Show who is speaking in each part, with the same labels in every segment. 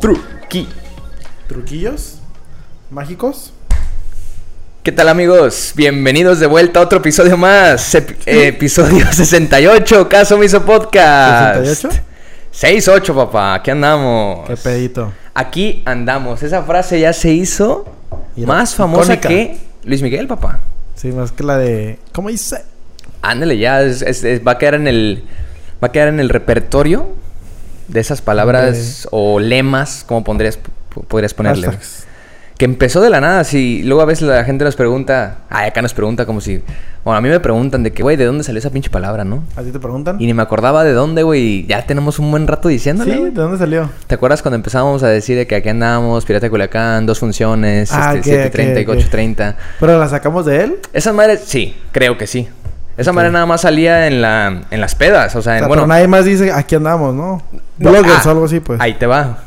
Speaker 1: Truqui.
Speaker 2: ¿Truquillos? ¿Mágicos?
Speaker 1: ¿Qué tal amigos? Bienvenidos de vuelta a otro episodio más. Ep- episodio 68, Caso Miso Podcast.
Speaker 2: ¿68?
Speaker 1: 68, papá. Aquí andamos.
Speaker 2: Qué pedito.
Speaker 1: Aquí andamos. Esa frase ya se hizo
Speaker 2: Mira,
Speaker 1: más famosa
Speaker 2: icónica.
Speaker 1: que Luis Miguel, papá.
Speaker 2: Sí, más que la de. ¿Cómo dice?
Speaker 1: Ándale, ya es- es- es- va a quedar en el va a quedar en el repertorio de esas palabras o lemas, como pondrías p- podrías ponerle.
Speaker 2: Hashtags.
Speaker 1: Que empezó de la nada, si luego a veces la gente nos pregunta, ay, acá nos pregunta como si, bueno, a mí me preguntan de que, güey, ¿de dónde salió esa pinche palabra, no?
Speaker 2: ¿A ti te preguntan?
Speaker 1: Y ni me acordaba de dónde, güey, y ya tenemos un buen rato
Speaker 2: Sí,
Speaker 1: diciéndole.
Speaker 2: ¿de
Speaker 1: güey.
Speaker 2: dónde salió?
Speaker 1: ¿Te acuerdas cuando empezábamos a decir de que aquí andábamos, Pirata de Culiacán, dos funciones,
Speaker 2: Ah,
Speaker 1: este,
Speaker 2: que-
Speaker 1: 7.30
Speaker 2: que-
Speaker 1: y
Speaker 2: que-
Speaker 1: 8.30?
Speaker 2: ¿Pero la sacamos de él?
Speaker 1: Esa madre, sí, creo que sí. Esa madre nada más salía en, la, en las pedas, o sea,
Speaker 2: O
Speaker 1: en,
Speaker 2: sea,
Speaker 1: Ah, bueno...
Speaker 2: pero nadie más dice aquí andamos, ¿no?
Speaker 1: no,
Speaker 2: Bloggers
Speaker 1: ah,
Speaker 2: o algo así, pues.
Speaker 1: Ahí te va.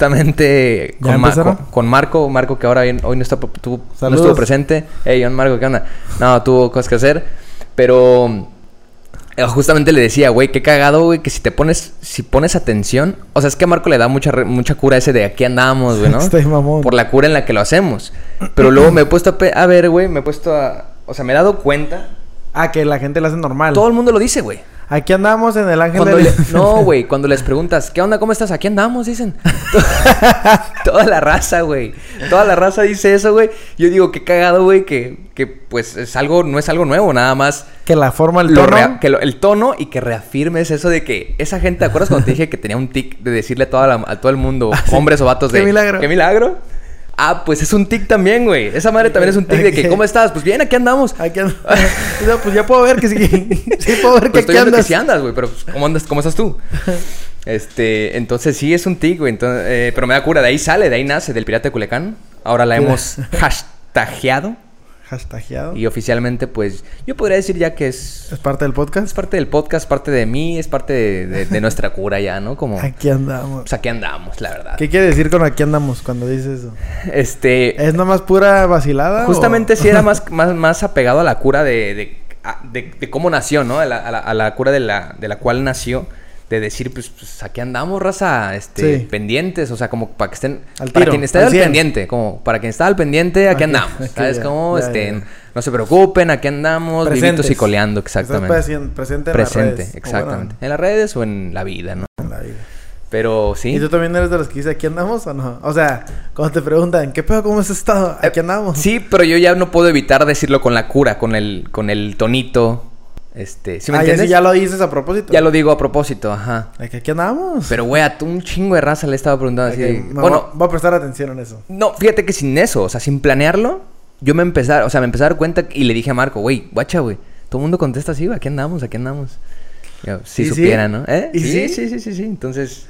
Speaker 1: Justamente
Speaker 2: ¿Ya
Speaker 1: con, Ma-
Speaker 2: empezaron?
Speaker 1: con- con Marco, Marco que ahora hoy hoy no, está, tú- no
Speaker 2: Saludos.
Speaker 1: estuvo presente. Hey, John Marco, ¿qué onda? No, tuvo cosas que hacer. Pero eh, justamente le decía, güey, qué cagado, güey, que si te pones, si pones atención. O sea, es que a Marco le da mucha, re- mucha cura ese de aquí andamos, güey, ¿no?
Speaker 2: Está ahí mamón.
Speaker 1: por la cura en la que lo hacemos. Pero luego me he puesto a, pe- a ver, güey, me he puesto a. O sea, me he dado cuenta.
Speaker 2: Ah, que la gente la hace normal.
Speaker 1: Todo el mundo lo dice, güey.
Speaker 2: Aquí andamos en el ángel
Speaker 1: Cuando
Speaker 2: del...
Speaker 1: le- no, güey, cuando les preguntas, ¿qué onda? ¿Cómo estás? Aquí andamos, dicen. To- Toda la raza, güey. Toda la raza dice eso, güey. Yo digo, qué cagado, güey, que, que pues es algo, no es algo nuevo, nada más.
Speaker 2: Que la forma, el
Speaker 1: lo
Speaker 2: tono.
Speaker 1: rea- que lo- el tono y que reafirmes eso de que esa gente, ¿te acuerdas cuando te dije que tenía un tic de decirle a, toda la- a todo el mundo, hombres o vatos,
Speaker 2: Ah, Qué
Speaker 1: de
Speaker 2: milagro.
Speaker 1: ¿Qué milagro? Ah, pues es un tic también, güey. Esa madre también es un tic de que, ¿cómo estás? Pues bien, aquí andamos.
Speaker 2: Aquí andamos. O sea, pues ya puedo ver que sí. sí puedo ver que
Speaker 1: Pues estoy
Speaker 2: aquí
Speaker 1: viendo que
Speaker 2: andas.
Speaker 1: sí andas, güey, pero pues, ¿cómo andas? ¿Cómo estás tú? Este, entonces sí es un tic, güey, entonces, eh, pero me da cura, de ahí sale, de ahí nace, del pirata de Culecán. Ahora la hemos hashtageado
Speaker 2: Hashtageado.
Speaker 1: y oficialmente, pues, yo podría decir ya que es,
Speaker 2: Es parte del
Speaker 1: es
Speaker 2: podcast.
Speaker 1: parte del podcast, parte de mí, es parte de, de- de nuestra cura ya, ¿no? Como,
Speaker 2: Aquí andamos.
Speaker 1: pues aquí andamos, la verdad.
Speaker 2: ¿Qué quiere decir con aquí andamos cuando dices eso?
Speaker 1: Este,
Speaker 2: ¿Es nomás pura vacilada? o-
Speaker 1: justamente sí era más, más, más apegado a la cura de, de, a- de- de cómo nació, ¿no? A la, a la- a la cura de la, de la cual nació. De decir, pues, pues, aquí andamos, raza, este,
Speaker 2: Sí.
Speaker 1: pendientes. O sea, como para que estén...
Speaker 2: Al
Speaker 1: para
Speaker 2: tiro,
Speaker 1: quien esté
Speaker 2: al
Speaker 1: al
Speaker 2: 100.
Speaker 1: pendiente. Como para quien está al pendiente, aquí
Speaker 2: Ok,
Speaker 1: andamos.
Speaker 2: ok,
Speaker 1: ¿Sabes
Speaker 2: ya,
Speaker 1: cómo?
Speaker 2: ya,
Speaker 1: este,
Speaker 2: ya, ya.
Speaker 1: No se preocupen, aquí andamos. Vivitos
Speaker 2: Presentes.
Speaker 1: y coleando, exactamente.
Speaker 2: Estás presen- presente en las
Speaker 1: Presente,
Speaker 2: redes.
Speaker 1: exactamente.
Speaker 2: o
Speaker 1: En las redes o en la vida, ¿no?
Speaker 2: bueno, en la vida.
Speaker 1: Pero sí.
Speaker 2: ¿Y tú también eres de los que dice aquí andamos o no? O sea, cuando te preguntan, ¿qué pedo? ¿Cómo has estado? Aquí andamos.
Speaker 1: Eh, Sí, pero yo ya no puedo evitar decirlo con la cura, con el, con el tonito. Este, ¿sí me
Speaker 2: Ah, ya, sí,
Speaker 1: entiendes?
Speaker 2: ya lo dices a propósito.
Speaker 1: Ya lo digo a propósito, ajá.
Speaker 2: De que aquí andamos.
Speaker 1: Pero, güey, a tú un chingo de raza le estaba preguntando
Speaker 2: De
Speaker 1: así.
Speaker 2: que
Speaker 1: de-
Speaker 2: me
Speaker 1: Bueno,
Speaker 2: voy- voy a prestar atención en eso.
Speaker 1: no, fíjate que sin eso, o sea, sin planearlo, yo me empecé, a- o sea, me empecé a dar cuenta y le dije a Marco, güey, guacha, güey. Todo el mundo contesta así, güey, aquí andamos, aquí andamos. Yo, si
Speaker 2: ¿Y sí?
Speaker 1: supiera, ¿no? ¿Eh?
Speaker 2: ¿Y
Speaker 1: sí,
Speaker 2: sí?
Speaker 1: sí, sí, sí, sí. Entonces,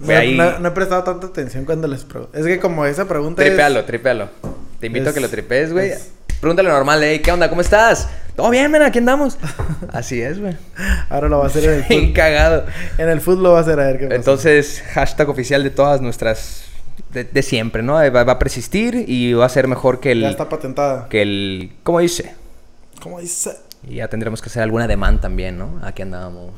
Speaker 2: No,
Speaker 1: güey, ahí.
Speaker 2: no- no he prestado tanta atención cuando les pregunto. Es que como esa pregunta es-
Speaker 1: Tripealo, tripealo. Te invito a que
Speaker 2: Es-
Speaker 1: lo tripees, güey.
Speaker 2: es-
Speaker 1: Pregúntale normal, ¿eh? ¿Qué onda? ¿Cómo estás? Todo bien, men, aquí andamos. Así es, güey.
Speaker 2: Ahora lo va a hacer en el
Speaker 1: Bien
Speaker 2: food.
Speaker 1: cagado.
Speaker 2: en el food lo va a hacer a ver qué pasa.
Speaker 1: Entonces, hashtag oficial de todas nuestras. de, de siempre, ¿no? Eh, Va, va a persistir y va a ser mejor que
Speaker 2: Ya
Speaker 1: el.
Speaker 2: está patentada.
Speaker 1: que el. ¿Cómo dice?
Speaker 2: ¿Cómo dice?
Speaker 1: Y ya tendremos que hacer alguna demanda también, ¿no? Aquí andábamos.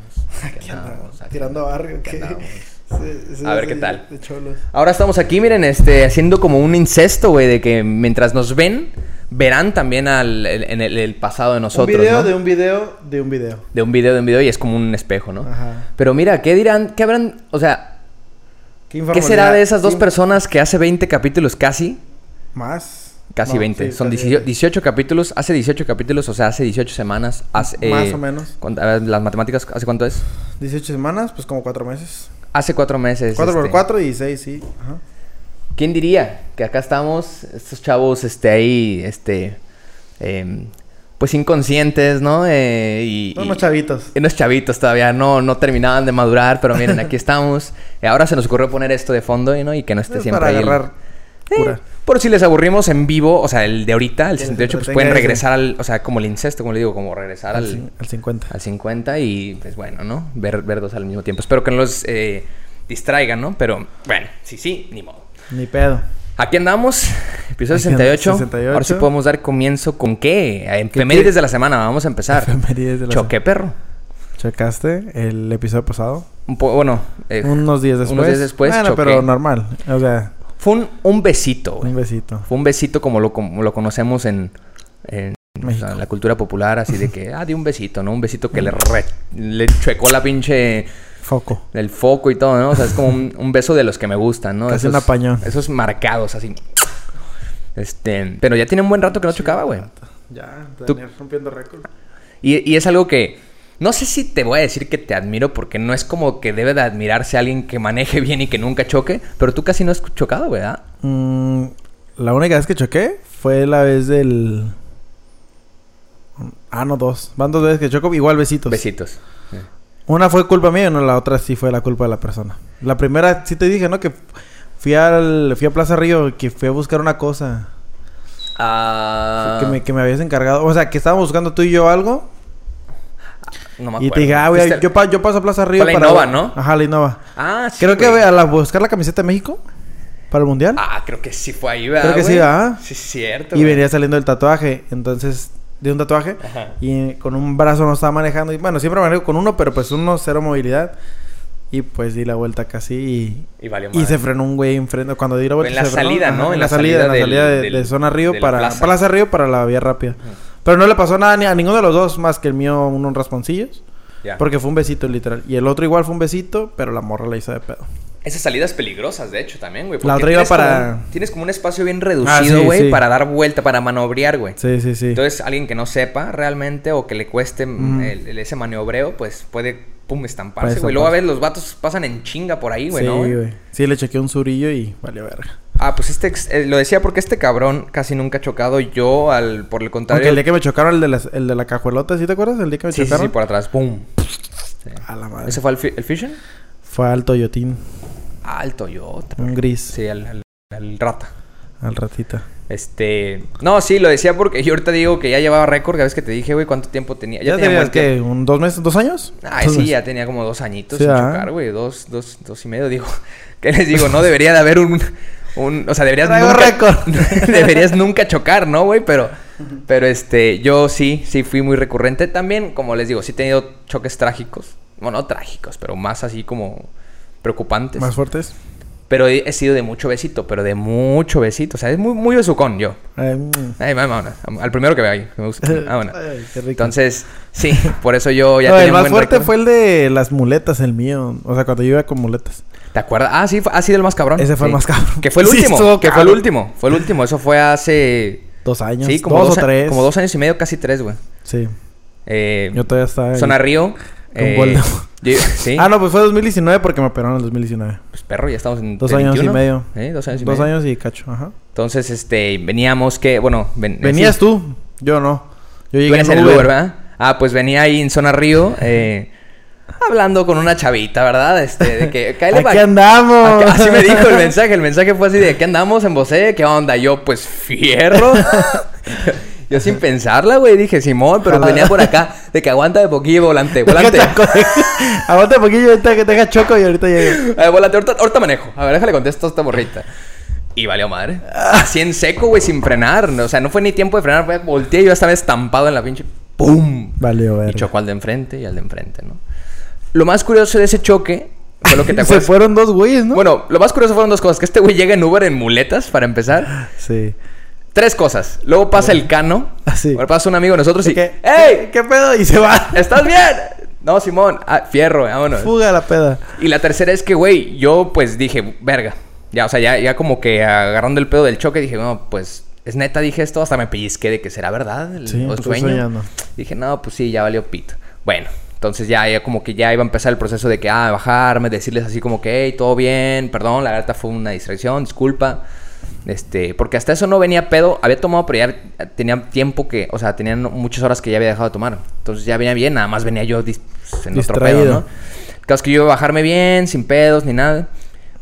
Speaker 2: Aquí andamos.
Speaker 1: aquí
Speaker 2: Tirando barrio.
Speaker 1: aquí
Speaker 2: ¿qué?
Speaker 1: andamos.
Speaker 2: Sí, sí,
Speaker 1: A ver
Speaker 2: sí,
Speaker 1: qué tal.
Speaker 2: De cholos.
Speaker 1: Ahora estamos aquí, miren, este, haciendo como un incesto, güey, de que mientras nos ven, verán también al, el, en el, el pasado de nosotros.
Speaker 2: un video
Speaker 1: ¿no?
Speaker 2: de un video de un video.
Speaker 1: de un video de un video y es como un espejo, ¿no?
Speaker 2: Ajá.
Speaker 1: Pero mira, ¿qué dirán? ¿Qué habrán? O sea, ¿qué será de esas dos
Speaker 2: Sí,
Speaker 1: personas que hace 20 capítulos casi?
Speaker 2: Más.
Speaker 1: Casi
Speaker 2: No,
Speaker 1: 20.
Speaker 2: sí,
Speaker 1: Son
Speaker 2: casi
Speaker 1: 18, 18 capítulos. Hace 18 capítulos, o sea, hace 18 semanas. Hace,
Speaker 2: Más o menos.
Speaker 1: ¿cuánto- a ver, las matemáticas, ¿hace cuánto es?
Speaker 2: 18 semanas, pues como 4 meses.
Speaker 1: Hace cuatro meses.
Speaker 2: 4 por
Speaker 1: este.
Speaker 2: 4, 16, sí. Ajá.
Speaker 1: ¿Quién diría que acá estamos, estos chavos, este, ahí, este, em, pues inconscientes, ¿no? Eh, y,
Speaker 2: Son
Speaker 1: y-
Speaker 2: unos chavitos.
Speaker 1: Unos chavitos todavía no, no terminaban de madurar, pero miren, aquí estamos. Y ahora se nos ocurrió poner esto de fondo ¿no? y que no esté
Speaker 2: Es
Speaker 1: este siempre
Speaker 2: para
Speaker 1: ahí el-
Speaker 2: agarrar
Speaker 1: Eh,
Speaker 2: cura.
Speaker 1: por si les aburrimos en vivo, o sea, el de ahorita, el
Speaker 2: Que les
Speaker 1: 68, pues
Speaker 2: entretenga
Speaker 1: pueden
Speaker 2: ese.
Speaker 1: regresar al, o sea, como el incesto, como le digo, como regresar
Speaker 2: Al,
Speaker 1: al,
Speaker 2: cin- al 50.
Speaker 1: al 50 y pues bueno, ¿no? Ver, ver dos al mismo tiempo. Espero que no los eh, distraigan, ¿no? Pero bueno, sí, sí, ni modo.
Speaker 2: Ni pedo.
Speaker 1: Aquí andamos, episodio
Speaker 2: Aquí andamos,
Speaker 1: 68.
Speaker 2: 68.
Speaker 1: Ahora sí podemos dar comienzo con qué. Efemérides de la semana, vamos a empezar.
Speaker 2: Efemérides de la
Speaker 1: Choque perro.
Speaker 2: ¿Checaste el episodio pasado?
Speaker 1: un po- bueno, eh,
Speaker 2: Unos días después.
Speaker 1: unos días después
Speaker 2: Bueno,
Speaker 1: choqué.
Speaker 2: pero normal. O sea,
Speaker 1: fue un, un besito, güey.
Speaker 2: un besito.
Speaker 1: Fue un besito como lo, como lo conocemos en, en
Speaker 2: México.
Speaker 1: o sea, en la cultura popular, así de que, ah, de un besito, ¿no? Un besito que le, re- le chuecó la pinche,
Speaker 2: Foco.
Speaker 1: el foco y todo, ¿no? O sea, es como un, un beso de los que me gustan, ¿no?
Speaker 2: Casi un apañón.
Speaker 1: Esos marcados, así. Este, pero ya tiene un buen rato que no chocaba, güey.
Speaker 2: Ya,
Speaker 1: Tú-
Speaker 2: Daniel rompiendo récord.
Speaker 1: Y, y es algo que, no sé si te voy a decir que te admiro, porque no es como que debe de admirarse a alguien que maneje bien y que nunca choque, pero tú casi no has chocado, güey, ¿ah?
Speaker 2: Mm, la única vez que choqué fue la vez del. Ah, no, dos. Van dos veces que choco, igual besitos.
Speaker 1: Besitos.
Speaker 2: Una fue culpa mía y una, la otra sí fue la culpa de la persona. La primera, sí te dije, ¿no? Que fui al, fui a Plaza Río, que fui a buscar una cosa
Speaker 1: Ah,
Speaker 2: que, me, que me habías encargado. O sea, que estábamos buscando tú y yo algo.
Speaker 1: no me
Speaker 2: Y te
Speaker 1: acuerdo.
Speaker 2: dije, ah, güey,
Speaker 1: Fuiste-
Speaker 2: yo, pa- yo paso a Plaza Río
Speaker 1: Fue la Innova, ¿no?
Speaker 2: Ajá, la Innova.
Speaker 1: Ah, sí,
Speaker 2: Creo que
Speaker 1: güey.
Speaker 2: a la, buscar la camiseta de México para el mundial.
Speaker 1: Ah, creo que sí fue ahí, ¿verdad?
Speaker 2: Creo que sí,
Speaker 1: güey?
Speaker 2: ¿verdad?
Speaker 1: Sí, es cierto.
Speaker 2: Y
Speaker 1: güey.
Speaker 2: venía saliendo del tatuaje, entonces, de un tatuaje,
Speaker 1: Ajá.
Speaker 2: y con un brazo no estaba manejando. Y bueno, siempre manejo con uno, pero pues uno cero movilidad. Y pues di la vuelta casi y,
Speaker 1: Y valió
Speaker 2: y
Speaker 1: madre.
Speaker 2: se frenó un güey enfrente. Cuando di la vuelta,
Speaker 1: En la
Speaker 2: se frenó.
Speaker 1: salida, ¿no?
Speaker 2: Ajá, En la salida, en la
Speaker 1: del-
Speaker 2: salida de, de
Speaker 1: del-
Speaker 2: zona río
Speaker 1: de la
Speaker 2: para
Speaker 1: plaza.
Speaker 2: plaza. río para la vía rápida. Pero no le pasó nada ni a ninguno de los dos, más que el mío, unos rasponcillos.
Speaker 1: Ya.
Speaker 2: Porque fue un besito, literal. Y el otro igual fue un besito, pero la morra la hizo de pedo.
Speaker 1: Esas salidas peligrosas, de hecho, también, güey.
Speaker 2: La
Speaker 1: porque
Speaker 2: otra iba
Speaker 1: tienes como
Speaker 2: para-
Speaker 1: un- tienes como un espacio bien
Speaker 2: Ah,
Speaker 1: reducido,
Speaker 2: sí,
Speaker 1: güey,
Speaker 2: sí.
Speaker 1: para dar vuelta, para manobrear, güey.
Speaker 2: Sí, sí, sí.
Speaker 1: Entonces, alguien que no sepa realmente o que le cueste mm,
Speaker 2: Ujú.
Speaker 1: el- el- ese maniobreo, pues puede, pum, estamparse,
Speaker 2: Puede
Speaker 1: güey. Luego a
Speaker 2: estamparse.
Speaker 1: ver, los vatos pasan en chinga por ahí, güey,
Speaker 2: sí,
Speaker 1: ¿no? güey?
Speaker 2: güey. Sí, le chequeé un zurillo y valió verga.
Speaker 1: Ah, pues este, ex- eh, lo decía porque este cabrón casi nunca ha chocado. Yo, al, por el contrario.
Speaker 2: Aunque el día que me chocaron el de, las- el de la cajuelota, ¿sí te acuerdas? El día que me
Speaker 1: sí, sí,
Speaker 2: chocaron. Ah,
Speaker 1: sí, por atrás, pum.
Speaker 2: A la madre.
Speaker 1: ¿Ese fue el, fi- el Fusion?
Speaker 2: Fue al Toyotín,
Speaker 1: Ah, el Toyota.
Speaker 2: un gris,
Speaker 1: Sí, al, al- al rata.
Speaker 2: al ratita.
Speaker 1: Este. No, sí, lo decía porque yo ahorita digo que ya llevaba récord. Cada vez que te dije, güey, cuánto tiempo tenía.
Speaker 2: ¿Ya,
Speaker 1: Ya, tenía
Speaker 2: tenías
Speaker 1: buen tiempo.
Speaker 2: que un dos meses, dos años?
Speaker 1: Ay,
Speaker 2: Dos
Speaker 1: sí,
Speaker 2: meses.
Speaker 1: ya tenía como dos añitos
Speaker 2: Sí,
Speaker 1: sin
Speaker 2: ah.
Speaker 1: chocar, güey. Dos, dos, dos y medio, digo. ¿Qué les digo? No debería de haber un. un o sea, deberías
Speaker 2: Traigo
Speaker 1: nunca.
Speaker 2: récord.
Speaker 1: deberías nunca chocar, ¿no, güey? Pero. Pero este, yo sí, sí fui muy recurrente. También, como les digo, sí he tenido choques trágicos. Bueno, no trágicos, pero más así como preocupantes.
Speaker 2: ¿Más fuertes?
Speaker 1: Pero he he sido de mucho besito, pero de mucho besito. O sea, es muy, muy besucón yo.
Speaker 2: Ay, mm.
Speaker 1: Ay, va- vámonos. Al primero que vea ahí. que me gusta. Ah, bueno.
Speaker 2: Ay, qué rico.
Speaker 1: Entonces, sí, por eso yo ya
Speaker 2: No,
Speaker 1: tenía
Speaker 2: el
Speaker 1: un
Speaker 2: más
Speaker 1: buen
Speaker 2: fuerte
Speaker 1: récord.
Speaker 2: fue el de las muletas, el mío. O sea, cuando yo iba con muletas.
Speaker 1: ¿Te acuerdas? Ah, sí, fue- ha sido el más cabrón.
Speaker 2: Ese fue el
Speaker 1: Sí.
Speaker 2: más cabrón.
Speaker 1: Que fue el
Speaker 2: Sí,
Speaker 1: último.
Speaker 2: estuvo
Speaker 1: que fue el
Speaker 2: cabrón.
Speaker 1: último. Fue el último. Eso fue hace.
Speaker 2: Dos años.
Speaker 1: Sí, como
Speaker 2: dos,
Speaker 1: dos,
Speaker 2: o
Speaker 1: a-
Speaker 2: tres.
Speaker 1: Como dos años y medio, casi tres, güey.
Speaker 2: Sí.
Speaker 1: Eh,
Speaker 2: Yo todavía estaba ahí.
Speaker 1: Zona Río. eh,
Speaker 2: Con Waldo.
Speaker 1: yo- sí.
Speaker 2: Ah, no, pues fue 2019 porque me operaron en el 2019.
Speaker 1: Pues perro, ya estamos en.
Speaker 2: Dos
Speaker 1: en
Speaker 2: años y
Speaker 1: 21.
Speaker 2: medio.
Speaker 1: Sí, Eh, Dos años y
Speaker 2: Dos
Speaker 1: medio.
Speaker 2: años y cacho, ajá.
Speaker 1: Entonces, este, veníamos que. Bueno, ven-
Speaker 2: Venías
Speaker 1: sí.
Speaker 2: tú, yo no. Yo
Speaker 1: Tú
Speaker 2: llegué
Speaker 1: venías en el Uber, ¿verdad? Ah, pues venía ahí en Zona Río. eh, hablando con una chavita, ¿verdad? Este, de que. cáele
Speaker 2: Aquí
Speaker 1: pa-
Speaker 2: andamos.
Speaker 1: Acá- Así me dijo el mensaje. El mensaje fue así de ¿qué andamos en Bosé? ¿Qué onda? Yo, pues, fierro. Yo sin pensarla, güey, dije, Simón, pero
Speaker 2: Ojalá.
Speaker 1: venía por acá, de que aguanta de poquillo, volante, volante.
Speaker 2: Aguanta un poquillo ahorita que te haga choco y ahorita llegué.
Speaker 1: Eh, volante, ahorita, ahorita manejo. A ver, déjale contesto a esta morrita. Y valió madre. Así en seco, güey, sin frenar. O sea, no fue ni tiempo de frenar, güey. Volteé y yo estaba estampado en la pinche. ¡Pum!
Speaker 2: Valió
Speaker 1: Y
Speaker 2: ver.
Speaker 1: chocó al de enfrente y al de enfrente, ¿no? Lo más curioso de ese choque fue lo que te
Speaker 2: Se
Speaker 1: acuerdas.
Speaker 2: fueron dos güeyes, ¿no?
Speaker 1: Bueno, lo más curioso fueron dos cosas. Que este güey llega en Uber en muletas, para empezar.
Speaker 2: Sí.
Speaker 1: Tres cosas. Luego pasa el cano.
Speaker 2: Ah, sí.
Speaker 1: Ahora pasa un amigo de nosotros y...
Speaker 2: ¿Qué?
Speaker 1: ¡Ey!
Speaker 2: ¿Qué pedo? Y se va.
Speaker 1: ¿Estás bien? No, Simón. Ah, fierro, vámonos.
Speaker 2: Fuga la peda.
Speaker 1: Y la tercera es que, güey, yo pues dije, verga. Ya, o sea, ya, ya como que agarrando el pedo del choque dije, no, pues... Es neta, dije esto. Hasta me pellizqué de que será verdad. el-
Speaker 2: Sí, pues,
Speaker 1: o
Speaker 2: estoy
Speaker 1: sueño.
Speaker 2: soñando.
Speaker 1: Dije, no, pues sí, ya valió pito. Bueno, entonces ya, ya como que ya iba a empezar el proceso de que, ah, bajarme, decirles así como que, hey, todo bien, perdón, la gata fue una distracción, disculpa. Este, porque hasta eso no venía pedo, había tomado, pero ya tenía tiempo que, o sea, tenían muchas horas que ya había dejado de tomar. Entonces ya venía bien, nada más venía yo dis- pues, en otro pedo,
Speaker 2: Distraído.
Speaker 1: ¿no? El caso es que yo iba a bajarme bien, sin pedos ni nada.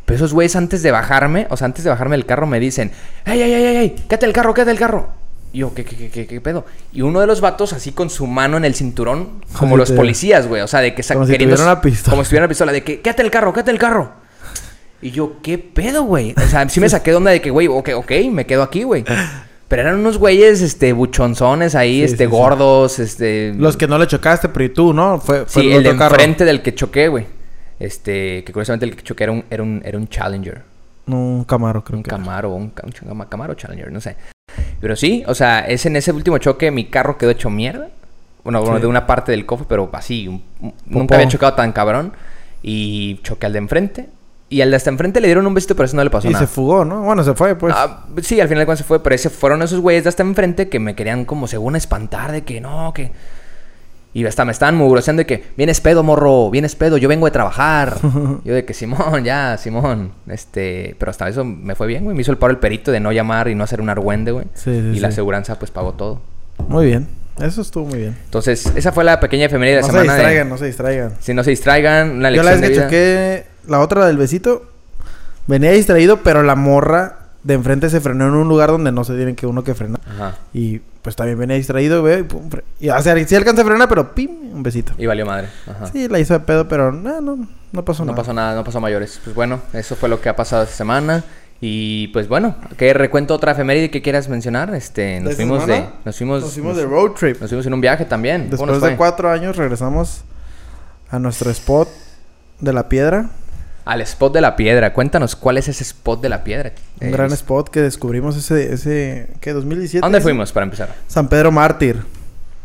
Speaker 1: Pero esos güeyes antes de bajarme, o sea, antes de bajarme del carro me dicen, ¡Ey, ey, ey, ey, ey! ¡Quédate el carro, quédate el carro! Y yo, ¿qué, qué, qué, qué, qué pedo? Y uno de los vatos así con su mano en el cinturón, como
Speaker 2: Sí,
Speaker 1: los
Speaker 2: te-
Speaker 1: policías, güey. O sea, de que
Speaker 2: Como si tuviera una pistola.
Speaker 1: Como si tuviera una pistola, de que, ¡Quédate el carro, quédate el carro! Y yo, ¿qué pedo, güey? O sea, sí me saqué de onda de que, güey, ok, ok, me quedo aquí, güey. Pero eran unos güeyes, este, buchonzones ahí,
Speaker 2: Sí,
Speaker 1: este,
Speaker 2: sí, sí.
Speaker 1: gordos, este...
Speaker 2: Los que no le chocaste, pero y tú, ¿no? Fue, fue
Speaker 1: Sí, el de
Speaker 2: otro carro.
Speaker 1: enfrente del que choqué, güey. Este, que curiosamente el que choqué era un, era un, era un Challenger.
Speaker 2: Un Camaro, creo
Speaker 1: Un
Speaker 2: que. era.
Speaker 1: Camaro, un, ca- un chingama- Camaro Challenger, no sé. Pero sí, o sea, es en ese último choque mi carro quedó hecho mierda. Bueno, bueno,
Speaker 2: Sí.
Speaker 1: de una parte del cofre, pero así. un- un-
Speaker 2: Popó.
Speaker 1: nunca había chocado tan cabrón. Y choqué al de enfrente. Y al de hasta enfrente le dieron un besito, pero eso no le pasó
Speaker 2: Y
Speaker 1: nada.
Speaker 2: se fugó, ¿no? Bueno, se fue, pues.
Speaker 1: Ah, sí, al final de cuentas se fue, pero ese fueron esos güeyes de hasta enfrente que me querían como según espantar de que no, que... Y hasta me estaban mugroseando de que, vienes pedo, morro, vienes pedo, yo vengo de trabajar. yo de que, Simón, ya, Simón. Este, pero hasta eso me fue bien, güey. Me hizo el paro el perito de no llamar y no hacer un argüende, güey.
Speaker 2: Sí, sí,
Speaker 1: y la
Speaker 2: sí.
Speaker 1: aseguranza, pues, pagó todo.
Speaker 2: Muy bien. Eso estuvo muy bien.
Speaker 1: Entonces, esa fue la pequeña efeméride de
Speaker 2: No
Speaker 1: la
Speaker 2: se
Speaker 1: semana. de-
Speaker 2: distraigan, no se distraigan.
Speaker 1: Si no se distraigan, una
Speaker 2: Yo
Speaker 1: lección
Speaker 2: la vez
Speaker 1: de
Speaker 2: que
Speaker 1: vida.
Speaker 2: choqué la otra del besito, venía distraído, pero la morra de enfrente se frenó en un lugar donde no se tiene que uno que frenar.
Speaker 1: Ajá.
Speaker 2: Y pues también venía distraído, güey. Y, pum, fre- y o sea, sí alcanza a frenar, pero pim, un besito.
Speaker 1: Y valió madre. Ajá.
Speaker 2: Sí, la hizo de pedo, pero no, no, no pasó
Speaker 1: No
Speaker 2: nada.
Speaker 1: pasó nada, no pasó a mayores. Pues bueno, eso fue lo que ha pasado esta semana. Y pues bueno, que recuento otra efeméride que quieras mencionar. Este, nos
Speaker 2: ¿De
Speaker 1: fuimos
Speaker 2: semana?
Speaker 1: de. Nos fuimos.
Speaker 2: Nos fuimos de road trip.
Speaker 1: Nos fuimos en un viaje también. ¿Cómo
Speaker 2: Después
Speaker 1: nos
Speaker 2: de
Speaker 1: fue?
Speaker 2: cuatro años regresamos a nuestro spot de la piedra.
Speaker 1: Al spot de la piedra. Cuéntanos cuál es ese spot de la piedra.
Speaker 2: Un
Speaker 1: Eh,
Speaker 2: gran
Speaker 1: es-
Speaker 2: spot que descubrimos ese, ese, ¿qué? 2017.
Speaker 1: ¿A dónde fuimos para empezar?
Speaker 2: San Pedro Mártir.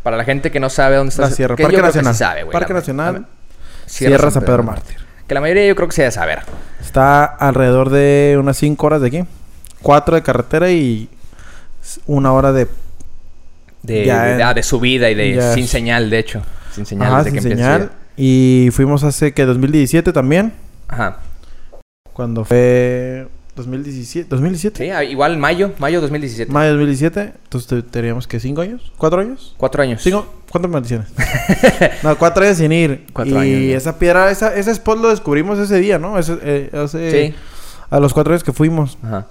Speaker 1: Para la gente que no sabe dónde está
Speaker 2: La
Speaker 1: ese-
Speaker 2: sierra.
Speaker 1: que yo
Speaker 2: Parque
Speaker 1: creo que
Speaker 2: Nacional.
Speaker 1: sí sabe, güey,
Speaker 2: Parque
Speaker 1: la-
Speaker 2: Nacional.
Speaker 1: la-
Speaker 2: Sierra, San Pedro Mártir.
Speaker 1: Que la mayoría yo creo que se debe saber.
Speaker 2: Está alrededor de unas 5 horas de aquí. 4 de carretera y s- una hora de...
Speaker 1: De,
Speaker 2: Ya,
Speaker 1: de,
Speaker 2: eh.
Speaker 1: ah, de subida y de
Speaker 2: Ya.
Speaker 1: sin señal, de hecho. Sin señal
Speaker 2: Ajá,
Speaker 1: desde
Speaker 2: sin
Speaker 1: que empieza a
Speaker 2: señal.
Speaker 1: subir.
Speaker 2: Y fuimos hace que 2017 también.
Speaker 1: Ajá.
Speaker 2: Cuando fue 2017. 2017.
Speaker 1: Sí, ah, igual en mayo, mayo 2017.
Speaker 2: Mayo de 2017. Entonces te- teníamos que 5 años. ¿4 años?
Speaker 1: Cuatro años.
Speaker 2: ¿Cinco? ¿Cuántas maldiciones? no, 4 años sin ir.
Speaker 1: Cuatro
Speaker 2: y
Speaker 1: años, ¿no?
Speaker 2: esa piedra, esa, ese spot lo descubrimos ese día, ¿no? Ese, eh, hace-
Speaker 1: Sí.
Speaker 2: A los 4 años que fuimos.
Speaker 1: Ajá.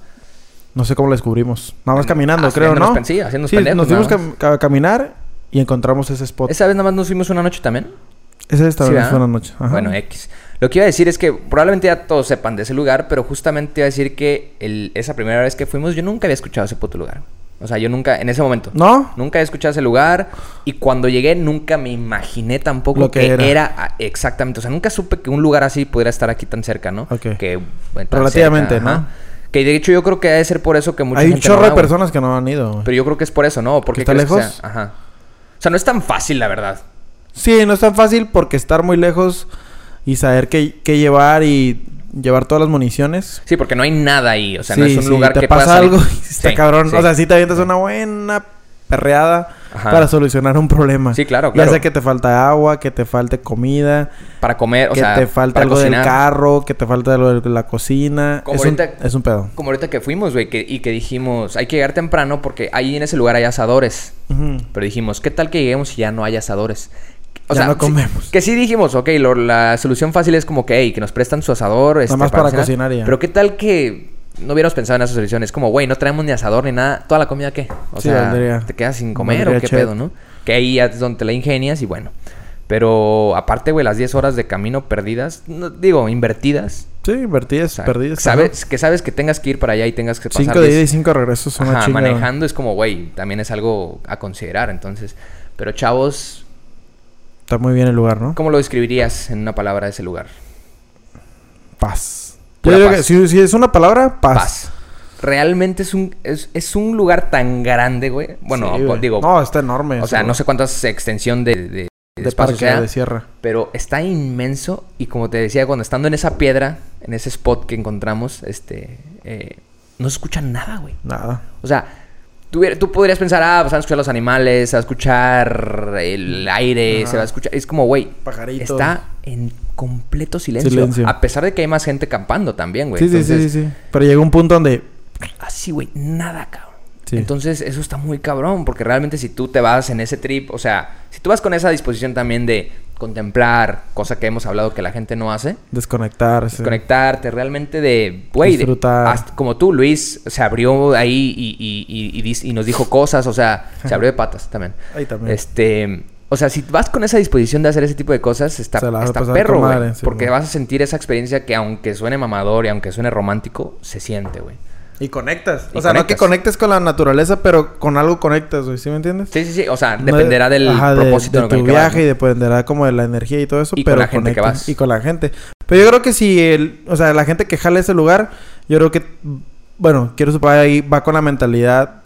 Speaker 2: No sé cómo lo descubrimos. Nada más caminando, creo,
Speaker 1: Haciéndonos
Speaker 2: ¿no?
Speaker 1: pen- Sí, haciendo
Speaker 2: Sí, nos fuimos cam- a caminar y encontramos ese spot.
Speaker 1: Esa vez nada más nos fuimos una noche también.
Speaker 2: Ese es
Speaker 1: Sí,
Speaker 2: también
Speaker 1: ¿verdad?
Speaker 2: fue una noche. Ajá.
Speaker 1: Bueno, eh, X. Lo que iba a decir es que probablemente ya todos sepan de ese lugar, pero justamente iba a decir que el- esa primera vez que fuimos yo nunca había escuchado ese puto lugar. O sea, yo nunca, en ese momento.
Speaker 2: ¿No?
Speaker 1: Nunca había escuchado ese lugar y cuando llegué nunca me imaginé tampoco
Speaker 2: Lo que
Speaker 1: que,
Speaker 2: era.
Speaker 1: era. a- exactamente. O sea, nunca supe que un lugar así pudiera estar aquí tan cerca, ¿no?
Speaker 2: Ok.
Speaker 1: Que, bueno, tan
Speaker 2: Relativamente,
Speaker 1: cerca,
Speaker 2: ¿no?
Speaker 1: ajá. Que de hecho yo creo que debe ser por eso que mucha
Speaker 2: Hay un
Speaker 1: gente
Speaker 2: chorro
Speaker 1: no
Speaker 2: de
Speaker 1: va, güey.
Speaker 2: personas que no han ido. güey.
Speaker 1: Pero yo creo que es por eso, ¿no? ¿Por qué
Speaker 2: ¿Que está
Speaker 1: crees que
Speaker 2: lejos?
Speaker 1: sea? Ajá. O sea, no es tan fácil, la verdad.
Speaker 2: Sí, no es tan fácil porque estar muy lejos y saber qué, qué llevar y llevar todas las municiones.
Speaker 1: Sí, porque no hay nada ahí. O sea, no
Speaker 2: Sí,
Speaker 1: es un
Speaker 2: sí,
Speaker 1: lugar
Speaker 2: te
Speaker 1: que
Speaker 2: pasa
Speaker 1: pueda salir.
Speaker 2: algo y está
Speaker 1: Sí,
Speaker 2: cabrón.
Speaker 1: sí.
Speaker 2: O sea, sí te avientas una buena perreada
Speaker 1: Ajá.
Speaker 2: para solucionar un problema.
Speaker 1: Sí, claro,
Speaker 2: Ya
Speaker 1: claro.
Speaker 2: sea que te falta agua, que te falte comida,
Speaker 1: Para comer, o
Speaker 2: que
Speaker 1: sea,
Speaker 2: te falta
Speaker 1: para
Speaker 2: algo
Speaker 1: cocinar.
Speaker 2: del carro, que te falta algo de la cocina.
Speaker 1: Como
Speaker 2: es, un,
Speaker 1: ahorita-
Speaker 2: es un pedo.
Speaker 1: Como ahorita que fuimos, güey, que- y que dijimos, hay que llegar temprano porque ahí en ese lugar hay asadores.
Speaker 2: Ujú.
Speaker 1: Pero dijimos, ¿qué tal que lleguemos y ya no hay asadores?
Speaker 2: Ya no comemos.
Speaker 1: sí- que sí dijimos, ok, lo- la solución fácil es como que, hey, que nos prestan su asador. este,
Speaker 2: más para cocinar y ya.
Speaker 1: Pero ¿qué tal que no hubiéramos pensado en esa solución? Es como, güey, no traemos ni asador ni nada. ¿Toda la comida qué? O
Speaker 2: Sí,
Speaker 1: sea,
Speaker 2: valdría-
Speaker 1: ¿te quedas sin comer o
Speaker 2: valdría
Speaker 1: qué
Speaker 2: chet.
Speaker 1: pedo, no? Que ahí ya es donde te la ingenias y bueno. Pero aparte, güey, las 10 horas de camino perdidas, no- digo, invertidas.
Speaker 2: Sí, invertidas,
Speaker 1: o sea,
Speaker 2: perdidas. ajá.
Speaker 1: Sabes, que sabes que tengas que ir para allá y tengas que pasar
Speaker 2: Cinco de ida
Speaker 1: 10
Speaker 2: y cinco regresos son una
Speaker 1: Ajá,
Speaker 2: chinga. güey.
Speaker 1: manejando es como, güey, también es algo a considerar, entonces. Pero chavos,
Speaker 2: Está muy bien el lugar, ¿no?
Speaker 1: ¿cómo lo describirías en una palabra de ese lugar?
Speaker 2: Paz. Yo
Speaker 1: Pura
Speaker 2: digo
Speaker 1: paz.
Speaker 2: que si, si es una palabra, paz.
Speaker 1: Paz. Realmente es un, es, es un lugar tan grande, güey. Bueno,
Speaker 2: Sí,
Speaker 1: po-
Speaker 2: güey.
Speaker 1: digo,
Speaker 2: No, está enorme.
Speaker 1: o
Speaker 2: ese
Speaker 1: sea, no
Speaker 2: lugar.
Speaker 1: sé cuántas extensión de, de, de
Speaker 2: De
Speaker 1: espacio
Speaker 2: parque,
Speaker 1: sea,
Speaker 2: de sierra.
Speaker 1: pero está inmenso y como te decía, cuando estando en esa piedra, en ese spot que encontramos, este, eh, no se escucha nada, güey.
Speaker 2: Nada.
Speaker 1: O sea, tú, hubiera- tú podrías pensar, ah, pues van a escuchar los animales, se va a escuchar el aire,
Speaker 2: Ajá.
Speaker 1: se va a escuchar. Es como, güey,
Speaker 2: Pajaritos.
Speaker 1: está en completo silencio,
Speaker 2: Silencio.
Speaker 1: A pesar de que hay más gente campando también, güey.
Speaker 2: sí, sí,
Speaker 1: Entonces,
Speaker 2: sí, sí, sí. Pero llegó un punto donde...
Speaker 1: Así, güey, nada, cabrón.
Speaker 2: Sí.
Speaker 1: Entonces, eso está muy cabrón, porque realmente si tú te vas en ese trip, o sea, si tú vas con esa disposición también de contemplar, cosa que hemos hablado que la gente no hace,
Speaker 2: Desconectar. sí.
Speaker 1: desconectarte, realmente de, güey, de-
Speaker 2: Este, Disfrutar.
Speaker 1: hasta- como tú, Luis, se abrió ahí y, y- y- y dis- y nos dijo cosas, o sea, se abrió de patas también.
Speaker 2: Ahí también.
Speaker 1: Este, o sea, si vas con esa disposición de hacer ese tipo de cosas, está,
Speaker 2: Se la vas a
Speaker 1: está
Speaker 2: pasar
Speaker 1: perro,
Speaker 2: con
Speaker 1: güey,
Speaker 2: madre, sí,
Speaker 1: porque
Speaker 2: güey.
Speaker 1: vas a sentir esa experiencia que aunque suene mamador y aunque suene romántico, se siente, güey.
Speaker 2: Y conectas.
Speaker 1: Y
Speaker 2: o sea, no que
Speaker 1: conectas.
Speaker 2: conectes con la naturaleza, pero con algo conectas, güey. ¿Sí me entiendes?
Speaker 1: Sí, sí, sí, o sea,
Speaker 2: No-
Speaker 1: dependerá del
Speaker 2: ajá, de-
Speaker 1: propósito
Speaker 2: de,
Speaker 1: con el
Speaker 2: tu
Speaker 1: que vas,
Speaker 2: viaje
Speaker 1: ¿no?
Speaker 2: y dependerá como de la energía y todo eso,
Speaker 1: Y con
Speaker 2: pero
Speaker 1: la gente que
Speaker 2: conectas.
Speaker 1: vas.
Speaker 2: Y con la gente. Pero yo creo que si el, o sea, la gente que jala ese lugar, yo creo que, bueno, quiero supar ahí, va con la mentalidad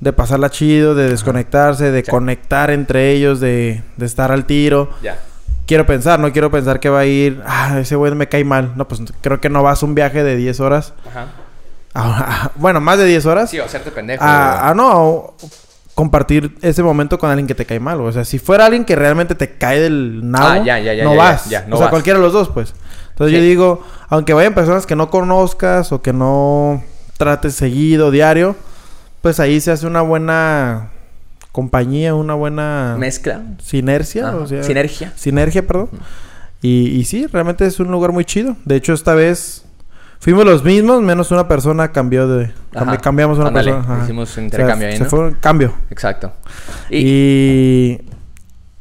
Speaker 2: de pasarla chido, de desconectarse, de
Speaker 1: Sí.
Speaker 2: conectar entre ellos, de, de estar al tiro.
Speaker 1: Ya.
Speaker 2: Quiero pensar, no quiero pensar que va a ir, ah, ese güey me cae mal. No, pues creo que no vas a un viaje de 10 horas.
Speaker 1: Ajá.
Speaker 2: a- a- bueno, más de 10 horas.
Speaker 1: Sí, o hacerte pendejo.
Speaker 2: a, a Ah, no compartir ese momento con alguien que te cae mal. O sea, si fuera alguien que realmente te cae del nabo,
Speaker 1: Ah, ya, ya, ya,
Speaker 2: no
Speaker 1: ya, ya,
Speaker 2: vas.
Speaker 1: ya, no
Speaker 2: o sea,
Speaker 1: vas.
Speaker 2: cualquiera de los dos, pues. Entonces
Speaker 1: Sí.
Speaker 2: yo digo, aunque vayan personas que no conozcas o que no trates seguido, diario, pues ahí se hace una buena compañía, una buena
Speaker 1: güey. Mezcla.
Speaker 2: sinergia.
Speaker 1: Ajá.
Speaker 2: o sea,
Speaker 1: Sinergia.
Speaker 2: Sinergia, perdón. Y, y sí, realmente es un lugar muy chido. De hecho, esta vez fuimos los mismos, menos una persona cambió de... cambi-
Speaker 1: Ajá.
Speaker 2: Cambiamos una
Speaker 1: Ándale,
Speaker 2: persona. ajá.
Speaker 1: hicimos un
Speaker 2: O sea,
Speaker 1: intercambio ahí,
Speaker 2: se
Speaker 1: ¿no?
Speaker 2: fue un cambio.
Speaker 1: Exacto. Y,
Speaker 2: Y...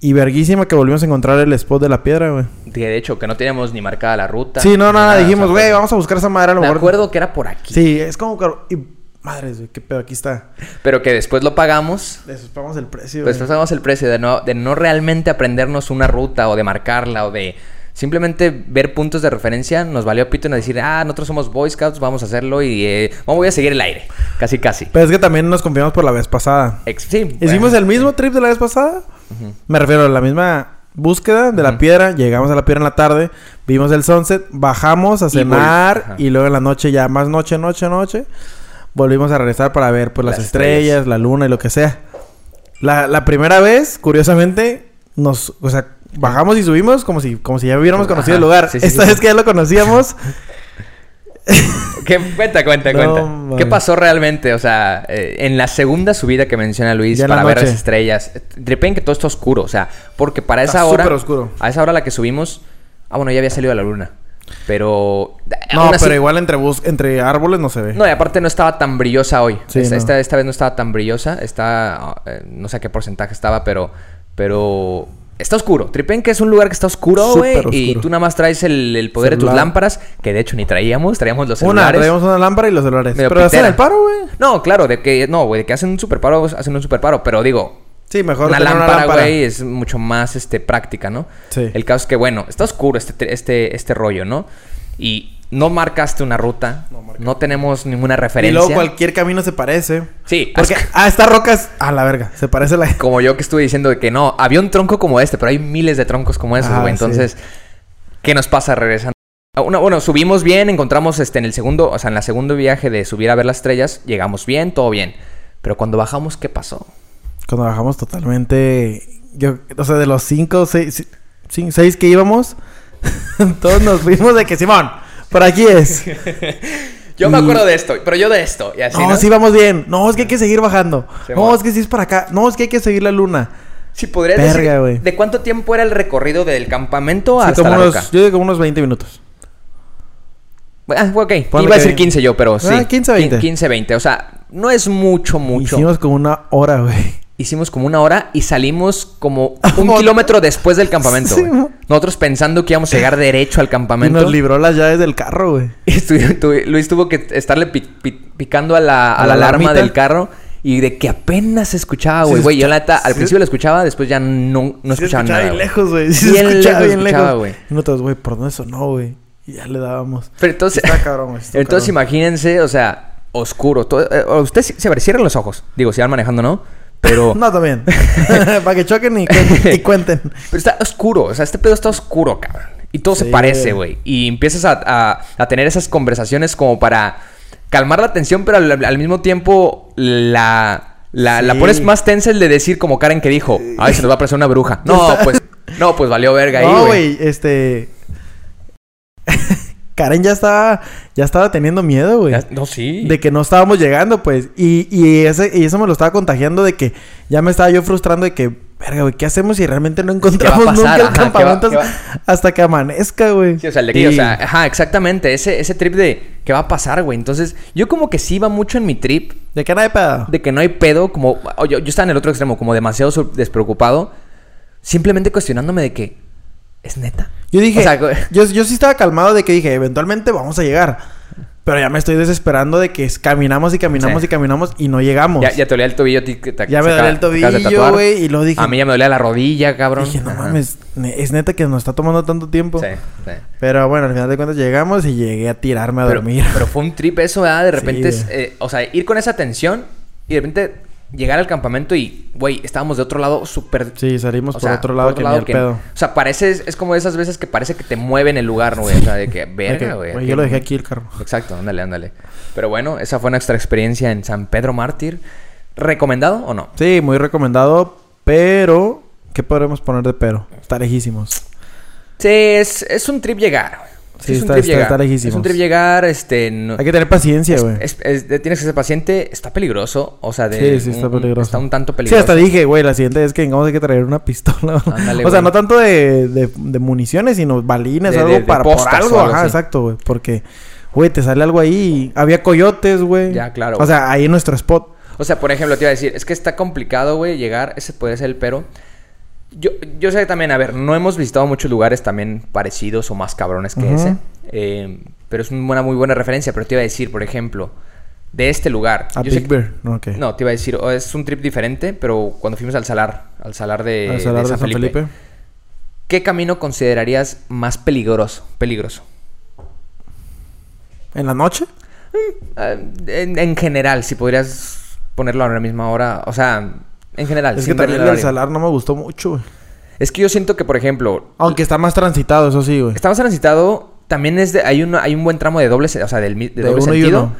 Speaker 2: Y verguísima que volvimos a encontrar el spot de la piedra, güey.
Speaker 1: que de hecho, que no teníamos ni marcada la ruta.
Speaker 2: Sí, no,
Speaker 1: ni
Speaker 2: nada, dijimos,
Speaker 1: o sea, pues,
Speaker 2: güey, vamos a buscar esa madre a lo
Speaker 1: Ah, Me
Speaker 2: mejor.
Speaker 1: acuerdo que era por aquí.
Speaker 2: Sí, es como... que- Y... Madres, güey, qué pedo, aquí está.
Speaker 1: Pero que después lo pagamos.
Speaker 2: Les pagamos el precio,
Speaker 1: Pues
Speaker 2: güey.
Speaker 1: pasamos el precio de no, de no realmente aprendernos una ruta o de marcarla o de simplemente ver puntos de referencia. Nos valió pito en decir, ah, nosotros somos Boy Scouts, vamos a hacerlo y eh, vamos, voy a seguir el aire. Casi, casi.
Speaker 2: Pero es que también nos confiamos por la vez pasada.
Speaker 1: Ex- sí,
Speaker 2: Hicimos
Speaker 1: bueno.
Speaker 2: el mismo trip de la vez pasada. Me refiero a la misma búsqueda de la piedra. Llegamos a la piedra en la tarde, vimos el sunset, bajamos a
Speaker 1: vol-
Speaker 2: cenar
Speaker 1: ajá.
Speaker 2: y, luego en la noche, ya más noche, noche, noche, volvimos a regresar para ver pues las,
Speaker 1: Las
Speaker 2: estrellas,
Speaker 1: estrellas.
Speaker 2: la luna y lo que sea. La, la primera vez, curiosamente, nos, o sea, bajamos y subimos como si, como si ya hubiéramos
Speaker 1: Ajá.
Speaker 2: conocido el lugar.
Speaker 1: Sí, sí,
Speaker 2: Esta
Speaker 1: sí,
Speaker 2: vez
Speaker 1: sí.
Speaker 2: que ya lo conocíamos,
Speaker 1: ¿Qué? Cuenta, cuenta,
Speaker 2: No,
Speaker 1: cuenta.
Speaker 2: mames.
Speaker 1: ¿Qué pasó realmente? O sea, eh, en la segunda subida que menciona Luis
Speaker 2: Ya en la
Speaker 1: para ver
Speaker 2: noche.
Speaker 1: las estrellas. eh, Tripen que todo está oscuro, o sea, porque para
Speaker 2: Está
Speaker 1: esa hora.
Speaker 2: súper oscuro.
Speaker 1: A esa hora a la que subimos. Ah, bueno, ya había salido la luna. Pero. eh,
Speaker 2: no,
Speaker 1: aún así-
Speaker 2: pero igual entre, bus entre árboles no se ve.
Speaker 1: No, y aparte no estaba tan brillosa hoy.
Speaker 2: Sí,
Speaker 1: esta,
Speaker 2: no.
Speaker 1: esta, esta vez no estaba tan brillosa. Está. eh, no sé a qué porcentaje estaba, pero. Pero. Está oscuro. Tripenque es un lugar que está oscuro, güey.
Speaker 2: Súper
Speaker 1: Y
Speaker 2: oscuro.
Speaker 1: tú nada más traes el, el poder de tus
Speaker 2: Celular.
Speaker 1: lámparas, que de hecho ni traíamos, traíamos los
Speaker 2: una,
Speaker 1: celulares.
Speaker 2: traíamos una lámpara y los celulares.
Speaker 1: Medio
Speaker 2: Pero hacen
Speaker 1: pitera.
Speaker 2: el paro, güey.
Speaker 1: No, claro, de que. No, güey, de que hacen un super paro, hacen un super paro. Pero digo,
Speaker 2: Sí, mejor
Speaker 1: una
Speaker 2: tener
Speaker 1: lámpara, güey, es mucho más este, práctica, ¿no?
Speaker 2: Sí.
Speaker 1: El caso es que, bueno, está oscuro este, este, este rollo, ¿no? Y no marcaste una ruta, no, tenemos ninguna
Speaker 2: Y
Speaker 1: referencia.
Speaker 2: luego cualquier camino se parece.
Speaker 1: Sí,
Speaker 2: Porque,
Speaker 1: así-
Speaker 2: ah, esta roca es. A la verga, se parece a la.
Speaker 1: como yo que estuve diciendo de que no, había un tronco como este, pero hay miles de troncos como esos,
Speaker 2: Ah,
Speaker 1: güey.
Speaker 2: sí.
Speaker 1: Entonces, ¿qué nos pasa regresando? Ah, Bueno, bueno, subimos bien, encontramos este en el segundo, o sea, en el segundo viaje de subir a ver las estrellas, llegamos bien, todo bien. Pero cuando bajamos, ¿qué pasó?
Speaker 2: Cuando bajamos totalmente. Yo, o sea, de los cinco o seis, cin- seis que íbamos, todos nos fuimos de que Simón, por aquí es.
Speaker 1: Yo me
Speaker 2: Y-
Speaker 1: acuerdo de esto, pero yo de esto, y así.
Speaker 2: Mm. no,
Speaker 1: ¿no?
Speaker 2: sí vamos bien. No, es que hay que seguir bajando.
Speaker 1: Simón.
Speaker 2: No, es que sí es para acá. No, es que hay que seguir la luna.
Speaker 1: Si podrías
Speaker 2: Verga,
Speaker 1: decir,
Speaker 2: güey.
Speaker 1: ¿de cuánto tiempo era el recorrido del campamento
Speaker 2: Sí,
Speaker 1: hasta
Speaker 2: como
Speaker 1: la
Speaker 2: unos-
Speaker 1: roca?
Speaker 2: yo digo como unos 20 minutos.
Speaker 1: Ah, ok.
Speaker 2: Ponle
Speaker 1: Iba a
Speaker 2: que-
Speaker 1: decir 15 yo, pero sí.
Speaker 2: Ah, 15, 20.
Speaker 1: 15, 20. O sea, no es mucho, mucho.
Speaker 2: Hicimos
Speaker 1: Hicimos,
Speaker 2: como una hora, güey.
Speaker 1: como una hora y salimos como un
Speaker 2: Mo-
Speaker 1: kilómetro después del campamento.
Speaker 2: Sí,
Speaker 1: güey.
Speaker 2: mo-
Speaker 1: Nosotros pensando que íbamos a llegar derecho al
Speaker 2: Y
Speaker 1: campamento.
Speaker 2: nos libró las llaves del carro, güey.
Speaker 1: Y estu- tu- Luis tuvo que estarle pi- pi- picando a la, a
Speaker 2: A
Speaker 1: la
Speaker 2: la
Speaker 1: alarma
Speaker 2: alarmita.
Speaker 1: del carro. Y de que apenas se escuchaba,
Speaker 2: Sí,
Speaker 1: güey.
Speaker 2: se
Speaker 1: Güey, yo la
Speaker 2: escucha-
Speaker 1: neta, al
Speaker 2: sí.
Speaker 1: principio la escuchaba, después ya no, no
Speaker 2: Sí
Speaker 1: escuchaba nada.
Speaker 2: bien
Speaker 1: güey.
Speaker 2: lejos, güey. Sí se
Speaker 1: Bien
Speaker 2: escuchaba
Speaker 1: lejos,
Speaker 2: bien
Speaker 1: escuchaba,
Speaker 2: lejos.
Speaker 1: güey.
Speaker 2: Y nosotros, güey, ¿por dónde sonó, güey? Y ya le dábamos.
Speaker 1: Pero entonces,
Speaker 2: Está cabrón, güey, está
Speaker 1: entonces
Speaker 2: cabrón.
Speaker 1: imagínense, o sea, oscuro. todo- eh, usted sí- se cierran los ojos. Digo, si van manejando, ¿no? Pero,
Speaker 2: No, también. Para que choquen y, cuen- y cuenten.
Speaker 1: pero está oscuro. O sea, este pedo está oscuro, cabrón. Y todo se
Speaker 2: Sí.
Speaker 1: parece, güey. Y empiezas a, a- a tener esas conversaciones como para calmar la tensión, pero al, al mismo tiempo la, la, la
Speaker 2: Sí.
Speaker 1: pones más tensa el de decir como Karen que dijo, ay, se nos va a aparecer una bruja. No, pues, no, pues valió verga ahí,
Speaker 2: no,
Speaker 1: güey.
Speaker 2: güey, este. Karen ya estaba, ya estaba teniendo miedo, güey.
Speaker 1: Ya- No, sí.
Speaker 2: De que no estábamos llegando, pues. Y, y, ese, y eso me lo estaba contagiando de que ya me estaba yo frustrando de que, verga, güey, ¿qué hacemos si realmente no encontramos
Speaker 1: pasar?
Speaker 2: nunca el
Speaker 1: Ajá, ¿qué va-
Speaker 2: campamento
Speaker 1: qué va-
Speaker 2: hasta que amanezca, güey?
Speaker 1: Sí, o sea, el de
Speaker 2: Y-
Speaker 1: que, o sea, ajá, exactamente, ese, ese trip de qué va a pasar, güey. Entonces, yo como que sí iba mucho en mi trip
Speaker 2: de cara de pedo.
Speaker 1: de que no hay pedo, como o yo, yo estaba en el otro extremo, como demasiado sur- despreocupado, simplemente cuestionándome de que es neta.
Speaker 2: Yo dije,
Speaker 1: o sea, güey,
Speaker 2: yo, yo sí estaba calmado de que dije, eventualmente vamos a llegar. Pero ya me estoy desesperando de que es- caminamos y caminamos
Speaker 1: Sí.
Speaker 2: y caminamos y no llegamos.
Speaker 1: Ya,
Speaker 2: Ya,
Speaker 1: ya te dolía el tobillo a ti que te-
Speaker 2: me
Speaker 1: se
Speaker 2: dolía el
Speaker 1: acaba- te acabas de
Speaker 2: tobillo,
Speaker 1: tatuar.
Speaker 2: güey, y luego dije,
Speaker 1: A mí ya me dolía la rodilla, cabrón.
Speaker 2: dije, no
Speaker 1: Ajá.
Speaker 2: mames, ne- es neta que nos está tomando tanto tiempo.
Speaker 1: Sí, sí.
Speaker 2: Pero bueno, al final de cuentas llegamos y llegué a tirarme a
Speaker 1: Pero,
Speaker 2: dormir.
Speaker 1: pero fue un trip eso, ¿verdad? De repente,
Speaker 2: Sí,
Speaker 1: es, eh, o sea, ir con esa tensión y de repente llegar al campamento y, güey, estábamos de otro lado súper...
Speaker 2: sí, salimos
Speaker 1: o
Speaker 2: por
Speaker 1: sea,
Speaker 2: otro lado que ni al
Speaker 1: que-
Speaker 2: pedo.
Speaker 1: O sea, parece, es, es como de esas veces que parece que te mueven el lugar, güey. O sea, de que,
Speaker 2: De que,
Speaker 1: verga, güey.
Speaker 2: güey, yo lo dejé aquí el carro.
Speaker 1: Exacto, ándale, ándale. Pero bueno, esa fue nuestra experiencia en San Pedro Mártir. ¿Recomendado o no?
Speaker 2: Sí, muy recomendado, pero... ¿Qué podremos poner de pero? Está lejísimos.
Speaker 1: Sí, es, es un trip llegar. güey.
Speaker 2: Sí,
Speaker 1: es un
Speaker 2: está-
Speaker 1: trip
Speaker 2: está-
Speaker 1: llegar.
Speaker 2: está lejísimos.
Speaker 1: Es un trip llegar, este... no-
Speaker 2: Hay que tener paciencia, güey.
Speaker 1: es- es- de- tienes que ser paciente. Está peligroso. O sea, de...
Speaker 2: Sí, sí, está
Speaker 1: un- un-
Speaker 2: peligroso.
Speaker 1: Está un tanto
Speaker 2: Sí,
Speaker 1: peligroso.
Speaker 2: hasta dije, güey, la siguiente vez que vengamos hay que traer una pistola.
Speaker 1: Ándale,
Speaker 2: o sea,
Speaker 1: güey.
Speaker 2: no tanto de, de- de municiones, sino balines
Speaker 1: De-
Speaker 2: o algo
Speaker 1: de- de
Speaker 2: para por
Speaker 1: postas o
Speaker 2: algo.
Speaker 1: algo
Speaker 2: Ajá,
Speaker 1: así.
Speaker 2: exacto, güey. Porque, güey, te sale algo ahí. y Había coyotes, güey.
Speaker 1: Ya, claro,
Speaker 2: O
Speaker 1: güey.
Speaker 2: sea, ahí en nuestro spot.
Speaker 1: O sea, por ejemplo, te iba a decir, es que está complicado, güey, llegar. Ese puede ser el pero. Yo, yo sé también, a ver, no hemos visitado muchos lugares también parecidos o más cabrones que
Speaker 2: Ujú.
Speaker 1: ese. eh, pero es una muy buena referencia. Pero te iba a decir, por ejemplo, de este lugar.
Speaker 2: A
Speaker 1: yo sé
Speaker 2: Big
Speaker 1: que-
Speaker 2: Bear. No, ok.
Speaker 1: No, te iba a decir, oh, es un trip diferente, pero cuando fuimos al salar, al salar de,
Speaker 2: Al salar de San Felipe.
Speaker 1: ¿qué camino considerarías más peligroso? Peligroso.
Speaker 2: ¿En la noche?
Speaker 1: Ah, en, en general, si podrías ponerlo a la misma hora, o sea, en general.
Speaker 2: es que
Speaker 1: sin verle
Speaker 2: también
Speaker 1: el
Speaker 2: el
Speaker 1: horario.
Speaker 2: salar no me gustó mucho, güey.
Speaker 1: Es que yo siento que, por ejemplo,
Speaker 2: Aunque está más transitado, eso sí, güey.
Speaker 1: Está más transitado. También es de, hay, un, hay un buen tramo de doble, se- o sea, del, mi- de
Speaker 2: De
Speaker 1: doble
Speaker 2: uno y
Speaker 1: sentido.
Speaker 2: uno.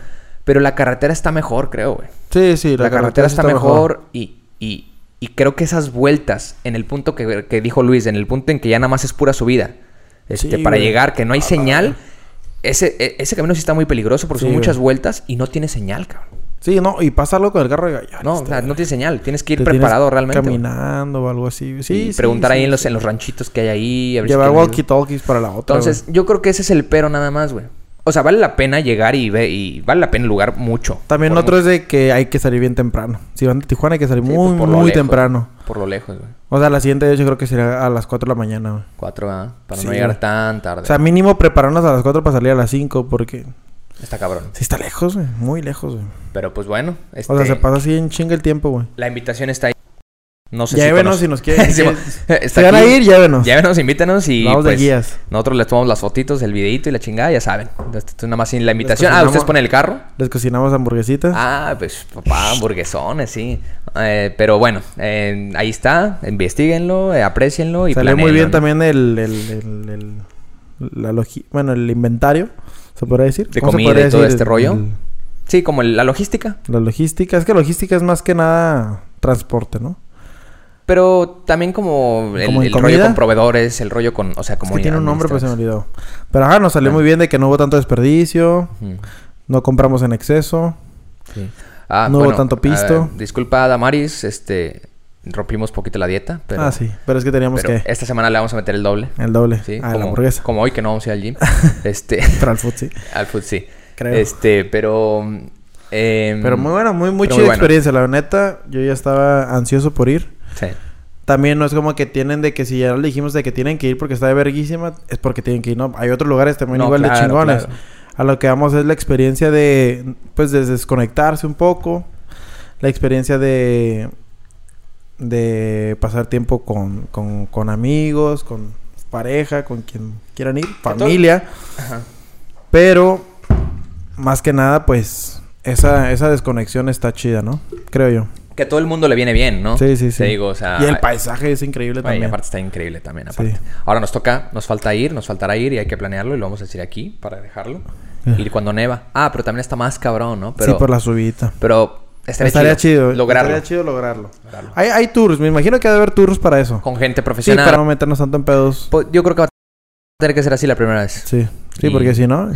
Speaker 1: Pero la carretera está mejor, creo, güey.
Speaker 2: Sí, sí,
Speaker 1: La,
Speaker 2: la,
Speaker 1: carretera,
Speaker 2: sí
Speaker 1: está, mejor, Y, y, y creo que esas vueltas en el punto que, que dijo Luis, en el punto en que ya nada más es pura subida, este,
Speaker 2: Sí,
Speaker 1: para
Speaker 2: güey. Ah,
Speaker 1: llegar, que no hay señal, ese, e- ese camino sí está muy peligroso porque
Speaker 2: Sí,
Speaker 1: son
Speaker 2: güey.
Speaker 1: muchas vueltas y no tiene señal, cabrón.
Speaker 2: Sí, no, y pasa algo con el carro de gallo.
Speaker 1: No, o sea, no tiene señal, tienes que ir
Speaker 2: Te tienes
Speaker 1: preparado realmente. güey.
Speaker 2: Caminando o algo así. Sí,
Speaker 1: y
Speaker 2: sí,
Speaker 1: preguntar
Speaker 2: sí,
Speaker 1: ahí en los
Speaker 2: sí.
Speaker 1: en los ranchitos que hay ahí. a ver si
Speaker 2: Llevar
Speaker 1: tienen algo.
Speaker 2: walkie-talkies para la otra.
Speaker 1: Entonces,
Speaker 2: güey.
Speaker 1: yo creo que ese es el pero nada más, güey. O sea, vale la pena llegar y ve y vale la pena el lugar mucho.
Speaker 2: También
Speaker 1: Por
Speaker 2: otro
Speaker 1: mu-
Speaker 2: es de que hay que salir bien temprano. Si van de Tijuana hay que salir
Speaker 1: Sí,
Speaker 2: muy,
Speaker 1: pues, por lo
Speaker 2: muy
Speaker 1: lejos,
Speaker 2: temprano.
Speaker 1: Por lo lejos, güey.
Speaker 2: O sea, la siguiente vez yo creo que sería a las 4 de la mañana, güey.
Speaker 1: Cuatro, ¿ah? Para
Speaker 2: Sí,
Speaker 1: no llegar
Speaker 2: güey.
Speaker 1: tan tarde.
Speaker 2: O sea, mínimo prepararnos a las 4 para salir a las 5 porque...
Speaker 1: Está cabrón.
Speaker 2: Sí está lejos, güey. Muy lejos, güey.
Speaker 1: Pero pues bueno, este,
Speaker 2: O sea, se pasa así en chinga el tiempo, güey.
Speaker 1: la invitación está ahí. No sé
Speaker 2: Llévenos si
Speaker 1: si
Speaker 2: nos quieren.
Speaker 1: Sí,
Speaker 2: si-
Speaker 1: bueno, está
Speaker 2: si van a
Speaker 1: aquí.
Speaker 2: ir, llévenos.
Speaker 1: Llévenos, invítanos y
Speaker 2: Vamos de
Speaker 1: pues,
Speaker 2: guías.
Speaker 1: Nosotros les tomamos las fotitos, el videito y la chingada, ya saben. Entonces, esto es nada más sin la invitación. Ah,
Speaker 2: cocinamos-
Speaker 1: ustedes ponen el carro.
Speaker 2: Les cocinamos hamburguesitas.
Speaker 1: Ah, pues papá, hamburguesones, sí. Eh, pero bueno, eh, ahí está. Investíguenlo, eh, aprecienlo y
Speaker 2: Salió muy
Speaker 1: planéenlo,
Speaker 2: bien
Speaker 1: ¿no?
Speaker 2: también el... el, el- el- la logi- bueno, el inventario, ¿se podría decir?
Speaker 1: De
Speaker 2: ¿Cómo se
Speaker 1: comida
Speaker 2: podría
Speaker 1: y todo
Speaker 2: decir?
Speaker 1: este rollo.
Speaker 2: El-
Speaker 1: Sí, como el- la logística.
Speaker 2: La logística, es que logística es más que nada transporte, ¿no?
Speaker 1: Pero también como el,
Speaker 2: ¿Como en
Speaker 1: el rollo
Speaker 2: comida?
Speaker 1: con proveedores, el rollo con, o sea,
Speaker 2: Es
Speaker 1: como...
Speaker 2: que tiene un nombre, pero se me
Speaker 1: administras-
Speaker 2: olvidó. Pero ajá, nos salió muy bien de que no hubo tanto desperdicio,
Speaker 1: Ujú,
Speaker 2: no compramos en exceso.
Speaker 1: sí. Ah,
Speaker 2: No hubo tanto pisto.
Speaker 1: ah, disculpa, Damaris, este... Rompimos poquito la dieta, pero...
Speaker 2: ah, sí, pero es que teníamos
Speaker 1: pero
Speaker 2: que
Speaker 1: esta semana le vamos a meter el doble.
Speaker 2: el doble
Speaker 1: Sí,
Speaker 2: a la
Speaker 1: como,
Speaker 2: hamburguesa.
Speaker 1: como hoy que no vamos a ir al gym. este...
Speaker 2: Pero al food, sí.
Speaker 1: al food, sí.
Speaker 2: Creo.
Speaker 1: Este, pero... em,
Speaker 2: Pero muy bueno, muy, muy
Speaker 1: pero
Speaker 2: chida
Speaker 1: muy bueno.
Speaker 2: experiencia, la neta. Yo ya estaba ansioso por ir.
Speaker 1: Sí.
Speaker 2: También no es como que tienen de que si ya le dijimos de que tienen que ir porque está de verguísima, es porque tienen que ir, ¿no? Hay otros lugares también
Speaker 1: No,
Speaker 2: igual de
Speaker 1: claro,
Speaker 2: chingones.
Speaker 1: claro.
Speaker 2: A lo que vamos es la experiencia de, pues, de desconectarse un poco. La experiencia de... De pasar tiempo con, con, con amigos, con pareja, con quien quieran ir, familia.
Speaker 1: Ajá.
Speaker 2: Pero, más que nada, pues, esa, esa desconexión está chida, ¿no? Creo yo.
Speaker 1: Que a todo el mundo le viene bien, ¿no?
Speaker 2: Sí, sí, sí.
Speaker 1: Te digo, o sea...
Speaker 2: y el paisaje es increíble
Speaker 1: Oye,
Speaker 2: también.
Speaker 1: aparte está increíble también, aparte.
Speaker 2: Sí.
Speaker 1: Ahora nos toca, nos falta ir, nos faltará ir y hay que planearlo y lo vamos a decir aquí para dejarlo.
Speaker 2: Ajá.
Speaker 1: Ir cuando neva. Ah, pero también está más cabrón, ¿no? Pero,
Speaker 2: sí, por la subida.
Speaker 1: pero estaría,
Speaker 2: Estaría chido.
Speaker 1: lograrlo
Speaker 2: Estaría chido lograrlo.
Speaker 1: Lograrlo.
Speaker 2: Hay, hay tours. Me imagino que debe haber tours para eso.
Speaker 1: con gente
Speaker 2: Sí,
Speaker 1: profesional.
Speaker 2: para no meternos tanto en pedos.
Speaker 1: Po- Yo creo que va a tener que ser así la primera vez.
Speaker 2: Sí. Sí,
Speaker 1: Y-
Speaker 2: porque si no,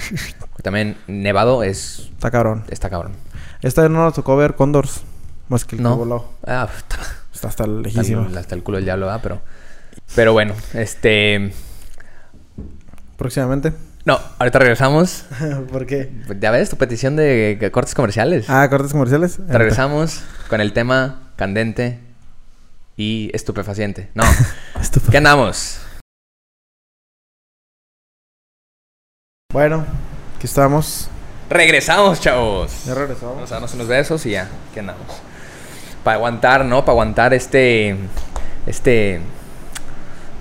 Speaker 1: También nevado es
Speaker 2: está cabrón.
Speaker 1: está cabrón.
Speaker 2: Esta vez no nos tocó ver cóndors. Más que el
Speaker 1: No.
Speaker 2: que voló.
Speaker 1: Ah, puta,
Speaker 2: Está hasta
Speaker 1: hasta,
Speaker 2: lejísimo.
Speaker 1: el, hasta el culo del diablo, ah, pero pero bueno, este
Speaker 2: Próximamente.
Speaker 1: no, ahorita regresamos.
Speaker 2: ¿Por qué?
Speaker 1: Ya ves tu petición de de cortes comerciales.
Speaker 2: Ah, cortes comerciales.
Speaker 1: Te regresamos con el tema candente y estupefaciente. No,
Speaker 2: Estúpido.
Speaker 1: ¿qué andamos?
Speaker 2: Bueno, aquí estamos.
Speaker 1: Regresamos, chavos.
Speaker 2: Ya regresamos.
Speaker 1: Vamos a darnos unos besos y ya, ¿qué andamos? Para aguantar, ¿no? Para aguantar este. Este.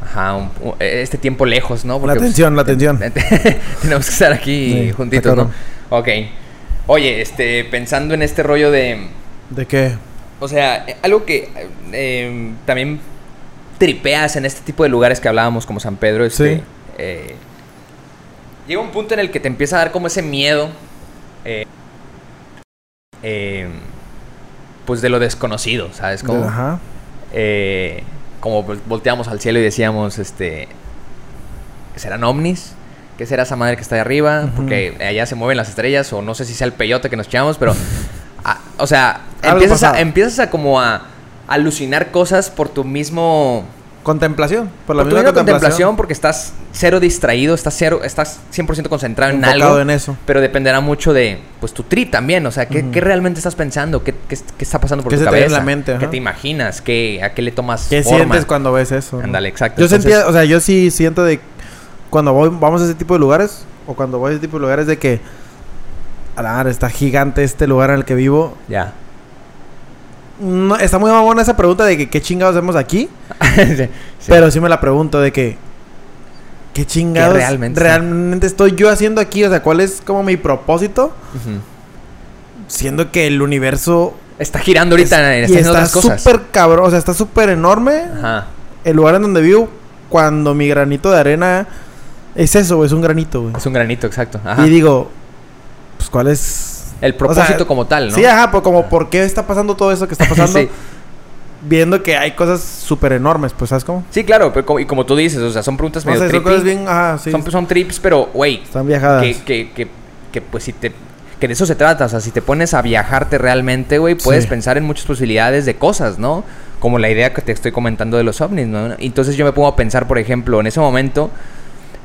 Speaker 1: Ajá, un- u- este tiempo lejos, ¿no?
Speaker 2: La tensión, la tensión.
Speaker 1: Tenemos que estar aquí
Speaker 2: Sí, está
Speaker 1: juntitos, ¿no?
Speaker 2: cabrón.
Speaker 1: Ok. Oye, este, pensando en este rollo de.
Speaker 2: ¿De qué?
Speaker 1: O sea, eh, algo que eh, eh, también tripeas en este tipo de lugares que hablábamos, como San Pedro, este,
Speaker 2: Sí.
Speaker 1: eh, llega un punto en el que te empieza a dar como ese miedo, eh, eh, pues de lo desconocido, ¿sabes?
Speaker 2: De-
Speaker 1: Como,
Speaker 2: Ajá.
Speaker 1: eh, como vol- volteamos al cielo y decíamos, este, ¿serán ovnis? ¿Qué será esa madre que está de arriba?
Speaker 2: Ujú.
Speaker 1: Porque allá se mueven las estrellas, o no sé si sea el peyote que nos echamos, pero, a- o sea,
Speaker 2: Algo
Speaker 1: empiezas a,
Speaker 2: pasaba.
Speaker 1: empiezas a como a alucinar cosas por tu mismo...
Speaker 2: Contemplación. Por
Speaker 1: Por
Speaker 2: la
Speaker 1: tu
Speaker 2: misma
Speaker 1: misma
Speaker 2: contemplación.
Speaker 1: Pues, contemplación, porque estás cero distraído, estás cero, estás 100% concentrado en
Speaker 2: Enfocado
Speaker 1: algo.
Speaker 2: en eso.
Speaker 1: Pero dependerá mucho de, pues, tu trip también. O sea, ¿qué,
Speaker 2: Ujú.
Speaker 1: qué realmente estás pensando? ¿Qué, qué, qué está pasando por
Speaker 2: ¿Qué
Speaker 1: tu
Speaker 2: se te viene
Speaker 1: cabeza?
Speaker 2: en la mente? Ajá.
Speaker 1: ¿Qué te imaginas? ¿Qué, ¿A qué le tomas
Speaker 2: ¿Qué
Speaker 1: forma?
Speaker 2: sientes cuando ves eso? no?
Speaker 1: Ándale, exacto.
Speaker 2: Yo
Speaker 1: Entonces,
Speaker 2: sentía, o sea, yo sí siento de cuando voy- vamos a ese tipo de lugares o cuando voy a ese tipo de lugares de que a la madre, está gigante este lugar en el que vivo.
Speaker 1: Ya.
Speaker 2: No, está muy buena esa pregunta de que qué chingados hacemos aquí,
Speaker 1: Sí, sí.
Speaker 2: pero sí me la pregunto de que qué chingados
Speaker 1: ¿Qué realmente?
Speaker 2: realmente estoy yo haciendo aquí, o sea, ¿cuál es como mi propósito?
Speaker 1: Ujú.
Speaker 2: Siendo que el universo
Speaker 1: Está girando ahorita,
Speaker 2: es-
Speaker 1: está
Speaker 2: y está
Speaker 1: haciendo otras cosas.
Speaker 2: súper cabrón, o sea, está súper enorme.
Speaker 1: Ajá.
Speaker 2: el lugar en donde vivo, cuando mi granito de arena es eso, güey, es un granito, güey.
Speaker 1: Es un granito, exacto. Ajá.
Speaker 2: Y digo, pues cuál es
Speaker 1: El propósito como tal, ¿no?
Speaker 2: Sí, ajá, pues como por qué está pasando todo eso que está pasando,
Speaker 1: Sí.
Speaker 2: viendo que hay cosas súper enormes, pues sabes cómo?
Speaker 1: Sí, claro, pero como- y como tú dices, o sea, son preguntas
Speaker 2: No
Speaker 1: medio
Speaker 2: sé, son
Speaker 1: trippy.
Speaker 2: cosas bien, ajá, sí.
Speaker 1: son, son trips, pero, güey,
Speaker 2: están viajadas.
Speaker 1: que, que, que, que, pues si te... Que de eso se trata, o sea, si te pones a viajarte realmente, güey, puedes
Speaker 2: Sí.
Speaker 1: pensar en muchas posibilidades de cosas, ¿no? Como la idea que te estoy comentando de los ovnis, ¿no? Entonces yo me pongo a pensar, por ejemplo, en ese momento...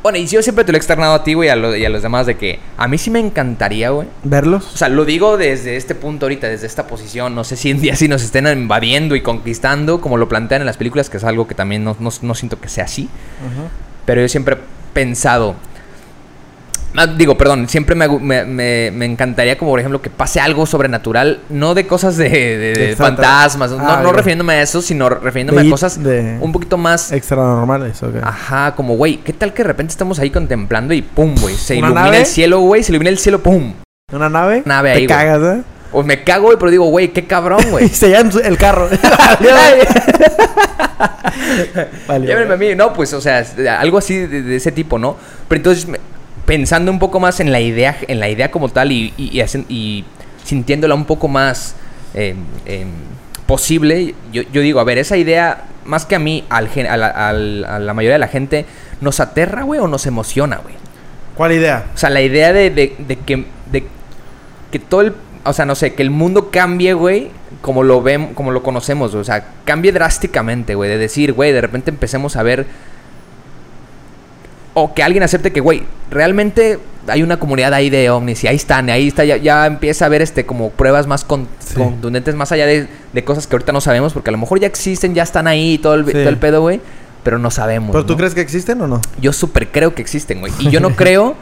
Speaker 1: Bueno, y yo siempre te lo he externado a ti, güey, a lo- y a los demás, de que a mí sí me encantaría, güey, o
Speaker 2: Verlos.
Speaker 1: sea, lo digo desde este punto ahorita, desde esta posición. No sé si en día sí nos estén invadiendo y conquistando, como lo plantean en las películas, que es algo que también no, no- no siento que sea así. Pero yo siempre he pensado. ah, digo, perdón, siempre me, agu- me, me- me encantaría, como por ejemplo, que pase algo sobrenatural, no de cosas de, de- de
Speaker 2: De santa-
Speaker 1: fantasmas, no,
Speaker 2: Ah,
Speaker 1: no
Speaker 2: ya.
Speaker 1: refiriéndome a eso, sino refiriéndome
Speaker 2: De
Speaker 1: a
Speaker 2: it-
Speaker 1: cosas
Speaker 2: de-
Speaker 1: un poquito más.
Speaker 2: Extra normales, ok.
Speaker 1: Ajá, como, güey, ¿qué tal que de repente estamos ahí contemplando y pum, güey? Se
Speaker 2: ¿Una
Speaker 1: ilumina
Speaker 2: nave?
Speaker 1: el cielo, güey, se ilumina el cielo, pum.
Speaker 2: Una nave.
Speaker 1: Nave
Speaker 2: te
Speaker 1: ahí, güey. Pues.
Speaker 2: cagas, ¿eh?
Speaker 1: O me cago, güey, pero digo, güey, qué cabrón,
Speaker 2: Y
Speaker 1: güey.
Speaker 2: se llevan su- el carro.
Speaker 1: Ay,
Speaker 2: Valió,
Speaker 1: Llámenme a
Speaker 2: güey.
Speaker 1: mí. No, pues, o sea, es- de- algo así de, de ese tipo, ¿no? Pero entonces, me- pensando un poco más en la idea, en la idea como tal y, y, y hacen- y sintiéndola un poco más eh, eh, posible, yo, yo digo, a ver, esa idea, más que a mí, al gen- a, la, al- a la mayoría de la gente, ¿nos aterra, güey, o nos emociona, güey?
Speaker 2: ¿Cuál idea?
Speaker 1: O sea, la idea de, de- de que, de que todo el... O sea, no sé, que el mundo cambie, güey, como lo vemos, como lo conocemos, o sea, cambie drásticamente, güey, de decir, güey, de repente empecemos a ver... O que alguien acepte que, güey, realmente hay una comunidad ahí de ovnis y ahí están, ahí está, ya, ya empieza a haber este como pruebas más con-
Speaker 2: Sí.
Speaker 1: contundentes, más allá de, de cosas que ahorita no sabemos, porque a lo mejor ya existen, ya están ahí, todo el,
Speaker 2: Sí.
Speaker 1: todo el pedo, güey, pero no sabemos.
Speaker 2: ¿Pero tú
Speaker 1: Pues ¿no?
Speaker 2: crees que existen o no?
Speaker 1: Yo súper creo que existen, güey. Y yo no creo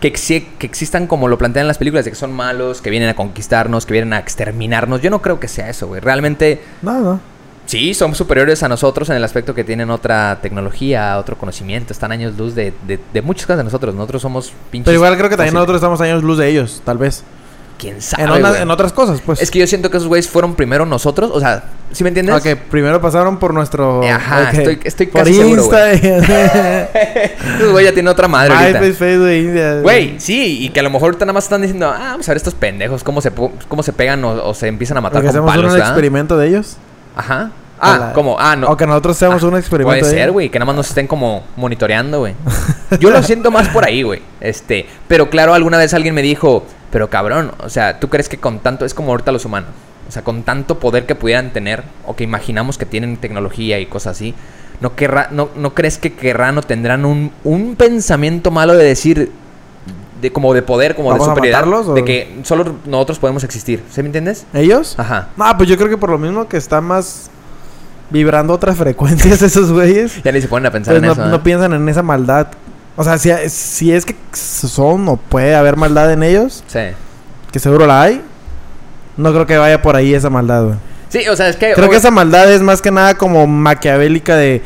Speaker 1: que, exi- que existan como lo plantean en las películas, de que son malos, que vienen a conquistarnos, que vienen a exterminarnos. Yo no creo que sea eso, güey. Realmente,
Speaker 2: No, no.
Speaker 1: sí, son superiores a nosotros en el aspecto que tienen otra tecnología, otro conocimiento. Están años luz de, de- de muchas cosas de nosotros. Nosotros somos pinches...
Speaker 2: Pero igual creo que también
Speaker 1: fósiles.
Speaker 2: nosotros estamos años luz de ellos, tal vez.
Speaker 1: ¿Quién sabe,
Speaker 2: En, onda-
Speaker 1: güey?
Speaker 2: en otras cosas, pues.
Speaker 1: Es que yo siento que esos güeyes fueron primero nosotros. O sea, ¿sí me entiendes?
Speaker 2: Ok, primero pasaron por nuestro...
Speaker 1: Ajá,
Speaker 2: ok.
Speaker 1: estoy- estoy
Speaker 2: por
Speaker 1: casi seguro,
Speaker 2: Insta,
Speaker 1: Esos güeyes ya tienen otra madre ahorita.
Speaker 2: MySpace, Facebook, India.
Speaker 1: Güey, sí, y que a lo mejor ahorita nada más están diciendo, ah, vamos a ver estos pendejos, cómo se, pu- cómo se pegan o, o se empiezan a
Speaker 2: ¿O
Speaker 1: matar
Speaker 2: que
Speaker 1: con
Speaker 2: hacemos
Speaker 1: palos,
Speaker 2: un
Speaker 1: ¿verdad?
Speaker 2: experimento de ellos.
Speaker 1: Ajá. Ah,
Speaker 2: O la-
Speaker 1: como, ah, no.
Speaker 2: O que nosotros seamos
Speaker 1: Ah,
Speaker 2: un experimento
Speaker 1: Puede
Speaker 2: de
Speaker 1: ser,
Speaker 2: ellos.
Speaker 1: güey, que nada más nos estén como monitoreando, güey. Yo lo siento más por ahí, güey. Este, pero claro, alguna vez alguien me dijo, pero cabrón, o sea, ¿tú crees que con tanto, es como ahorita los humanos, o sea, con tanto poder que pudieran tener, o que imaginamos que tienen tecnología y cosas así, ¿no, querrá, no, no crees que querrán o tendrán un, un pensamiento malo de decir, de, como de poder, como
Speaker 2: ¿Vamos
Speaker 1: de
Speaker 2: a
Speaker 1: superioridad,
Speaker 2: matarlos o-
Speaker 1: de que solo nosotros podemos existir? ¿Sí me entiendes?
Speaker 2: ¿Ellos?
Speaker 1: Ajá.
Speaker 2: Ah, pues yo creo que por lo mismo que están más vibrando otras frecuencias esos güeyes.
Speaker 1: Ya ni se ponen a pensar
Speaker 2: Pues
Speaker 1: en
Speaker 2: no,
Speaker 1: eso. ¿eh?
Speaker 2: no piensan en esa maldad O sea, si, si es que son o puede haber maldad en ellos,
Speaker 1: Sí.
Speaker 2: que seguro la hay, no creo que vaya por ahí esa maldad, güey.
Speaker 1: Sí, o sea, es que.
Speaker 2: Creo que
Speaker 1: obvio-
Speaker 2: esa maldad es más que nada como maquiavélica de.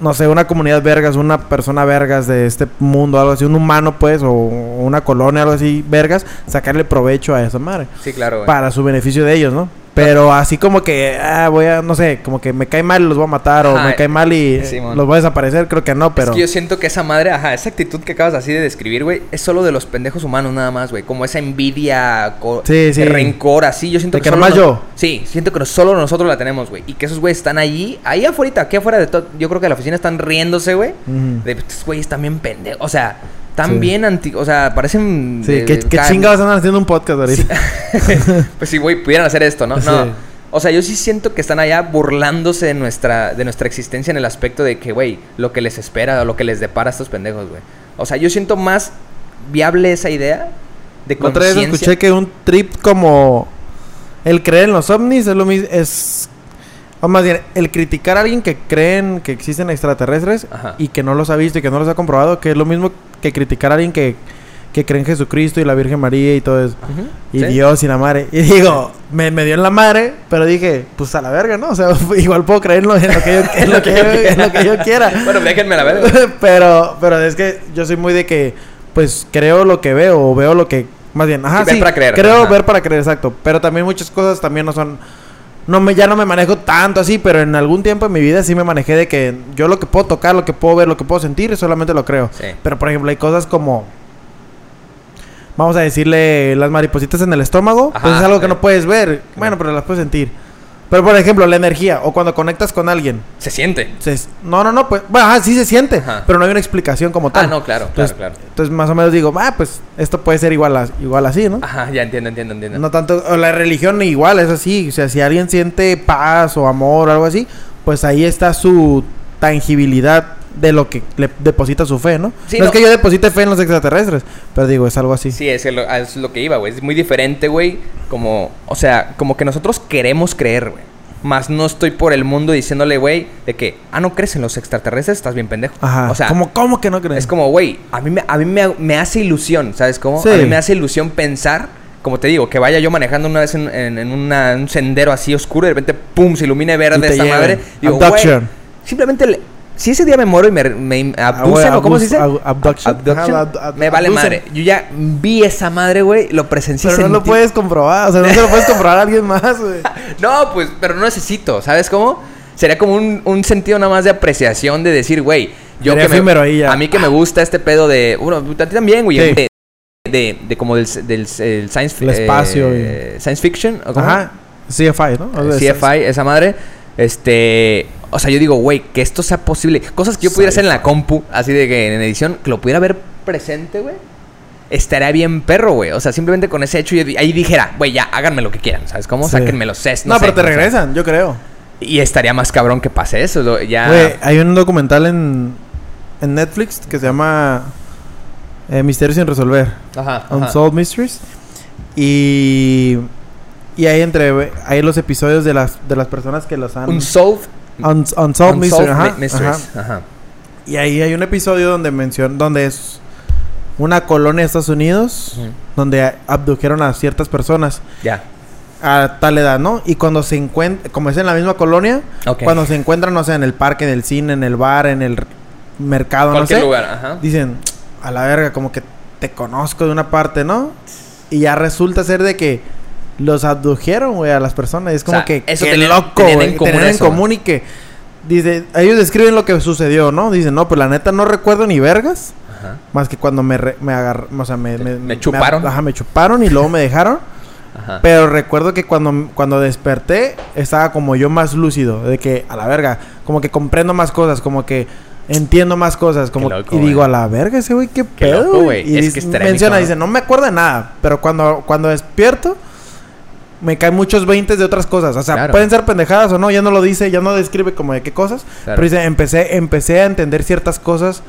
Speaker 2: No sé, una comunidad vergas, una persona vergas de este mundo, algo así, un humano, pues, o una colonia, algo así, vergas, sacarle provecho a esa madre.
Speaker 1: Sí, claro, güey.
Speaker 2: Para su beneficio de ellos, ¿no? Pero así como que, ah, voy a, no sé, como que me cae mal y los voy a matar, o
Speaker 1: Ajá,
Speaker 2: me cae mal y eh,
Speaker 1: Simón.
Speaker 2: los voy a desaparecer, creo que no, pero.
Speaker 1: Es que yo siento que esa madre, ajá, esa actitud que acabas así de describir, güey, es solo de los pendejos humanos nada más, güey. Como esa envidia, co-
Speaker 2: Sí, sí.
Speaker 1: rencor, así. Yo siento
Speaker 2: De que
Speaker 1: solo
Speaker 2: nomás
Speaker 1: nos-
Speaker 2: yo.
Speaker 1: Sí, siento que no- solo nosotros la tenemos, güey. Y que esos güeyes están allí, ahí afuera, aquí afuera de todo. Yo creo que la oficina están riéndose, güey.
Speaker 2: Ujú.
Speaker 1: De pues, estos güeyes también pendejos. O sea, tan
Speaker 2: Mm. Sí.
Speaker 1: bien anti. O sea, parecen.
Speaker 2: Sí,
Speaker 1: de-
Speaker 2: que
Speaker 1: de-
Speaker 2: que
Speaker 1: ca-
Speaker 2: chingados andan haciendo un podcast ahorita.
Speaker 1: pues sí, güey, pudieran hacer esto, ¿no?
Speaker 2: Sí.
Speaker 1: No. O sea, yo sí siento que están allá burlándose de nuestra, de nuestra existencia en el aspecto de que, güey, lo que les espera o lo que les depara a estos pendejos, güey. O sea, yo siento más viable esa idea de
Speaker 2: La Otra vez escuché
Speaker 1: conciencia.
Speaker 2: que un trip como el creer en los ovnis es lo mismo es o más bien el criticar a alguien que creen que existen extraterrestres
Speaker 1: Ajá.
Speaker 2: y que no los ha visto y que no los ha comprobado, que es lo mismo que criticar a alguien que, que cree en Jesucristo y la Virgen María y todo eso.
Speaker 1: Ujú,
Speaker 2: Y
Speaker 1: sí.
Speaker 2: Dios y la madre. Y digo, me, me dio en la madre, pero dije, pues a la verga, ¿no? O sea, igual puedo creer en lo, en lo que, yo, en lo que yo- en lo que yo quiera.
Speaker 1: Bueno, déjenme la ver.
Speaker 2: pero, pero es que yo soy muy de que, pues creo lo que veo, o veo lo que. Más bien, ajá,
Speaker 1: Sí, ver
Speaker 2: sí,
Speaker 1: para creer,
Speaker 2: Creo
Speaker 1: ajá.
Speaker 2: ver para creer, exacto. Pero también muchas cosas también no son. No me, ya no me manejo tanto así, pero en algún tiempo en mi vida sí me manejé de que yo lo que puedo tocar, lo que puedo ver, lo que puedo sentir, solamente lo creo.
Speaker 1: Sí.
Speaker 2: Pero por ejemplo, hay cosas como. Vamos a decirle las maripositas en el estómago.
Speaker 1: Ajá,
Speaker 2: pues es algo que
Speaker 1: sí.
Speaker 2: no puedes ver. Bueno, pero las puedes sentir. Pero por ejemplo, la energía, o cuando conectas con alguien.
Speaker 1: Se siente.
Speaker 2: Se- no, no, no, pues, bueno, ajá, sí se siente,
Speaker 1: Ajá.
Speaker 2: pero no hay una explicación como tal.
Speaker 1: Ah, no, claro, claro,
Speaker 2: Entonces-
Speaker 1: claro.
Speaker 2: Entonces, más o menos digo, ah, pues esto puede ser igual, a- igual así, ¿no?
Speaker 1: Ajá, ya entiendo, entiendo, entiendo.
Speaker 2: No tanto, o la religión igual, es así. O sea, si alguien siente paz o amor o algo así, pues ahí está su tangibilidad de lo que le deposita su fe, ¿no?
Speaker 1: Sí,
Speaker 2: no,
Speaker 1: no.
Speaker 2: es que yo deposite fe en los extraterrestres, pero digo, es algo así.
Speaker 1: Sí, es lo, es lo que iba, güey. Es muy diferente, güey. Como, o sea, como que nosotros queremos creer, güey. Más no estoy por el mundo diciéndole, güey, de que, ah, no crees en los extraterrestres, estás bien pendejo.
Speaker 2: Ajá.
Speaker 1: O sea,
Speaker 2: como, ¿cómo que no crees?
Speaker 1: es como, güey, a mí, me, a mí me, me hace ilusión, ¿sabes cómo?
Speaker 2: Sí.
Speaker 1: A mí me hace ilusión pensar, como te digo, que vaya yo manejando una vez en, en- en una- un sendero así oscuro y de repente, pum, se ilumine
Speaker 2: Y
Speaker 1: verde
Speaker 2: te
Speaker 1: esta
Speaker 2: llegan.
Speaker 1: madre. Digo, güey,
Speaker 2: Abduction.
Speaker 1: simplemente, le- si ese día me muero y me, me abducen,
Speaker 2: Ah,
Speaker 1: ¿o cómo se
Speaker 2: abus-
Speaker 1: dice?
Speaker 2: ab- abduction.
Speaker 1: Abduction.
Speaker 2: Ajá, ab- ab-
Speaker 1: me vale
Speaker 2: abducen.
Speaker 1: madre. Yo ya vi esa madre, güey, lo presencié.
Speaker 2: pero no lo
Speaker 1: sentí-
Speaker 2: puedes comprobar, o sea, no se lo puedes comprobar a alguien más, güey.
Speaker 1: No, pues, pero no necesito, ¿sabes cómo? Sería como un, un sentido nada más de apreciación de decir, güey, yo
Speaker 2: Sería
Speaker 1: que me,
Speaker 2: efímero ahí ya.
Speaker 1: a mí que me gusta este pedo de, bueno, a ti también, güey,
Speaker 2: Sí.
Speaker 1: de, de, de como del, del el science fi-
Speaker 2: El espacio
Speaker 1: eh, science fiction, ¿o cómo?
Speaker 2: Ajá. CFI, ¿no? O sea,
Speaker 1: CFI, esa madre. Este. O sea, yo digo, güey, que esto sea posible. Cosas que yo pudiera hacer en la compu, así de que en edición, que lo pudiera ver presente, güey. Estaría bien perro, güey. O sea, simplemente con ese hecho, yo di- ahí dijera, güey, ya, háganme lo que quieran, ¿sabes cómo?
Speaker 2: Sí.
Speaker 1: Sáquenme los sets.
Speaker 2: No,
Speaker 1: sé,
Speaker 2: pero te
Speaker 1: o sea,
Speaker 2: regresan, yo creo.
Speaker 1: Y estaría más cabrón que pase eso. lo- ya.
Speaker 2: Güey, hay un documental en, en Netflix que se llama eh, Misterios sin resolver,
Speaker 1: Ajá. ajá.
Speaker 2: Unsolved Mysteries. Y, y hay entre hay los episodios de las de las personas que los han
Speaker 1: Unsolved.
Speaker 2: Uns- unsolved,
Speaker 1: Unsolved
Speaker 2: Mysteries, ajá,
Speaker 1: mi- mysteries.
Speaker 2: ajá.
Speaker 1: Ajá.
Speaker 2: Y ahí hay un episodio donde mencion donde es una colonia de Estados Unidos
Speaker 1: Ujú.
Speaker 2: donde abdujeron a ciertas personas
Speaker 1: Ya.
Speaker 2: a tal edad, ¿no? Y cuando se encuentran, como es en la misma colonia,
Speaker 1: Ok.
Speaker 2: cuando se encuentran, no sé, en el parque, en el cine, en el bar, en el r- mercado, no
Speaker 1: Cualquier
Speaker 2: sé,
Speaker 1: lugar, ajá.
Speaker 2: dicen, a la verga, como que te conozco de una parte, ¿no? Y ya resulta ser de que los abdujeron, güey, a las personas. Y es como
Speaker 1: sea,
Speaker 2: que,
Speaker 1: eso
Speaker 2: qué
Speaker 1: tenían-
Speaker 2: loco,
Speaker 1: tenían
Speaker 2: güey,
Speaker 1: en común
Speaker 2: tenían en
Speaker 1: eso.
Speaker 2: común y que... Dice, ellos describen lo que sucedió, ¿no? Dicen, no, pues la neta no recuerdo ni vergas.
Speaker 1: Ajá.
Speaker 2: Más que cuando me, re- me agarraron, o sea, me...
Speaker 1: Me chuparon.
Speaker 2: ajá, me chuparon y luego me dejaron.
Speaker 1: Ajá.
Speaker 2: Pero recuerdo que cuando, cuando desperté estaba como yo más lúcido, de que a la verga, como que comprendo más cosas, como que entiendo más cosas, como
Speaker 1: Qué loco,
Speaker 2: y digo
Speaker 1: güey.
Speaker 2: a la verga ese güey, qué,
Speaker 1: Qué
Speaker 2: pedo,
Speaker 1: loco,
Speaker 2: güey.
Speaker 1: güey.
Speaker 2: Y
Speaker 1: Es
Speaker 2: dice-
Speaker 1: que estaría bien
Speaker 2: menciona
Speaker 1: cabrón.
Speaker 2: dice, "No me acuerdo de nada", pero cuando cuando despierto me caen muchos veintes de otras cosas, o sea,
Speaker 1: Claro.
Speaker 2: pueden ser pendejadas o no, ya no lo dice, ya no describe como de qué cosas,
Speaker 1: Claro.
Speaker 2: pero dice, "Empecé empecé a entender ciertas cosas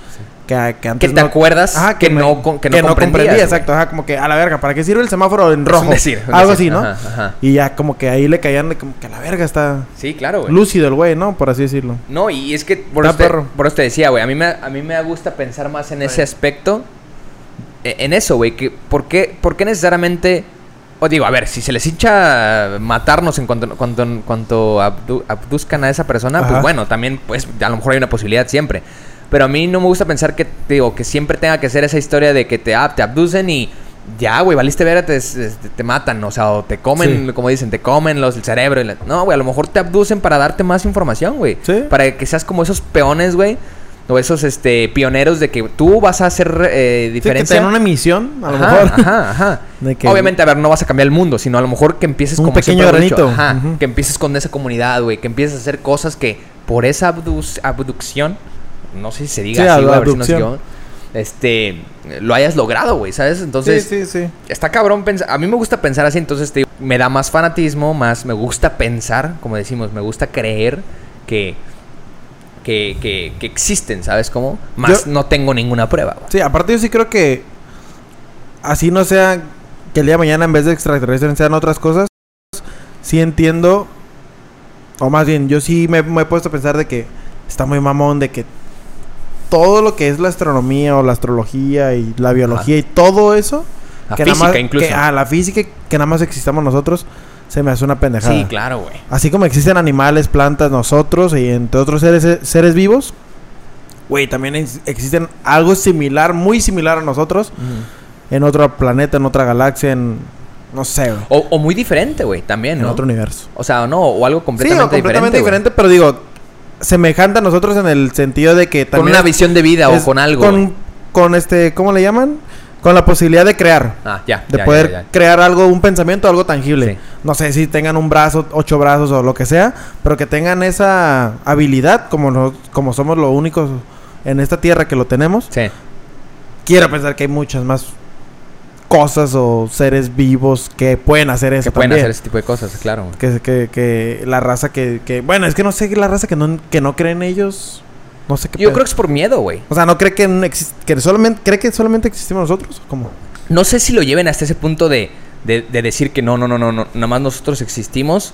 Speaker 2: que, que
Speaker 1: Que
Speaker 2: antes
Speaker 1: te
Speaker 2: no-
Speaker 1: acuerdas
Speaker 2: Ajá,
Speaker 1: que,
Speaker 2: me-
Speaker 1: no, con- que no
Speaker 2: que no
Speaker 1: comprendías,
Speaker 2: comprendía,
Speaker 1: güey.
Speaker 2: exacto. Ajá, como que a la verga, ¿para qué sirve el semáforo en rojo?
Speaker 1: un decir, un
Speaker 2: Algo
Speaker 1: decir,
Speaker 2: así, ¿no?
Speaker 1: ajá, ajá.
Speaker 2: Y ya como que ahí le caían de como que a la verga está
Speaker 1: Sí, claro, güey.
Speaker 2: lúcido el güey, ¿no? Por así decirlo.
Speaker 1: No, y es que por,
Speaker 2: Está
Speaker 1: eso te,
Speaker 2: perro.
Speaker 1: por eso te decía, güey, a mí me, a mí me gusta pensar más en ese
Speaker 2: Right.
Speaker 1: aspecto, e- en eso, güey, que ¿por qué, por qué necesariamente, o digo, a ver, si se les hincha matarnos en cuanto, cuanto, cuanto abdu- abduzcan a esa persona,
Speaker 2: Ajá.
Speaker 1: pues bueno, también, pues a lo mejor hay una posibilidad siempre. Pero a mí no me gusta pensar que, digo, que siempre tenga que ser esa historia de que te, ah, te abducen y ya, güey, valiste ver, te, te, te matan, o sea, o te comen,
Speaker 2: Sí.
Speaker 1: como dicen, te comen los, el cerebro. y la- No, güey, a lo mejor te abducen para darte más información, güey.
Speaker 2: Sí.
Speaker 1: Para que seas como esos peones, güey. O esos este, pioneros de que tú vas a hacer eh,
Speaker 2: Sí, que
Speaker 1: diferencia.
Speaker 2: sea una misión, a lo
Speaker 1: Ajá,
Speaker 2: mejor.
Speaker 1: Ajá, ajá.
Speaker 2: De que-
Speaker 1: Obviamente, a ver, no vas a cambiar el mundo, sino a lo mejor que empieces
Speaker 2: Un
Speaker 1: como siempre
Speaker 2: pequeño
Speaker 1: he dicho,
Speaker 2: granito.
Speaker 1: ajá,
Speaker 2: Ujú.
Speaker 1: Que empieces con esa comunidad, güey. Que empieces a hacer cosas que por esa abdu- abducción, no sé si se diga
Speaker 2: Sí,
Speaker 1: así,
Speaker 2: ab-
Speaker 1: güey, a ver si no sé
Speaker 2: abducción.
Speaker 1: yo, este, lo hayas logrado, güey, ¿sabes? Entonces,
Speaker 2: sí, sí, sí.
Speaker 1: está cabrón pensar. A mí me gusta pensar así, entonces te digo, me da más fanatismo, más me gusta pensar, como decimos, me gusta creer que que, que, que existen, ¿sabes cómo? Más
Speaker 2: Yo-
Speaker 1: no tengo ninguna prueba. güey.
Speaker 2: Sí, aparte yo sí creo que así no sea que el día de mañana en vez de extraterrestres sean otras cosas, sí entiendo, o más bien, yo sí me, me he puesto a pensar de que está muy mamón, de que todo lo que es la astronomía o la astrología y la biología y todo eso,
Speaker 1: La
Speaker 2: que nada
Speaker 1: física
Speaker 2: más-
Speaker 1: incluso.
Speaker 2: que- ah, la física que nada más existamos nosotros, se me hace una pendejada.
Speaker 1: sí, claro, güey.
Speaker 2: Así como existen animales, plantas, nosotros y entre otros seres, seres vivos, güey, también ex- existen algo similar, muy similar a nosotros, en otro planeta, en otra galaxia, en. No sé, güey,
Speaker 1: O, o muy diferente, güey, también,
Speaker 2: en
Speaker 1: ¿no?
Speaker 2: otro universo.
Speaker 1: O sea, no, o algo
Speaker 2: Sí,
Speaker 1: completamente
Speaker 2: o completamente
Speaker 1: diferente.
Speaker 2: diferente, pero digo, semejante a nosotros en el sentido de que
Speaker 1: güey. Con
Speaker 2: también.
Speaker 1: una visión de vida
Speaker 2: es-
Speaker 1: o con algo. güey.
Speaker 2: Con, con este, ¿cómo le llaman? Con la posibilidad de crear.
Speaker 1: Ah, ya.
Speaker 2: De
Speaker 1: ya,
Speaker 2: poder
Speaker 1: ya, ya.
Speaker 2: crear algo, un pensamiento, algo tangible.
Speaker 1: Sí.
Speaker 2: No sé si tengan un brazo, ocho brazos o lo que sea, pero que tengan esa habilidad, como, no- como somos los únicos en esta tierra que lo tenemos.
Speaker 1: Sí.
Speaker 2: Quiero pensar que hay muchas más cosas o seres vivos que pueden hacer eso
Speaker 1: Que pueden
Speaker 2: también.
Speaker 1: hacer ese tipo de cosas, claro. güey.
Speaker 2: Que, que, que la raza que, que- Bueno, es que no sé la raza que no, que no creen ellos. No sé qué
Speaker 1: Yo
Speaker 2: pedo.
Speaker 1: creo que es por miedo, güey.
Speaker 2: O sea, ¿no cree que, no exist- que solamente cree que solamente existimos nosotros? ¿Cómo?
Speaker 1: No sé si lo lleven hasta ese punto de, de, de decir que no, no, no, no, no, nada más nosotros existimos.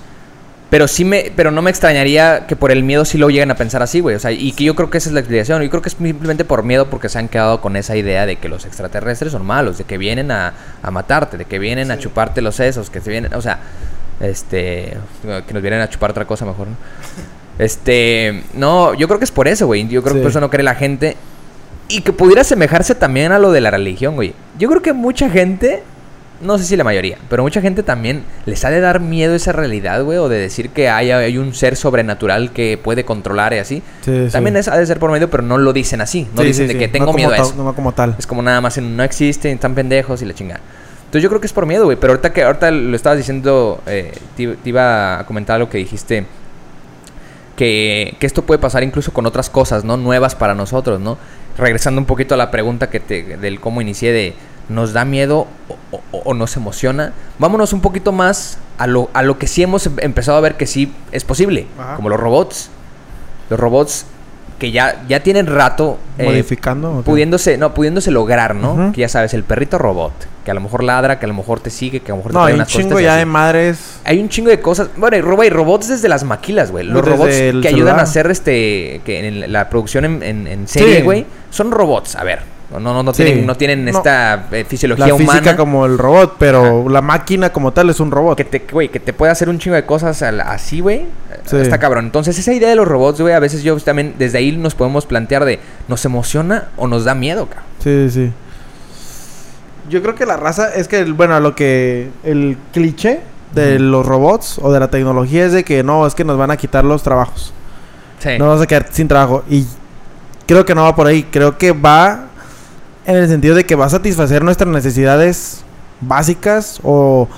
Speaker 1: Pero sí me, pero no me extrañaría que por el miedo sí lo lleguen a pensar así, güey. O sea, y que yo creo que esa es la explicación. Yo creo que es simplemente por miedo porque se han quedado con esa idea de que los extraterrestres son malos, de que vienen a, a matarte, de que vienen a chuparte los sesos, que se vienen, o sea, este, que nos vienen a chupar otra cosa mejor, ¿no? Este, no, yo creo que es por eso, güey. Yo creo
Speaker 2: Sí.
Speaker 1: que por eso no cree la gente. Y que pudiera asemejarse también a lo de la religión, güey. Yo creo que mucha gente, no sé si la mayoría, pero mucha gente también les ha de dar miedo esa realidad, güey, o de decir que hay, hay un ser sobrenatural que puede controlar y así.
Speaker 2: Sí, sí.
Speaker 1: También es, ha de ser por medio, pero no lo dicen así. No
Speaker 2: Sí,
Speaker 1: dicen
Speaker 2: sí,
Speaker 1: de
Speaker 2: sí.
Speaker 1: que tengo
Speaker 2: No como
Speaker 1: miedo a
Speaker 2: tal-
Speaker 1: eso.
Speaker 2: No como tal.
Speaker 1: Es como nada más en no existen, están pendejos y la chingada. Entonces yo creo que es por miedo, güey. Pero ahorita que ahorita lo estabas diciendo, eh, te, te iba a comentar lo que dijiste. Que, que esto puede pasar incluso con otras cosas, ¿no? Nuevas para nosotros, ¿no? Regresando un poquito a la pregunta que te, del cómo inicié de ¿nos da miedo o, o- o nos emociona? Vámonos un poquito más a lo, a lo que sí hemos em- empezado a ver que sí es posible,
Speaker 2: Ajá.
Speaker 1: como los robots. Los robots que ya, ya tienen rato eh,
Speaker 2: Modificando. ¿o qué?
Speaker 1: pudiéndose, no, pudiéndose lograr, ¿no?
Speaker 2: Ujú.
Speaker 1: Que ya sabes, el perrito robot, que a lo mejor ladra, que a lo mejor te sigue, que a lo mejor te
Speaker 2: No,
Speaker 1: trae
Speaker 2: hay un
Speaker 1: unas costas
Speaker 2: chingo
Speaker 1: y
Speaker 2: ya
Speaker 1: así.
Speaker 2: de madres.
Speaker 1: Hay un chingo de cosas. Bueno, y roba y robots desde las maquilas, güey. Los
Speaker 2: Desde
Speaker 1: robots que
Speaker 2: el
Speaker 1: ayudan
Speaker 2: celular.
Speaker 1: a hacer este que en la producción en, en- en serie,
Speaker 2: Sí.
Speaker 1: güey, son robots, a ver. No no no
Speaker 2: Sí.
Speaker 1: tienen no tienen
Speaker 2: No.
Speaker 1: esta eh,
Speaker 2: La
Speaker 1: fisiología
Speaker 2: física
Speaker 1: humana
Speaker 2: como el robot, pero la máquina como tal es un robot.
Speaker 1: que te güey, que te puede hacer un chingo de cosas al- así, güey. eh,
Speaker 2: Sí.
Speaker 1: Está cabrón. Entonces, esa idea de los robots, güey, a veces yo también desde ahí nos podemos plantear de nos emociona o nos da miedo, cabrón.
Speaker 2: Sí, sí, sí. Yo creo que la raza es que, el- bueno, lo que. El cliché de
Speaker 1: Ujú.
Speaker 2: los robots o de la tecnología es de que no, es que nos van a quitar los trabajos.
Speaker 1: Sí.
Speaker 2: No nos vamos a quedar sin trabajo. Y creo que no va por ahí. Creo que va en el sentido de que va a satisfacer nuestras necesidades básicas o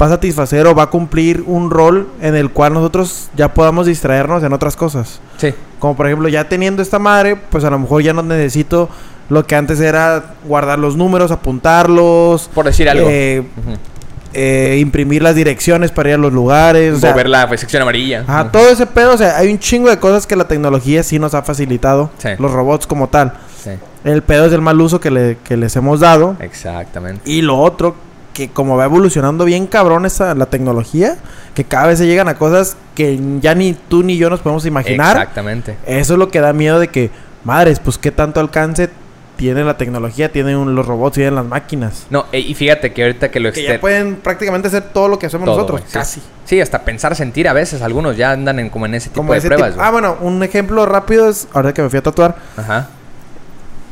Speaker 2: va a satisfacer o va a cumplir un rol en el cual nosotros ya podamos distraernos en otras cosas.
Speaker 1: Sí.
Speaker 2: Como por ejemplo, ya teniendo esta madre, pues a lo mejor ya no necesito lo que antes era guardar los números, apuntarlos,
Speaker 1: Por decir algo.
Speaker 2: eh,
Speaker 1: Ujú.
Speaker 2: eh, imprimir las direcciones para ir a los lugares. o sea,
Speaker 1: Mover la pues, sección amarilla.
Speaker 2: Ajá,
Speaker 1: Ujú.
Speaker 2: todo ese pedo, o sea, hay un chingo de cosas que la tecnología sí nos ha facilitado,
Speaker 1: Sí.
Speaker 2: los robots como tal.
Speaker 1: Sí,
Speaker 2: El pedo es el mal uso que, le, que les hemos dado.
Speaker 1: exactamente.
Speaker 2: Y lo otro, que como va evolucionando bien cabrón esa, la tecnología, que cada vez se llegan a cosas que ya ni tú ni yo nos podemos imaginar.
Speaker 1: Exactamente.
Speaker 2: Eso es lo que da miedo de que, madres, pues qué tanto alcance tiene la tecnología, tienen un- los robots, tienen las máquinas.
Speaker 1: No, e- y fíjate que ahorita que lo
Speaker 2: Que ya
Speaker 1: exter-
Speaker 2: pueden prácticamente hacer todo lo que hacemos
Speaker 1: Pues todo,
Speaker 2: nosotros,
Speaker 1: güey, sí.
Speaker 2: casi.
Speaker 1: Sí, hasta pensar, sentir a veces. Algunos ya andan en, como en ese tipo
Speaker 2: Como
Speaker 1: de
Speaker 2: ese
Speaker 1: pruebas.
Speaker 2: tipo-
Speaker 1: güey.
Speaker 2: Ah, bueno, un ejemplo rápido es, ahora que me fui a tatuar,
Speaker 1: Ajá.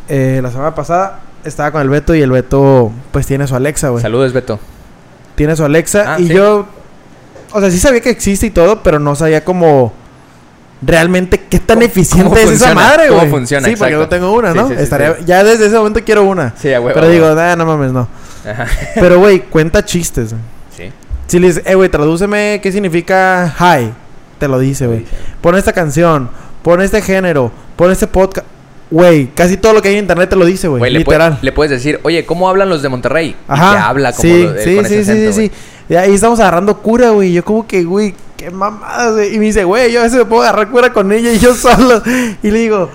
Speaker 2: eh, la semana pasada estaba con el Beto y el Beto pues tiene su Alexa, güey.
Speaker 1: Saludos, Beto.
Speaker 2: Tiene su Alexa
Speaker 1: Ah,
Speaker 2: y
Speaker 1: sí.
Speaker 2: yo, o sea, sí sabía que existe y todo, pero no sabía cómo... Realmente, qué tan
Speaker 1: ¿Cómo-
Speaker 2: eficiente
Speaker 1: cómo
Speaker 2: es esa
Speaker 1: funciona?
Speaker 2: madre, güey.
Speaker 1: ¿Cómo funciona?
Speaker 2: Sí, porque yo
Speaker 1: Exacto.
Speaker 2: tengo una,
Speaker 1: Sí,
Speaker 2: ¿no?
Speaker 1: sí, sí,
Speaker 2: Estaría-
Speaker 1: sí.
Speaker 2: Ya desde ese momento quiero una.
Speaker 1: Sí, a huevo.
Speaker 2: Pero digo, "Ah, no mames, no.
Speaker 1: Ajá.
Speaker 2: Pero, güey, cuenta chistes. güey.
Speaker 1: Sí.
Speaker 2: Si le dices, eh, güey, tradúceme qué significa high, te lo dice, güey. Pon esta canción, pon este género, pon este podcast. Güey, casi todo lo que hay en internet te lo dice, güey.
Speaker 1: Güey, le, puede-
Speaker 2: Pues, Literal.
Speaker 1: le puedes decir, oye, ¿cómo hablan los de Monterrey? Y te habla como
Speaker 2: sí,
Speaker 1: lo de-
Speaker 2: sí,
Speaker 1: con
Speaker 2: sí,
Speaker 1: ese
Speaker 2: sí,
Speaker 1: acento,
Speaker 2: sí,
Speaker 1: güey.
Speaker 2: sí. Y ahí estamos agarrando cura, güey. Yo como que, güey, qué mamada, güey. Y me dice, güey, yo a veces me puedo agarrar cura con ella y yo solo. Y le digo,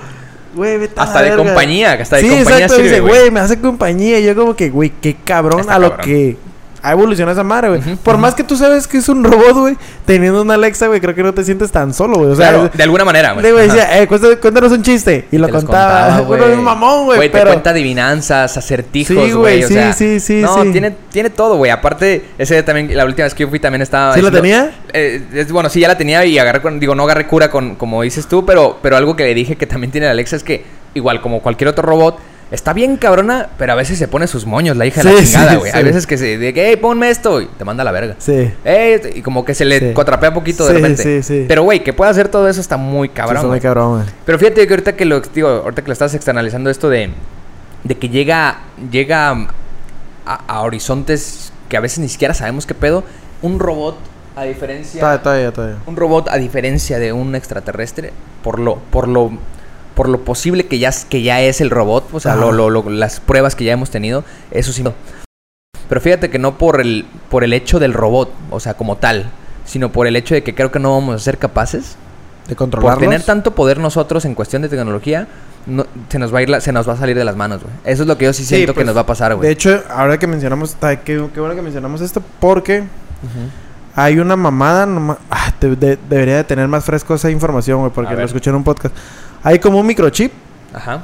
Speaker 2: güey, vete a la
Speaker 1: Hasta de
Speaker 2: Ah, verga.
Speaker 1: compañía, hasta de
Speaker 2: sí,
Speaker 1: compañía
Speaker 2: exacto.
Speaker 1: sirve,
Speaker 2: me dice,
Speaker 1: güey.
Speaker 2: güey, me hace compañía. Y yo como que, güey, qué cabrón
Speaker 1: Está
Speaker 2: a lo
Speaker 1: cabrón.
Speaker 2: que ha evolucionado esa madre, güey.
Speaker 1: Ujú,
Speaker 2: Por
Speaker 1: ujú.
Speaker 2: más que tú sabes que es un robot, güey, teniendo una Alexa, güey, creo que no te sientes tan solo, güey. O sea,
Speaker 1: Claro,
Speaker 2: es-
Speaker 1: de alguna manera,
Speaker 2: le güey,
Speaker 1: Ajá.
Speaker 2: decía, eh, cuéntame- cuéntanos un chiste. Y lo
Speaker 1: Te los
Speaker 2: contaba. Bueno, es un mamón, güey,
Speaker 1: te
Speaker 2: pero...
Speaker 1: cuenta adivinanzas, acertijos,
Speaker 2: Sí,
Speaker 1: güey.
Speaker 2: güey,
Speaker 1: o
Speaker 2: sí,
Speaker 1: sea,
Speaker 2: sí, sí,
Speaker 1: No,
Speaker 2: sí.
Speaker 1: Tiene, tiene todo, güey. Aparte, ese también, la última vez que yo fui también estaba.
Speaker 2: ¿Sí la
Speaker 1: diciendo-
Speaker 2: tenía?
Speaker 1: Eh, es- bueno, sí, ya la tenía y agarré con- digo, no agarré cura con, como dices tú, pero, pero algo que le dije que también tiene la Alexa es que, igual como cualquier otro robot, está bien cabrona, pero a veces se pone sus moños, la hija de la
Speaker 2: Sí,
Speaker 1: chingada,
Speaker 2: sí,
Speaker 1: güey.
Speaker 2: sí.
Speaker 1: Hay veces que se de que, hey, ponme esto, y te manda a la verga.
Speaker 2: Sí.
Speaker 1: Eh, y como que se le
Speaker 2: Sí.
Speaker 1: contrapea poquito
Speaker 2: Sí,
Speaker 1: de repente.
Speaker 2: sí, sí.
Speaker 1: Pero, güey, que pueda hacer todo eso está muy
Speaker 2: Sí,
Speaker 1: cabrón.
Speaker 2: está muy
Speaker 1: güey.
Speaker 2: cabrón, güey.
Speaker 1: Pero fíjate que ahorita que lo digo, ahorita que lo estás externalizando esto de, de que llega llega a, a horizontes que a veces ni siquiera sabemos qué pedo, un robot a diferencia
Speaker 2: Todavía, todavía, todavía.
Speaker 1: un robot a diferencia de un extraterrestre por lo por lo por lo posible que ya es- que ya es el robot, o sea,
Speaker 2: Ajá.
Speaker 1: lo- lo- lo- las pruebas que ya hemos tenido, eso sí. no. Pero fíjate que no por el por el hecho del robot, o sea, como tal, sino por el hecho de que creo que no vamos a ser capaces
Speaker 2: De
Speaker 1: por
Speaker 2: controlarlos.
Speaker 1: tener tanto poder nosotros en cuestión de tecnología, no- se nos va a ir la- se nos va a salir de las manos, güey. Eso es lo que yo sí
Speaker 2: Sí,
Speaker 1: siento que
Speaker 2: pues,
Speaker 1: nos va a pasar,
Speaker 2: De
Speaker 1: güey.
Speaker 2: hecho, ahora que mencionamos, ta- qué, qué bueno que mencionamos esto, porque
Speaker 1: Ujú.
Speaker 2: hay una mamada, no ma- ah, te- de- debería de tener más fresco esa información, güey,
Speaker 1: A
Speaker 2: porque lo
Speaker 1: ver.
Speaker 2: escuché en un podcast. Hay como un microchip,
Speaker 1: Ajá.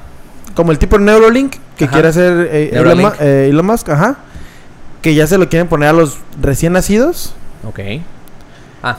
Speaker 2: como el tipo Neurolink, que
Speaker 1: Ajá.
Speaker 2: quiere hacer eh, Elon,
Speaker 1: Neuralink.
Speaker 2: Mu- eh, Elon Musk, ajá, que ya se lo quieren poner a los recién nacidos
Speaker 1: Ok. Ah,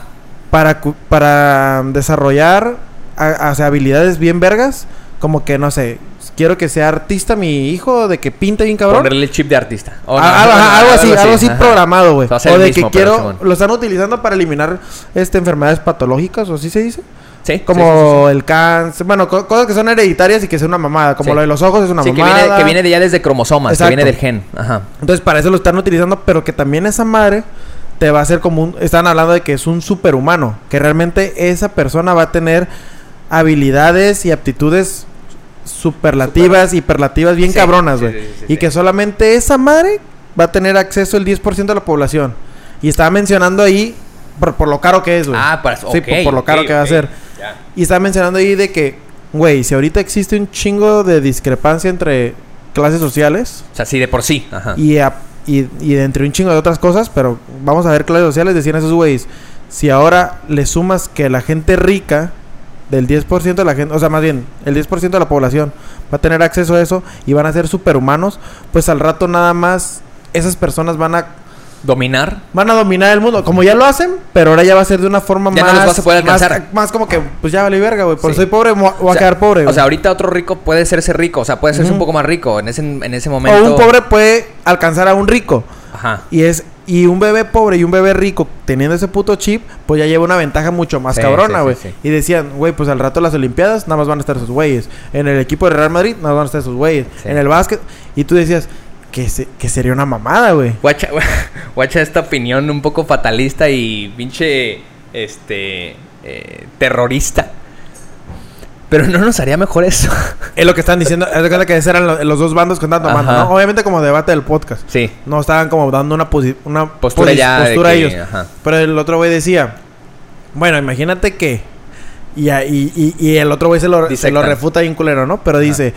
Speaker 2: para, cu- para desarrollar a- o sea, habilidades bien vergas, como que, no sé, quiero que sea artista mi hijo, de que pinte bien cabrón.
Speaker 1: ponerle el chip de artista. O no,
Speaker 2: Ah, ah,
Speaker 1: bueno,
Speaker 2: ajá, algo así, algo así
Speaker 1: ajá.
Speaker 2: programado, güey.
Speaker 1: Va a ser
Speaker 2: O
Speaker 1: el
Speaker 2: de
Speaker 1: mismo,
Speaker 2: que
Speaker 1: pero
Speaker 2: quiero,
Speaker 1: Simón.
Speaker 2: lo están utilizando para eliminar este enfermedades patológicas, o así se dice,
Speaker 1: Sí,
Speaker 2: como
Speaker 1: sí, sí, sí.
Speaker 2: el cáncer, bueno, co- cosas que son hereditarias y que es una mamada, como
Speaker 1: Sí.
Speaker 2: lo de los ojos es una
Speaker 1: Sí, que
Speaker 2: mamada.
Speaker 1: viene, que viene de ya desde cromosomas,
Speaker 2: Exacto.
Speaker 1: que viene del gen. Ajá.
Speaker 2: Entonces para eso lo están utilizando, pero que también esa madre te va a hacer como un, están hablando de que es un superhumano, que realmente esa persona va a tener habilidades y aptitudes superlativas, hiperlativas, bien
Speaker 1: Sí,
Speaker 2: cabronas,
Speaker 1: sí,
Speaker 2: güey.
Speaker 1: sí, sí,
Speaker 2: y
Speaker 1: sí.
Speaker 2: que solamente esa madre va a tener acceso el 10% de la población. Y estaba mencionando ahí por, por lo caro que es, güey.
Speaker 1: Ah, para
Speaker 2: Sí, por- por lo caro que va a ser. Y estaba mencionando ahí de que, güey, si ahorita existe un chingo de discrepancia entre clases sociales,
Speaker 1: O sea, sí, de por sí. Ajá.
Speaker 2: y, a- y, y de entre un chingo de otras cosas, pero vamos a ver clases sociales, decían esos güeyes, si ahora le sumas que la gente rica, del 10% de la gente, o sea, más bien, el 10% de la población va a tener acceso a eso y van a ser superhumanos, pues al rato nada más esas personas van a
Speaker 1: Dominar.
Speaker 2: van a dominar el mundo, como ya lo hacen, pero ahora ya va a ser de una forma
Speaker 1: Ya no
Speaker 2: más
Speaker 1: los vas a poder
Speaker 2: más-
Speaker 1: alcanzar.
Speaker 2: Más, como que pues ya vale verga, güey, por
Speaker 1: Sí.
Speaker 2: soy pobre me voy a voy a quedar pobre.
Speaker 1: O
Speaker 2: güey.
Speaker 1: sea, ahorita otro rico puede hacerse rico. O sea, puede hacerse un
Speaker 2: Ujú.
Speaker 1: poco más rico en ese, en ese momento.
Speaker 2: o un pobre puede alcanzar a un rico.
Speaker 1: Ajá.
Speaker 2: Y es y un bebé pobre y un bebé rico teniendo ese puto chip, pues ya lleva una ventaja mucho más
Speaker 1: Sí, sí,
Speaker 2: cabrona,
Speaker 1: sí,
Speaker 2: güey.
Speaker 1: sí.
Speaker 2: Y decían, güey, pues al rato las Olimpiadas nada más van a estar esos güeyes. En el equipo de Real Madrid nada más van a estar esos güeyes.
Speaker 1: Sí.
Speaker 2: En el básquet. Y tú decías, que, se- que sería una mamada, güey.
Speaker 1: Guacha, guacha esta opinión un poco fatalista y pinche, este, eh, terrorista. Pero no nos haría mejor eso.
Speaker 2: Es lo que están diciendo. Es de cuenta que esos eran lo- los, dos bandos que andaban tomando,
Speaker 1: Ajá.
Speaker 2: ¿no? Obviamente como debate del podcast.
Speaker 1: Sí,
Speaker 2: No estaban como dando una, posi- una
Speaker 1: postura
Speaker 2: posi-
Speaker 1: ya. de
Speaker 2: postura
Speaker 1: que-
Speaker 2: ellos.
Speaker 1: ajá.
Speaker 2: Pero el otro güey decía, bueno, imagínate que... Y, a- y- y- y el otro güey se lo, se lo
Speaker 1: Disectan.
Speaker 2: refuta bien culero, ¿no? Pero dice,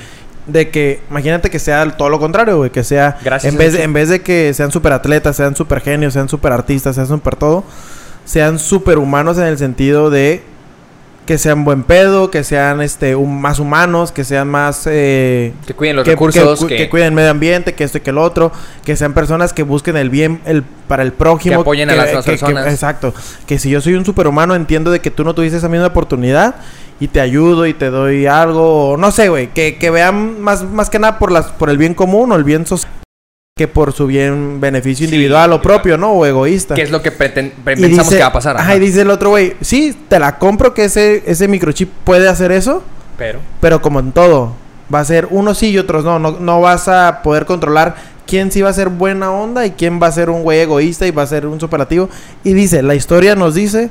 Speaker 2: de que, imagínate que sea todo lo contrario, güey, que sea,
Speaker 1: Gracias
Speaker 2: en,
Speaker 1: a
Speaker 2: vez,
Speaker 1: eso.
Speaker 2: en vez de que sean super atletas, sean super genios, sean super artistas, sean super todo, sean super humanos en el sentido de que sean buen pedo, que sean este hum- más humanos, que sean más... eh,
Speaker 1: Que cuiden los
Speaker 2: que,
Speaker 1: recursos,
Speaker 2: que cu-
Speaker 1: que,
Speaker 2: que cuiden el medio ambiente, que esto y que el otro, que sean personas que busquen el bien el, para el prójimo.
Speaker 1: Que apoyen a las otras personas.
Speaker 2: exacto. Que si yo soy un superhumano, entiendo de que tú no tuviste esa misma oportunidad y te ayudo y te doy algo. o no sé, güey. Que, que vean más, más que nada por, las, por el bien común o el bien social que por su bien beneficio
Speaker 1: Sí,
Speaker 2: individual o
Speaker 1: individual.
Speaker 2: propio, ¿no? O egoísta.
Speaker 1: que es lo que preten- pre-
Speaker 2: Y
Speaker 1: pensamos
Speaker 2: dice-
Speaker 1: que va a pasar.
Speaker 2: Ajá,
Speaker 1: ajá.
Speaker 2: y dice el otro güey, sí, te la compro que ese, ese microchip puede hacer eso,
Speaker 1: Pero.
Speaker 2: pero como en todo, va a ser unos sí y otros no. No, no vas a poder controlar quién sí va a ser buena onda y quién va a ser un güey egoísta y va a ser un superlativo. Y dice, la historia nos dice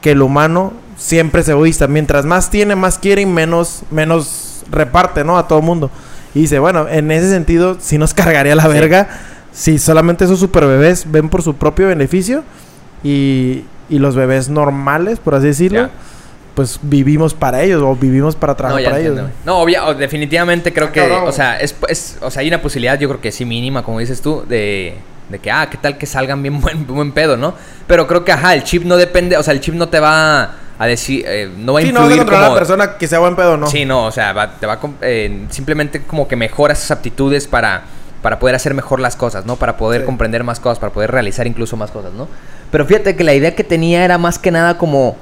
Speaker 2: que el humano siempre es egoísta. Mientras más tiene, más quiere y menos, menos reparte, ¿no? A todo mundo. Y dice, bueno, en ese sentido, sí nos cargaría la
Speaker 1: Sí.
Speaker 2: verga si solamente esos superbebés ven por su propio beneficio y, y los bebés normales, por así decirlo,
Speaker 1: Ya.
Speaker 2: pues vivimos para ellos o vivimos para
Speaker 1: No,
Speaker 2: trabajar
Speaker 1: ya
Speaker 2: para ellos.
Speaker 1: entiendo, güey. No, obvia- o definitivamente creo
Speaker 2: Ah,
Speaker 1: que,
Speaker 2: cabrón.
Speaker 1: o sea, es, es- o sea, hay una posibilidad, yo creo que sí mínima, como dices tú, de, de que, ah, qué tal que salgan bien buen, buen pedo, ¿no? Pero creo que, ajá, el chip no depende, o sea, el chip no te va a decir, eh, no va a
Speaker 2: Sí, no vas a
Speaker 1: influir
Speaker 2: controlar a
Speaker 1: como...
Speaker 2: la persona que sea buen pedo, ¿no?
Speaker 1: Sí, no, o sea, va- te va a com- eh, simplemente como que mejora esas aptitudes para, para poder hacer mejor las cosas, ¿no? Para poder
Speaker 2: Sí.
Speaker 1: comprender más cosas, para poder realizar incluso más cosas, ¿no? Pero fíjate que la idea que tenía era más que nada como,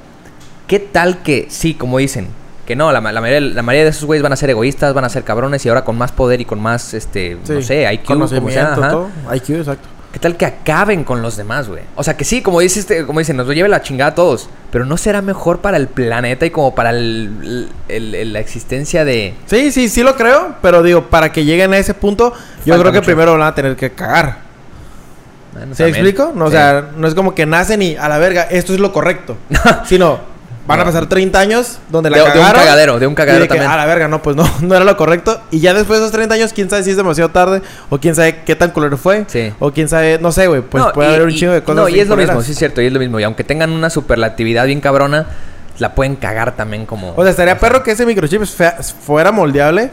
Speaker 1: ¿qué tal que, sí, como dicen, que no, la, ma- la mayoría, la mayoría de esos güeyes van a ser egoístas, van a ser cabrones y ahora con más poder y con más, este,
Speaker 2: Sí.
Speaker 1: no sé, IQ, como sea,
Speaker 2: Conocimiento,
Speaker 1: ajá.
Speaker 2: todo. IQ, exacto.
Speaker 1: ¿Qué tal que acaben con los demás, güey? O sea, que sí, como, dices, te- como dicen, nos lo lleve la chingada a todos. Pero ¿no será mejor para el planeta y como para el- el- el- la existencia de...
Speaker 2: Sí, sí, sí lo creo, pero digo, para que lleguen a ese punto, yo
Speaker 1: Falta
Speaker 2: creo que
Speaker 1: mucho.
Speaker 2: primero van a tener que cagar.
Speaker 1: Bueno,
Speaker 2: ¿Se
Speaker 1: ah, también.
Speaker 2: explico? No, O
Speaker 1: Sí.
Speaker 2: sea, no es como que nacen y a la verga, esto es lo correcto. sino, van a
Speaker 1: No.
Speaker 2: pasar 30 años donde la
Speaker 1: De- de un
Speaker 2: cagaron.
Speaker 1: cagadero, de un cagadero
Speaker 2: y que,
Speaker 1: también.
Speaker 2: a la verga, no, pues no, no era lo correcto. Y ya después de esos 30 años, quién sabe si es demasiado tarde, o quién sabe qué tan culero fue.
Speaker 1: Sí.
Speaker 2: O quién sabe, no sé, güey, pues
Speaker 1: No,
Speaker 2: puede
Speaker 1: y-
Speaker 2: haber un
Speaker 1: y-
Speaker 2: chingo de cosas.
Speaker 1: No, y
Speaker 2: bien
Speaker 1: es lo mismo,
Speaker 2: culeras.
Speaker 1: sí es cierto, y es lo mismo. Y aunque tengan una superlatividad bien cabrona, la pueden cagar también como...
Speaker 2: O sea, estaría perro que ese microchip fea- fuera moldeable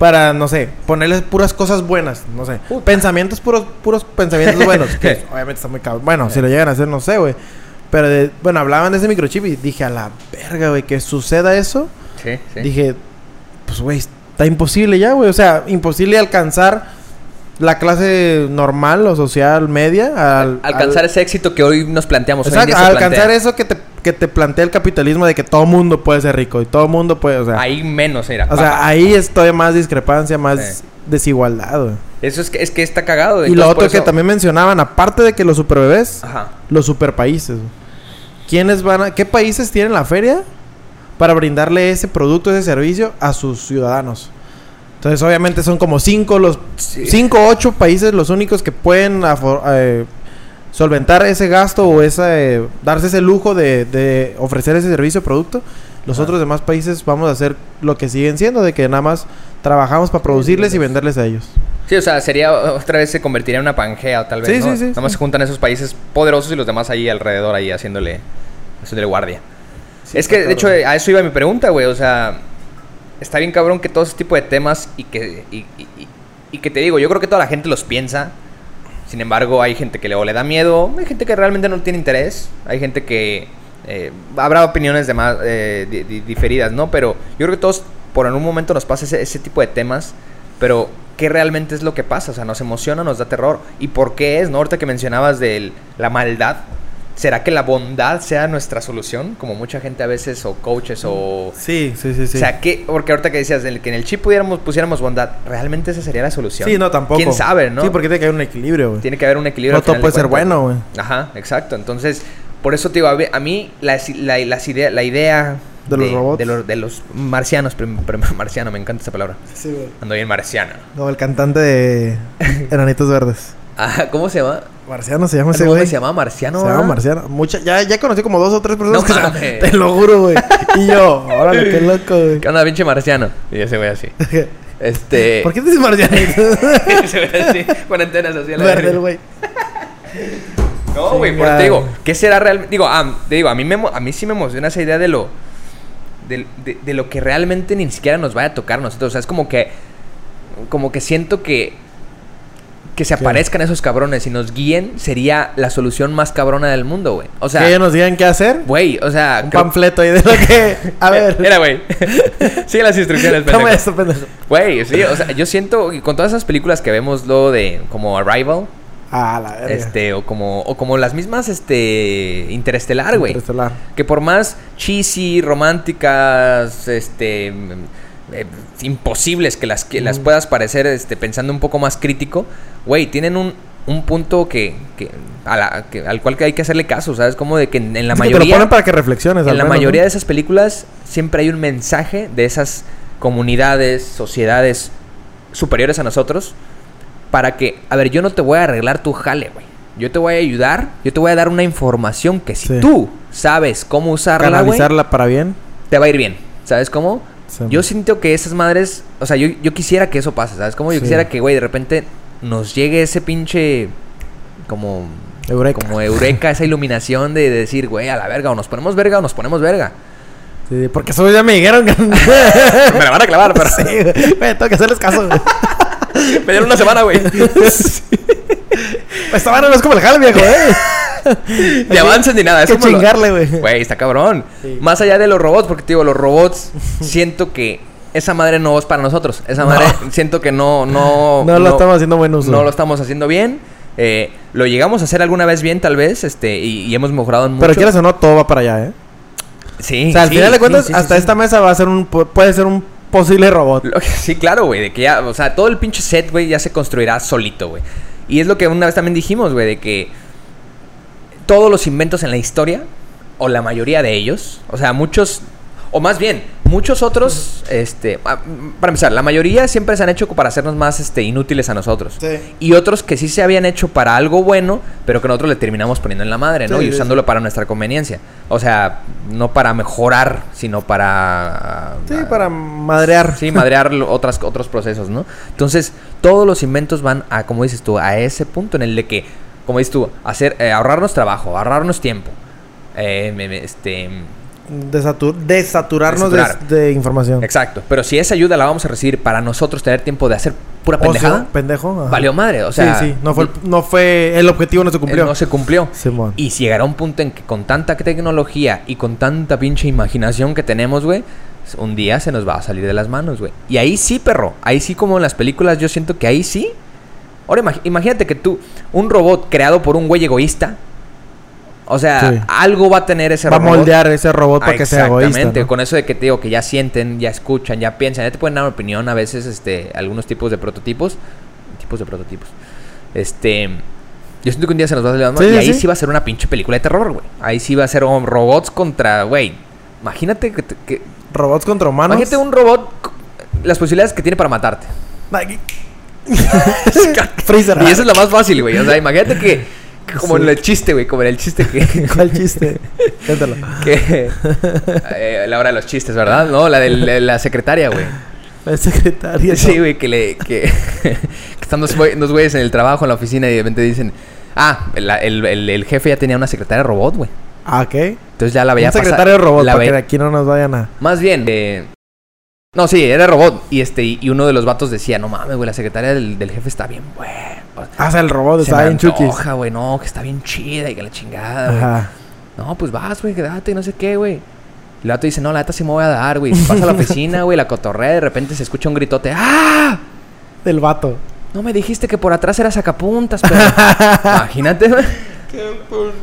Speaker 2: para, no sé, ponerles puras cosas buenas, no sé.
Speaker 1: Puta.
Speaker 2: Pensamientos puros, puros pensamientos buenos. que obviamente está muy cabrón. Bueno, si lo llegan a hacer, no sé, güey. Pero, de- bueno, hablaban de ese microchip y dije, a la verga, güey, que suceda eso.
Speaker 1: Sí, sí.
Speaker 2: Dije, pues, güey, está imposible ya, güey. O sea, imposible alcanzar la clase normal o social media. Al,
Speaker 1: Alcanzar
Speaker 2: al-
Speaker 1: ese éxito que hoy nos planteamos. hoy en
Speaker 2: Exacto,
Speaker 1: día se
Speaker 2: alcanzar
Speaker 1: plantea.
Speaker 2: eso que te, que te plantea el capitalismo de que todo mundo puede ser rico y todo mundo puede, o sea...
Speaker 1: Ahí menos, mira.
Speaker 2: O
Speaker 1: baja.
Speaker 2: sea, ahí estoy más discrepancia, más
Speaker 1: Sí.
Speaker 2: desigualdad. güey.
Speaker 1: Eso es que, es que está cagado.
Speaker 2: Y
Speaker 1: entonces,
Speaker 2: lo
Speaker 1: por
Speaker 2: otro que
Speaker 1: eso-
Speaker 2: también mencionaban, aparte de que los superbebés,
Speaker 1: Ajá.
Speaker 2: los superpaíses. güey. ¿Quiénes van a, qué países tienen la feria para brindarle ese producto, ese servicio a sus ciudadanos? Entonces, obviamente son como cinco, los
Speaker 1: Sí.
Speaker 2: cinco, ocho países los únicos que pueden afor- eh, solventar ese gasto o esa, eh, darse ese lujo de, de ofrecer ese servicio o producto. Los
Speaker 1: Ajá.
Speaker 2: otros demás países vamos a hacer lo que siguen siendo, de que nada más trabajamos para producirles y venderles a ellos.
Speaker 1: Sí, o sea, sería otra vez se convertiría en una pangea, tal vez.
Speaker 2: Sí,
Speaker 1: ¿no?
Speaker 2: sí, sí,
Speaker 1: Nada más
Speaker 2: sí.
Speaker 1: se juntan esos países poderosos y los demás ahí alrededor, ahí haciéndole, haciéndole guardia. es que, de hecho, eh, a eso iba mi pregunta, güey. O sea, está bien cabrón que todo ese tipo de temas y que, y, y- y- y que te digo, yo creo que toda la gente los piensa. Sin embargo, hay gente que le, o le da miedo, hay gente que realmente no tiene interés, hay gente que eh, habrá opiniones de más, eh, di- di- diferidas, ¿no? Pero yo creo que todos por algún momento nos pasa ese, ese tipo de temas, pero ¿qué realmente es lo que pasa? O sea, nos emociona, nos da terror. ¿Y por qué es, no? Ahorita que mencionabas de la maldad, ¿será que la bondad sea nuestra solución? Como mucha gente a veces, o coaches, o...
Speaker 2: Sí, sí, sí, sí.
Speaker 1: O sea, que, porque ahorita que decías del que en el chip pudiéramos, pusiéramos bondad, ¿realmente esa sería la solución?
Speaker 2: Sí, no, tampoco.
Speaker 1: ¿Quién sabe, no?
Speaker 2: Sí, porque tiene que haber un equilibrio, güey.
Speaker 1: Tiene que haber un equilibrio.
Speaker 2: No
Speaker 1: al
Speaker 2: todo
Speaker 1: final de
Speaker 2: puede ser
Speaker 1: cuentas.
Speaker 2: bueno, güey.
Speaker 1: Ajá, exacto. Entonces, por eso te digo, a ve- a mí las- la, las idea, la idea...
Speaker 2: De los robots.
Speaker 1: De los, de los marcianos, prim- prim- marciano, me encanta esa palabra. Ando bien marciano.
Speaker 2: No, el cantante de Enanitos Verdes.
Speaker 1: Ajá, Ah, ¿cómo se llama?
Speaker 2: Marciano se llama
Speaker 1: Ah,
Speaker 2: ese
Speaker 1: no,
Speaker 2: güey.
Speaker 1: se llama Marciano.
Speaker 2: Se llama
Speaker 1: ¿verdad?
Speaker 2: Marciano. Mucha, ya, ya conocí como dos o tres personas
Speaker 1: No
Speaker 2: que se-
Speaker 1: mames.
Speaker 2: Te lo juro, güey. Y yo, órale, qué loco, güey.
Speaker 1: ¿Qué onda, pinche marciano? Y ese güey así. Este.
Speaker 2: ¿Por qué te dices Marciano?
Speaker 1: ese güey así, con antenas así a la
Speaker 2: Verde,
Speaker 1: verga.
Speaker 2: el güey.
Speaker 1: No, güey, por eso te digo, ¿qué será realmente? Digo, ah, te digo, a mí, me, emo- a mí sí me emociona esa idea de lo. De, de- de lo que realmente ni siquiera nos vaya a tocar a nosotros. O sea, es como que. como que siento que que se aparezcan esos cabrones y nos guíen sería la solución más cabrona del mundo, güey. O
Speaker 2: que ellos
Speaker 1: sea,
Speaker 2: nos digan qué hacer.
Speaker 1: güey, o sea,
Speaker 2: Un
Speaker 1: creo-
Speaker 2: panfleto ahí de lo que. A ver.
Speaker 1: Mira, güey. Sigue las instrucciones,
Speaker 2: Toma
Speaker 1: pendejo.
Speaker 2: esto, pendejo.
Speaker 1: Güey, sí, o sea, yo siento que con todas esas películas que vemos lo de como Arrival,
Speaker 2: Ah, la verga.
Speaker 1: este o como o como las mismas este Interestelar, güey.
Speaker 2: Interestelar.
Speaker 1: Que por más cheesy, románticas, este mm, eh, imposibles que las que las
Speaker 2: Mm.
Speaker 1: puedas parecer este pensando un poco más crítico, güey, tienen un un punto que, que, a la- que- al cual que hay que hacerle caso, ¿sabes? Como de que en, en la
Speaker 2: Es que
Speaker 1: mayoría
Speaker 2: te lo ponen para que reflexiones. al
Speaker 1: en la
Speaker 2: menos, ¿no?
Speaker 1: mayoría de esas películas siempre hay un mensaje de esas comunidades, sociedades superiores a nosotros para que, a ver, yo no te voy a arreglar tu jale, güey. Yo te voy a ayudar, yo te voy a dar una información que si
Speaker 2: Sí.
Speaker 1: tú sabes cómo usarla, güey,
Speaker 2: Canalizarla para bien.
Speaker 1: te va a ir bien. ¿Sabes cómo?
Speaker 2: Sí.
Speaker 1: Yo siento que esas madres, o sea, yo, yo quisiera que eso pase, ¿sabes cómo? Yo
Speaker 2: Sí.
Speaker 1: quisiera que, güey, de repente nos llegue ese pinche como
Speaker 2: Eureka.
Speaker 1: como eureka, esa iluminación de decir, güey, a la verga, o nos ponemos verga o nos ponemos verga.
Speaker 2: Sí, porque eso ya me dijeron que.
Speaker 1: Me la van a clavar, pero
Speaker 2: sí, güey. Güey, tengo que hacerles caso, güey. Pues,
Speaker 1: me dieron una semana, güey.
Speaker 2: Esta mano no es como el jale, viejo, eh.
Speaker 1: Ni avances ni nada.
Speaker 2: Hay
Speaker 1: Ah, Es
Speaker 2: que
Speaker 1: como lo-
Speaker 2: chingarle, güey.
Speaker 1: Güey, está cabrón.
Speaker 2: Sí.
Speaker 1: Más allá de los robots, porque te digo, los robots, siento que esa madre no es para nosotros. Esa
Speaker 2: No.
Speaker 1: madre, siento que no, no,
Speaker 2: No, lo estamos haciendo buen uso.
Speaker 1: no lo estamos haciendo bien. Eh, lo llegamos a hacer alguna vez bien, tal vez, este, y, y hemos mejorado en mucho.
Speaker 2: Pero quieres o no, todo va para allá, eh.
Speaker 1: Sí.
Speaker 2: o sea, al
Speaker 1: sí,
Speaker 2: final de cuentas,
Speaker 1: sí, sí,
Speaker 2: hasta
Speaker 1: sí.
Speaker 2: esta mesa va a ser un. pu- Puede ser un posible robot.
Speaker 1: Lo que- Sí, claro, güey, de que ya, o sea, todo el pinche set, güey, ya se construirá solito, güey. Y es lo que una vez también dijimos, güey, de que todos los inventos en la historia, o la mayoría de ellos, o sea, muchos, o más bien, muchos otros, este, ah, mm, para empezar, la mayoría siempre se han hecho para hacernos más, este, inútiles a nosotros.
Speaker 2: Sí.
Speaker 1: Y otros que sí se habían hecho para algo bueno, pero que nosotros le terminamos poniendo en la madre, ¿no?
Speaker 2: Sí,
Speaker 1: y
Speaker 2: sí,
Speaker 1: usándolo para nuestra conveniencia. O sea, no para mejorar, sino para...
Speaker 2: Sí,
Speaker 1: ah,
Speaker 2: para madrear.
Speaker 1: Sí, madrear lo- otras, otros procesos, ¿no? Entonces, todos los inventos van a, como dices tú, a ese punto en el de que, como dices tú, hacer, eh, ahorrarnos trabajo, ahorrarnos tiempo. eh, me- me- este,
Speaker 2: Desatur- desaturarnos
Speaker 1: Desaturar.
Speaker 2: de, de información.
Speaker 1: exacto. Pero si esa ayuda la vamos a recibir para nosotros tener tiempo de hacer pura
Speaker 2: Ocio,
Speaker 1: pendejada,
Speaker 2: pendejo. ajá.
Speaker 1: valió madre. O sea,
Speaker 2: sí, sí. No fue, el- no fue. El objetivo no se
Speaker 1: eh,
Speaker 2: cumplió.
Speaker 1: no se cumplió.
Speaker 2: Simón.
Speaker 1: Y si llegará un punto en que con tanta tecnología y con tanta pinche imaginación que tenemos, güey, un día se nos va a salir de las manos, güey. Y ahí sí, perro. Ahí sí, como en las películas, yo siento que ahí sí. Ahora imag- imagínate que tú, un robot creado por un güey egoísta. O sea,
Speaker 2: Sí.
Speaker 1: algo va a tener ese
Speaker 2: Va a
Speaker 1: robot.
Speaker 2: moldear ese robot
Speaker 1: Ah,
Speaker 2: Pues para que sea egoísta.
Speaker 1: Exactamente,
Speaker 2: ¿no?
Speaker 1: con eso de que te digo que ya sienten, ya escuchan, ya piensan, ya te pueden dar una opinión a veces, este, algunos tipos de prototipos, tipos de prototipos. Este, yo siento que un día se nos va a salir la mano
Speaker 2: Sí,
Speaker 1: y
Speaker 2: sí,
Speaker 1: ahí
Speaker 2: sí.
Speaker 1: sí va a ser una pinche película de terror, güey. Ahí sí va a ser um, robots contra, güey. Imagínate que, te- que-
Speaker 2: Robots contra humanos.
Speaker 1: imagínate un robot c- las posibilidades que tiene para matarte.
Speaker 2: Ay, Freezer.
Speaker 1: y eso es lo más fácil, güey. O sea, imagínate que, que como
Speaker 2: Sí.
Speaker 1: en el chiste, güey, como en el chiste que
Speaker 2: ¿Cuál chiste? Cántalo.
Speaker 1: que eh, la hora de los chistes, ¿verdad? No, la de la, la secretaria, güey.
Speaker 2: La secretaria.
Speaker 1: Sí, güey, que le. Que, que están dos, güey- dos güeyes en el trabajo, en la oficina, y de repente dicen. Ah, la- el, el- el jefe ya tenía una secretaria robot, güey.
Speaker 2: Ah, ok.
Speaker 1: Entonces ya la veía
Speaker 2: Un
Speaker 1: pasar-
Speaker 2: secretario robot
Speaker 1: la
Speaker 2: para
Speaker 1: ve-
Speaker 2: que de aquí no nos vayan a.
Speaker 1: Más bien, eh, No, sí, era robot. Y este, y y uno de los vatos decía, no mames, güey, la secretaria del, del jefe está bien, güey.
Speaker 2: Ah, o sea, el robot
Speaker 1: Se me
Speaker 2: está bien chukis.
Speaker 1: antoja, güey, no, que está bien chida y que la chingada, güey.
Speaker 2: Ajá.
Speaker 1: No, pues vas, güey, quédate, no sé qué, güey. Y El vato dice, no, la neta sí me voy a dar, güey. Pasa a la oficina, güey, la cotorrea, de repente se escucha un gritote. ¡Ah!
Speaker 2: Del vato.
Speaker 1: No me dijiste que por atrás era sacapuntas, pero... imagínate, güey.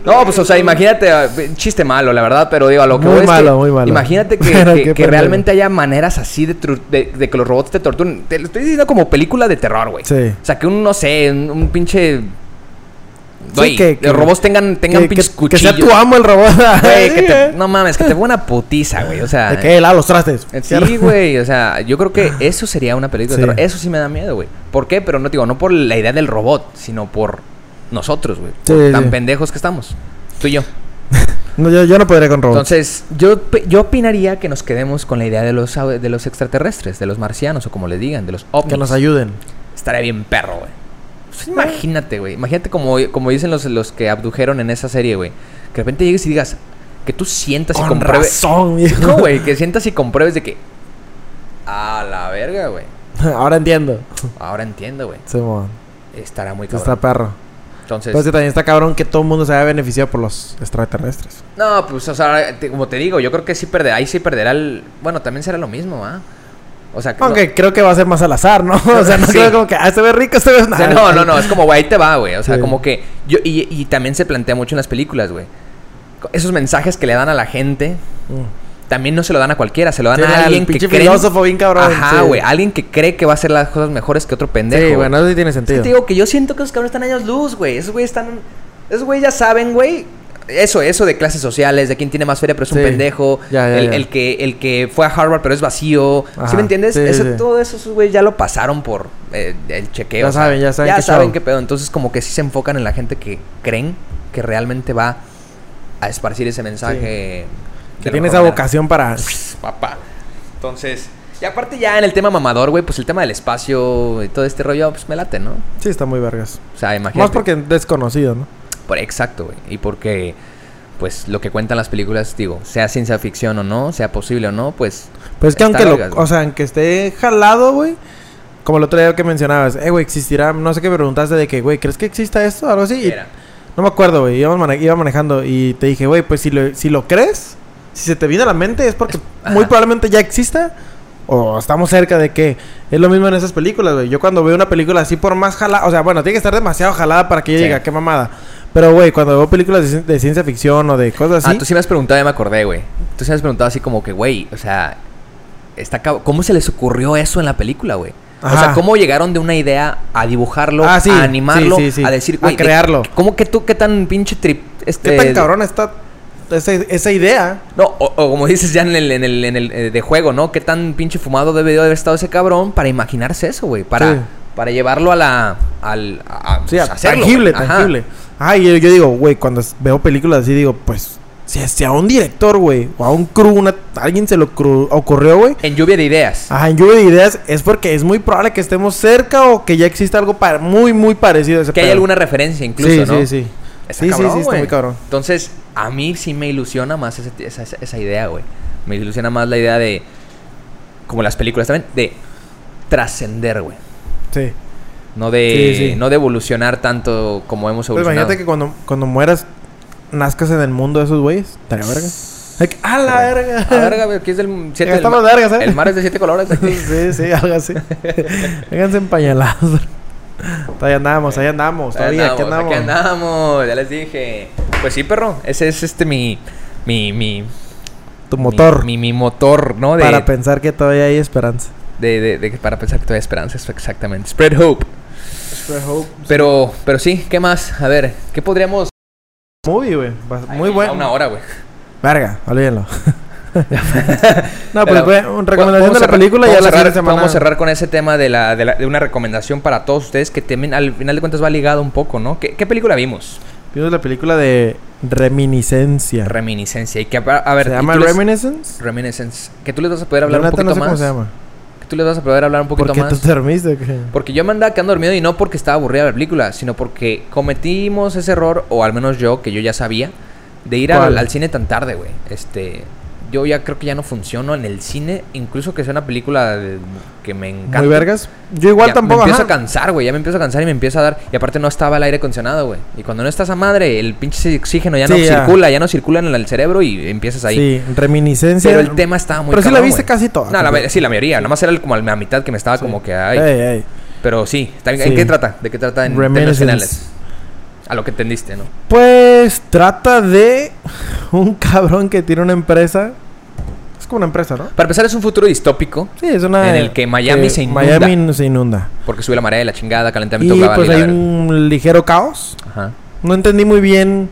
Speaker 1: No, pues, o sea, imagínate, ah, chiste malo, la verdad, pero digo, a lo que
Speaker 2: Muy
Speaker 1: voy es que
Speaker 2: malo, muy malo.
Speaker 1: Imagínate que,
Speaker 2: Pero qué
Speaker 1: que- que
Speaker 2: pendejo.
Speaker 1: realmente haya maneras así de, tru- de, de que los robots te torturen. Te lo estoy diciendo como película de terror, güey.
Speaker 2: Sí.
Speaker 1: O sea, que un, no sé, un, un pinche... Güey,
Speaker 2: que- que-
Speaker 1: los robots tengan, tengan
Speaker 2: que,
Speaker 1: pinches
Speaker 2: que- que sea
Speaker 1: cuchillos.
Speaker 2: tu amo el robot.
Speaker 1: Güey, que
Speaker 2: Sí,
Speaker 1: te- eh.
Speaker 2: eh.
Speaker 1: no mames, que te fue una putiza, güey. O sea,
Speaker 2: De que lava los trastes.
Speaker 1: sí, güey. O sea, yo creo que eso sería una película
Speaker 2: Sí.
Speaker 1: de terror. Eso sí me da miedo, güey. ¿Por qué? Pero no te digo, no por la idea del robot, sino por nosotros, güey.
Speaker 2: Sí,
Speaker 1: Por tan
Speaker 2: sí.
Speaker 1: pendejos que estamos. Tú y yo.
Speaker 2: No, yo, yo no podría con robots.
Speaker 1: Entonces, yo, pe- yo opinaría que nos quedemos con la idea de los, au- de los extraterrestres, de los marcianos, o como le digan, de los ovnis.
Speaker 2: que nos Eh. ayuden.
Speaker 1: Estaría bien perro, güey. Pues imagínate, güey. Imagínate como, como dicen los, los que abdujeron en esa serie, güey. Que de repente llegues y digas, que tú sientas y
Speaker 2: Con
Speaker 1: compruebes.
Speaker 2: razón, viejo.
Speaker 1: No, güey, que sientas y compruebes de que. A la verga, güey.
Speaker 2: Ahora entiendo.
Speaker 1: Ahora entiendo, güey.
Speaker 2: Simón.
Speaker 1: Estará muy cabrón.
Speaker 2: Está pues, eh, perro.
Speaker 1: Entonces,
Speaker 2: Entonces también está cabrón que todo el mundo se haya beneficiado por los extraterrestres.
Speaker 1: no, pues, o sea, te- como te digo, yo creo que sí perderá. Ahí sí perderá el. Bueno, también será lo mismo, ¿ah? O sea, que. no-
Speaker 2: Aunque creo que va a ser más al azar, ¿no? O sea, no
Speaker 1: Sí.
Speaker 2: creo como que, ah, este ve rico, este ve
Speaker 1: O sea,
Speaker 2: nada.
Speaker 1: no, no, no, es como, güey, ahí te va, güey. O sea,
Speaker 2: Sí.
Speaker 1: como que. Yo, y, y también se plantea mucho en las películas, güey. Esos mensajes que le dan a la gente
Speaker 2: Mm.
Speaker 1: también no se lo dan a cualquiera, se lo dan
Speaker 2: Sí,
Speaker 1: a
Speaker 2: al
Speaker 1: alguien que
Speaker 2: pinche
Speaker 1: cree.
Speaker 2: filósofo bien cabrón,
Speaker 1: Ajá,
Speaker 2: sí.
Speaker 1: güey. Alguien que cree que va a hacer las cosas mejores que otro pendejo.
Speaker 2: Sí,
Speaker 1: güey.
Speaker 2: bueno, eso sí tiene
Speaker 1: Sí,
Speaker 2: sentido.
Speaker 1: te digo que yo siento que esos cabrones están años luz, güey. Esos güey están. Esos güey ya saben, güey. Eso, eso de clases sociales, de quién tiene más feria pero es un
Speaker 2: Sí.
Speaker 1: pendejo.
Speaker 2: Ya, ya,
Speaker 1: el,
Speaker 2: ya.
Speaker 1: el que, el que fue a Harvard pero es vacío.
Speaker 2: Ajá.
Speaker 1: ¿Sí me entiendes?
Speaker 2: Sí,
Speaker 1: Eso-
Speaker 2: sí.
Speaker 1: Todo eso, esos güey ya lo pasaron por eh, el chequeo.
Speaker 2: Ya
Speaker 1: o sea,
Speaker 2: saben, ya saben
Speaker 1: Ya
Speaker 2: qué
Speaker 1: saben
Speaker 2: show.
Speaker 1: qué pedo. Entonces, como que sí se enfocan en la gente que creen que realmente va a esparcir ese mensaje. de
Speaker 2: que
Speaker 1: la
Speaker 2: tiene
Speaker 1: mejor
Speaker 2: esa
Speaker 1: manera
Speaker 2: vocación para...
Speaker 1: papá. Entonces, y aparte ya en el tema mamador, güey, pues el tema del espacio y todo este rollo, pues me late, ¿no? O
Speaker 2: Sí, está muy vergas.
Speaker 1: sea, imagínate.
Speaker 2: Más porque es desconocido, ¿no?
Speaker 1: Por, exacto, güey. Y porque, pues lo que cuentan las películas, digo, sea ciencia ficción o no, sea posible o no, pues...
Speaker 2: Pues es que
Speaker 1: está
Speaker 2: aunque lo,
Speaker 1: vergas, güey.
Speaker 2: o sea, aunque esté jalado, güey, como el otro día que mencionabas, eh, güey, existirá, no sé qué preguntaste de que, güey, ¿crees que exista esto? Algo así. y-
Speaker 1: Era.
Speaker 2: no me acuerdo, güey, íbamos mane- iba manejando y te dije, güey, pues si lo, si lo crees, si se te viene a la mente es porque
Speaker 1: ajá.
Speaker 2: muy probablemente ya exista o estamos cerca de que es lo mismo en esas películas, güey. Yo cuando veo una película así por más jalada, o sea, bueno, tiene que estar demasiado jalada para que yo
Speaker 1: Sí.
Speaker 2: diga, qué mamada. Pero, güey, cuando veo películas de, cien- de ciencia ficción o de cosas así...
Speaker 1: Ah, tú sí me has preguntado, ya me acordé, güey. Tú sí me has preguntado así como que, güey, o sea, está cab- ¿cómo se les ocurrió eso en la película, güey? O sea,
Speaker 2: Ajá.
Speaker 1: ¿cómo llegaron de una idea a dibujarlo,
Speaker 2: Ah, sí,
Speaker 1: a animarlo,
Speaker 2: sí, sí, sí.
Speaker 1: a decir,
Speaker 2: A
Speaker 1: güey, de-
Speaker 2: crearlo.
Speaker 1: ¿Cómo que tú, qué tan pinche trip...
Speaker 2: ¿Qué
Speaker 1: Este,
Speaker 2: tan cabrón está esa, esa idea?
Speaker 1: No, o, o como dices ya en el, en el, en el, eh, de juego, ¿no? Qué tan pinche fumado debe de haber estado ese cabrón para imaginarse eso, güey. Para,
Speaker 2: Sí.
Speaker 1: para llevarlo a la. Al, a, a,
Speaker 2: Sí,
Speaker 1: pues, hacerlo,
Speaker 2: tangible,
Speaker 1: güey. Ajá.
Speaker 2: tangible. Ah, yo, yo digo, güey, cuando s- veo películas así, digo, pues, si, si a un director, güey, o a un crew, una, a alguien se lo cru- ocurrió, güey.
Speaker 1: En lluvia de ideas.
Speaker 2: Ajá, en lluvia de ideas es porque es muy probable que estemos cerca o que ya exista algo pa- muy, muy parecido a ese
Speaker 1: que hay
Speaker 2: pedo.
Speaker 1: alguna referencia incluso,
Speaker 2: sí,
Speaker 1: ¿no?
Speaker 2: sí, sí.
Speaker 1: Está
Speaker 2: Sí, sí,
Speaker 1: cabrón,
Speaker 2: sí, está
Speaker 1: güey.
Speaker 2: muy cabrón.
Speaker 1: Entonces, a mí sí me ilusiona más ese- esa, esa- esa idea, güey. Me ilusiona más la idea de. Como las películas también, de trascender, güey.
Speaker 2: Sí. Pues,
Speaker 1: No de,
Speaker 2: Sí, sí.
Speaker 1: no de evolucionar tanto como hemos
Speaker 2: Pues
Speaker 1: evolucionado.
Speaker 2: imagínate que cuando, cuando mueras, nazcas en el mundo de esos güeyes. Estaría verga. Ay, que- ¡A la verga!
Speaker 1: Ah, verga, güey, aquí es del siete
Speaker 2: Ya
Speaker 1: del
Speaker 2: estamos
Speaker 1: ma-
Speaker 2: vergas, ¿eh?
Speaker 1: El mar es de siete colores.
Speaker 2: sí, sí, algo así. Vénganse empañalados. Todavía andamos, ahí andamos, todavía, aquí andamos.
Speaker 1: Aquí andamos, ya les dije. Pues sí, perro, ese es este mi mi mi
Speaker 2: Tu
Speaker 1: mi-
Speaker 2: motor.
Speaker 1: mi, mi motor, ¿no? De,
Speaker 2: Para pensar que todavía hay esperanza.
Speaker 1: de, de- de que para pensar que todavía hay esperanza, eso exactamente. Spread hope. Pero pero sí, ¿qué más? A ver, ¿qué podríamos
Speaker 2: Movie, güey. Bas- Muy
Speaker 1: A una
Speaker 2: bueno.
Speaker 1: hora, güey.
Speaker 2: Verga, olvídenlo. no,
Speaker 1: Pero,
Speaker 2: pues, güey,
Speaker 1: ¿pod-
Speaker 2: una recomendación de
Speaker 1: podemos
Speaker 2: la
Speaker 1: cerrar-
Speaker 2: película ya la
Speaker 1: podemos
Speaker 2: siguiente
Speaker 1: cerrar,
Speaker 2: semana.
Speaker 1: Vamos a cerrar con ese tema de, la, de, la- de una recomendación para todos ustedes que también al final de cuentas va ligado un poco, ¿no? ¿Qué, qué película vimos?
Speaker 2: Vimos la película de Reminiscencia.
Speaker 1: Reminiscencia. Y que, a, a ver,
Speaker 2: ¿Se
Speaker 1: y
Speaker 2: llama
Speaker 1: tú les-
Speaker 2: Reminiscence?
Speaker 1: Reminiscence. Que tú les vas a poder hablar
Speaker 2: La
Speaker 1: un
Speaker 2: neta
Speaker 1: poquito
Speaker 2: no sé
Speaker 1: más.
Speaker 2: cómo se llama.
Speaker 1: Que tú les vas a poder hablar un
Speaker 2: ¿Por
Speaker 1: poquito
Speaker 2: qué tú
Speaker 1: más.
Speaker 2: te dormiste o qué?
Speaker 1: Porque yo me andaba quedando dormido y no porque estaba aburrida la película, sino porque cometimos ese error, o al menos yo, que yo ya sabía, de ir al,
Speaker 2: ¿Cuál?
Speaker 1: al cine tan tarde, güey. Este. Yo ya creo que ya no funciono en el cine, incluso que sea una película de- que me encanta.
Speaker 2: ¿Muy vergas? Yo igual
Speaker 1: Ya
Speaker 2: tampoco,
Speaker 1: Me empiezo
Speaker 2: ajá.
Speaker 1: a cansar, güey. Ya me empiezo a cansar y me empiezo a dar. Y aparte no estaba el aire acondicionado, güey. Y cuando no estás a madre, el pinche oxígeno ya no
Speaker 2: Sí, ya.
Speaker 1: circula, ya no circula en el cerebro y empiezas ahí.
Speaker 2: Sí, Reminiscencia.
Speaker 1: Pero el tema estaba muy
Speaker 2: Pero sí la
Speaker 1: cabrón,
Speaker 2: viste
Speaker 1: güey.
Speaker 2: casi toda.
Speaker 1: No, la ma- sí, la mayoría. Nada más era el- como la mitad que me estaba como que... Ay.
Speaker 2: Ey, ey.
Speaker 1: Pero sí, está bien. ¿en
Speaker 2: Sí.
Speaker 1: qué trata? ¿De qué trata en términos
Speaker 2: Reminiscence.
Speaker 1: finales? A lo que entendiste, ¿no?
Speaker 2: Pues trata de un cabrón que tiene una empresa. Es como una empresa, ¿no?
Speaker 1: Para empezar, es un futuro distópico.
Speaker 2: Sí, es una.
Speaker 1: En el que Miami se inunda.
Speaker 2: Miami se inunda.
Speaker 1: Porque sube la marea de la chingada,
Speaker 2: Y
Speaker 1: calentamiento global.
Speaker 2: pues
Speaker 1: y la
Speaker 2: hay
Speaker 1: verga.
Speaker 2: un ligero caos.
Speaker 1: Ajá.
Speaker 2: No entendí muy bien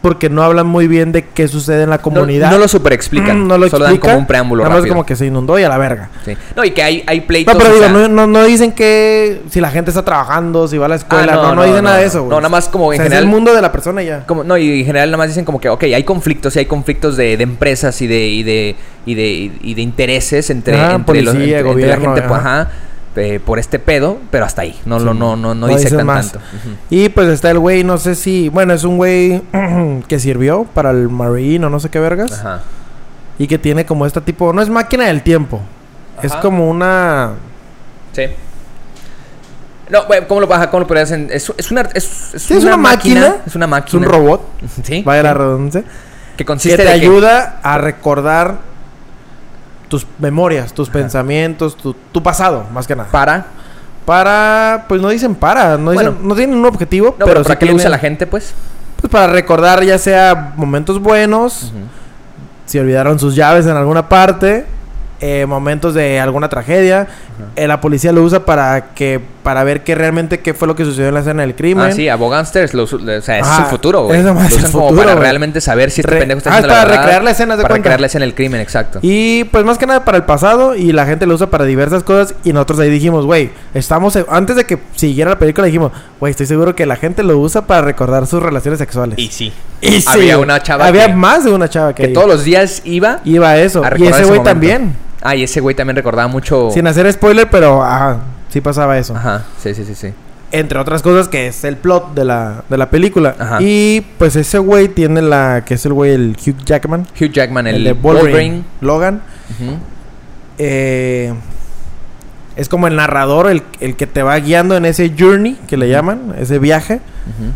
Speaker 2: porque no hablan muy bien de qué sucede en la comunidad. Mm,
Speaker 1: No, no lo superexplican.
Speaker 2: No lo
Speaker 1: Solo dan como
Speaker 2: explican.
Speaker 1: un preámbulo
Speaker 2: Nada más
Speaker 1: rápido.
Speaker 2: como que se inundó y a la verga.
Speaker 1: Sí. No, y que hay, hay pleitos.
Speaker 2: No, pero
Speaker 1: o
Speaker 2: digo,
Speaker 1: sea-
Speaker 2: no, no, no dicen que si la gente está trabajando, si va a la escuela,
Speaker 1: Ah,
Speaker 2: no, no, dicen nada de eso, güey.
Speaker 1: No, nada más como
Speaker 2: O
Speaker 1: en
Speaker 2: sea, es
Speaker 1: general...
Speaker 2: el mundo de la persona y ya.
Speaker 1: Como- no, y en general nada más dicen como que, ok, hay conflictos, y hay conflictos de, de empresas y de, y de, y de, y de intereses entre,
Speaker 2: Ajá,
Speaker 1: entre los-
Speaker 2: Ah, policía,
Speaker 1: entre- entre la
Speaker 2: gobierno,
Speaker 1: gente, pues,
Speaker 2: ajá.
Speaker 1: ajá, eh, por este pedo, pero hasta ahí, no,
Speaker 2: Sí.
Speaker 1: lo, no, no, no,
Speaker 2: No dicen
Speaker 1: disectan
Speaker 2: más.
Speaker 1: tanto. Ujú.
Speaker 2: Y pues está el güey, no sé si. Bueno, es un güey que sirvió para el Marine o no sé qué vergas.
Speaker 1: Ajá.
Speaker 2: Y que tiene como este tipo. No es máquina del tiempo. Es
Speaker 1: Ajá.
Speaker 2: como una.
Speaker 1: Sí. No, güey, ¿cómo lo, baja? ¿cómo lo podrías en- Es, es una, es,
Speaker 2: Sí, es una máquina.
Speaker 1: Es una máquina.
Speaker 2: Es un robot,
Speaker 1: Sí.
Speaker 2: vaya la redundancia,
Speaker 1: Que
Speaker 2: que
Speaker 1: consiste
Speaker 2: te
Speaker 1: de que-
Speaker 2: ayuda a recordar tus memorias, tus pensamientos, tu, tu pasado, más que nada.
Speaker 1: para.
Speaker 2: para, pues no dicen para, no, dicen-
Speaker 1: Bueno.
Speaker 2: no tienen un objetivo,
Speaker 1: No, pero,
Speaker 2: pero, sí
Speaker 1: para que lo usa
Speaker 2: tienen-
Speaker 1: la gente, pues.
Speaker 2: pues, para recordar ya sea momentos buenos, si olvidaron sus llaves en alguna parte, eh, momentos de alguna tragedia. Eh, la policía lo usa para que para ver qué realmente qué fue lo que sucedió en la escena del crimen.
Speaker 1: Ah, sí, a Bogánsters, lo usu- le- o sea, ese es
Speaker 2: Ajá,
Speaker 1: su futuro, güey.
Speaker 2: es
Speaker 1: Lo
Speaker 2: lo más el
Speaker 1: usan como
Speaker 2: futuro,
Speaker 1: para
Speaker 2: güey.
Speaker 1: realmente saber si este
Speaker 2: Re-
Speaker 1: pendejo está
Speaker 2: Ah,
Speaker 1: haciendo
Speaker 2: es
Speaker 1: la
Speaker 2: para
Speaker 1: verdad,
Speaker 2: recrear la escena, ¿te
Speaker 1: Para
Speaker 2: cuenta?
Speaker 1: recrear la escena del crimen, exacto.
Speaker 2: Y pues más que nada para el pasado y la gente lo usa para diversas cosas y nosotros ahí dijimos, güey, estamos se- antes de que siguiera la película dijimos, güey, estoy seguro que la gente lo usa para recordar sus relaciones sexuales.
Speaker 1: sí.
Speaker 2: Y sí,
Speaker 1: Había una chava
Speaker 2: había
Speaker 1: que-
Speaker 2: más de una chava que,
Speaker 1: Que
Speaker 2: ahí
Speaker 1: todos los días iba.
Speaker 2: iba a eso
Speaker 1: a
Speaker 2: y
Speaker 1: recordar
Speaker 2: ese
Speaker 1: ese
Speaker 2: güey
Speaker 1: momento.
Speaker 2: también,
Speaker 1: Ah, y ese güey también recordaba mucho.
Speaker 2: sin hacer spoiler, pero ajá, sí pasaba eso.
Speaker 1: Ajá, sí, sí, sí, sí.
Speaker 2: Entre otras cosas que es el plot de la, de la película.
Speaker 1: Ajá.
Speaker 2: Y pues ese güey tiene la... que es el güey, el Hugh Jackman.
Speaker 1: Hugh Jackman, el,
Speaker 2: de
Speaker 1: Wolverine.
Speaker 2: Logan.
Speaker 1: Ujú.
Speaker 2: eh, es como el narrador, el, el que te va guiando en ese journey que le llaman, ese viaje,
Speaker 1: Ujú.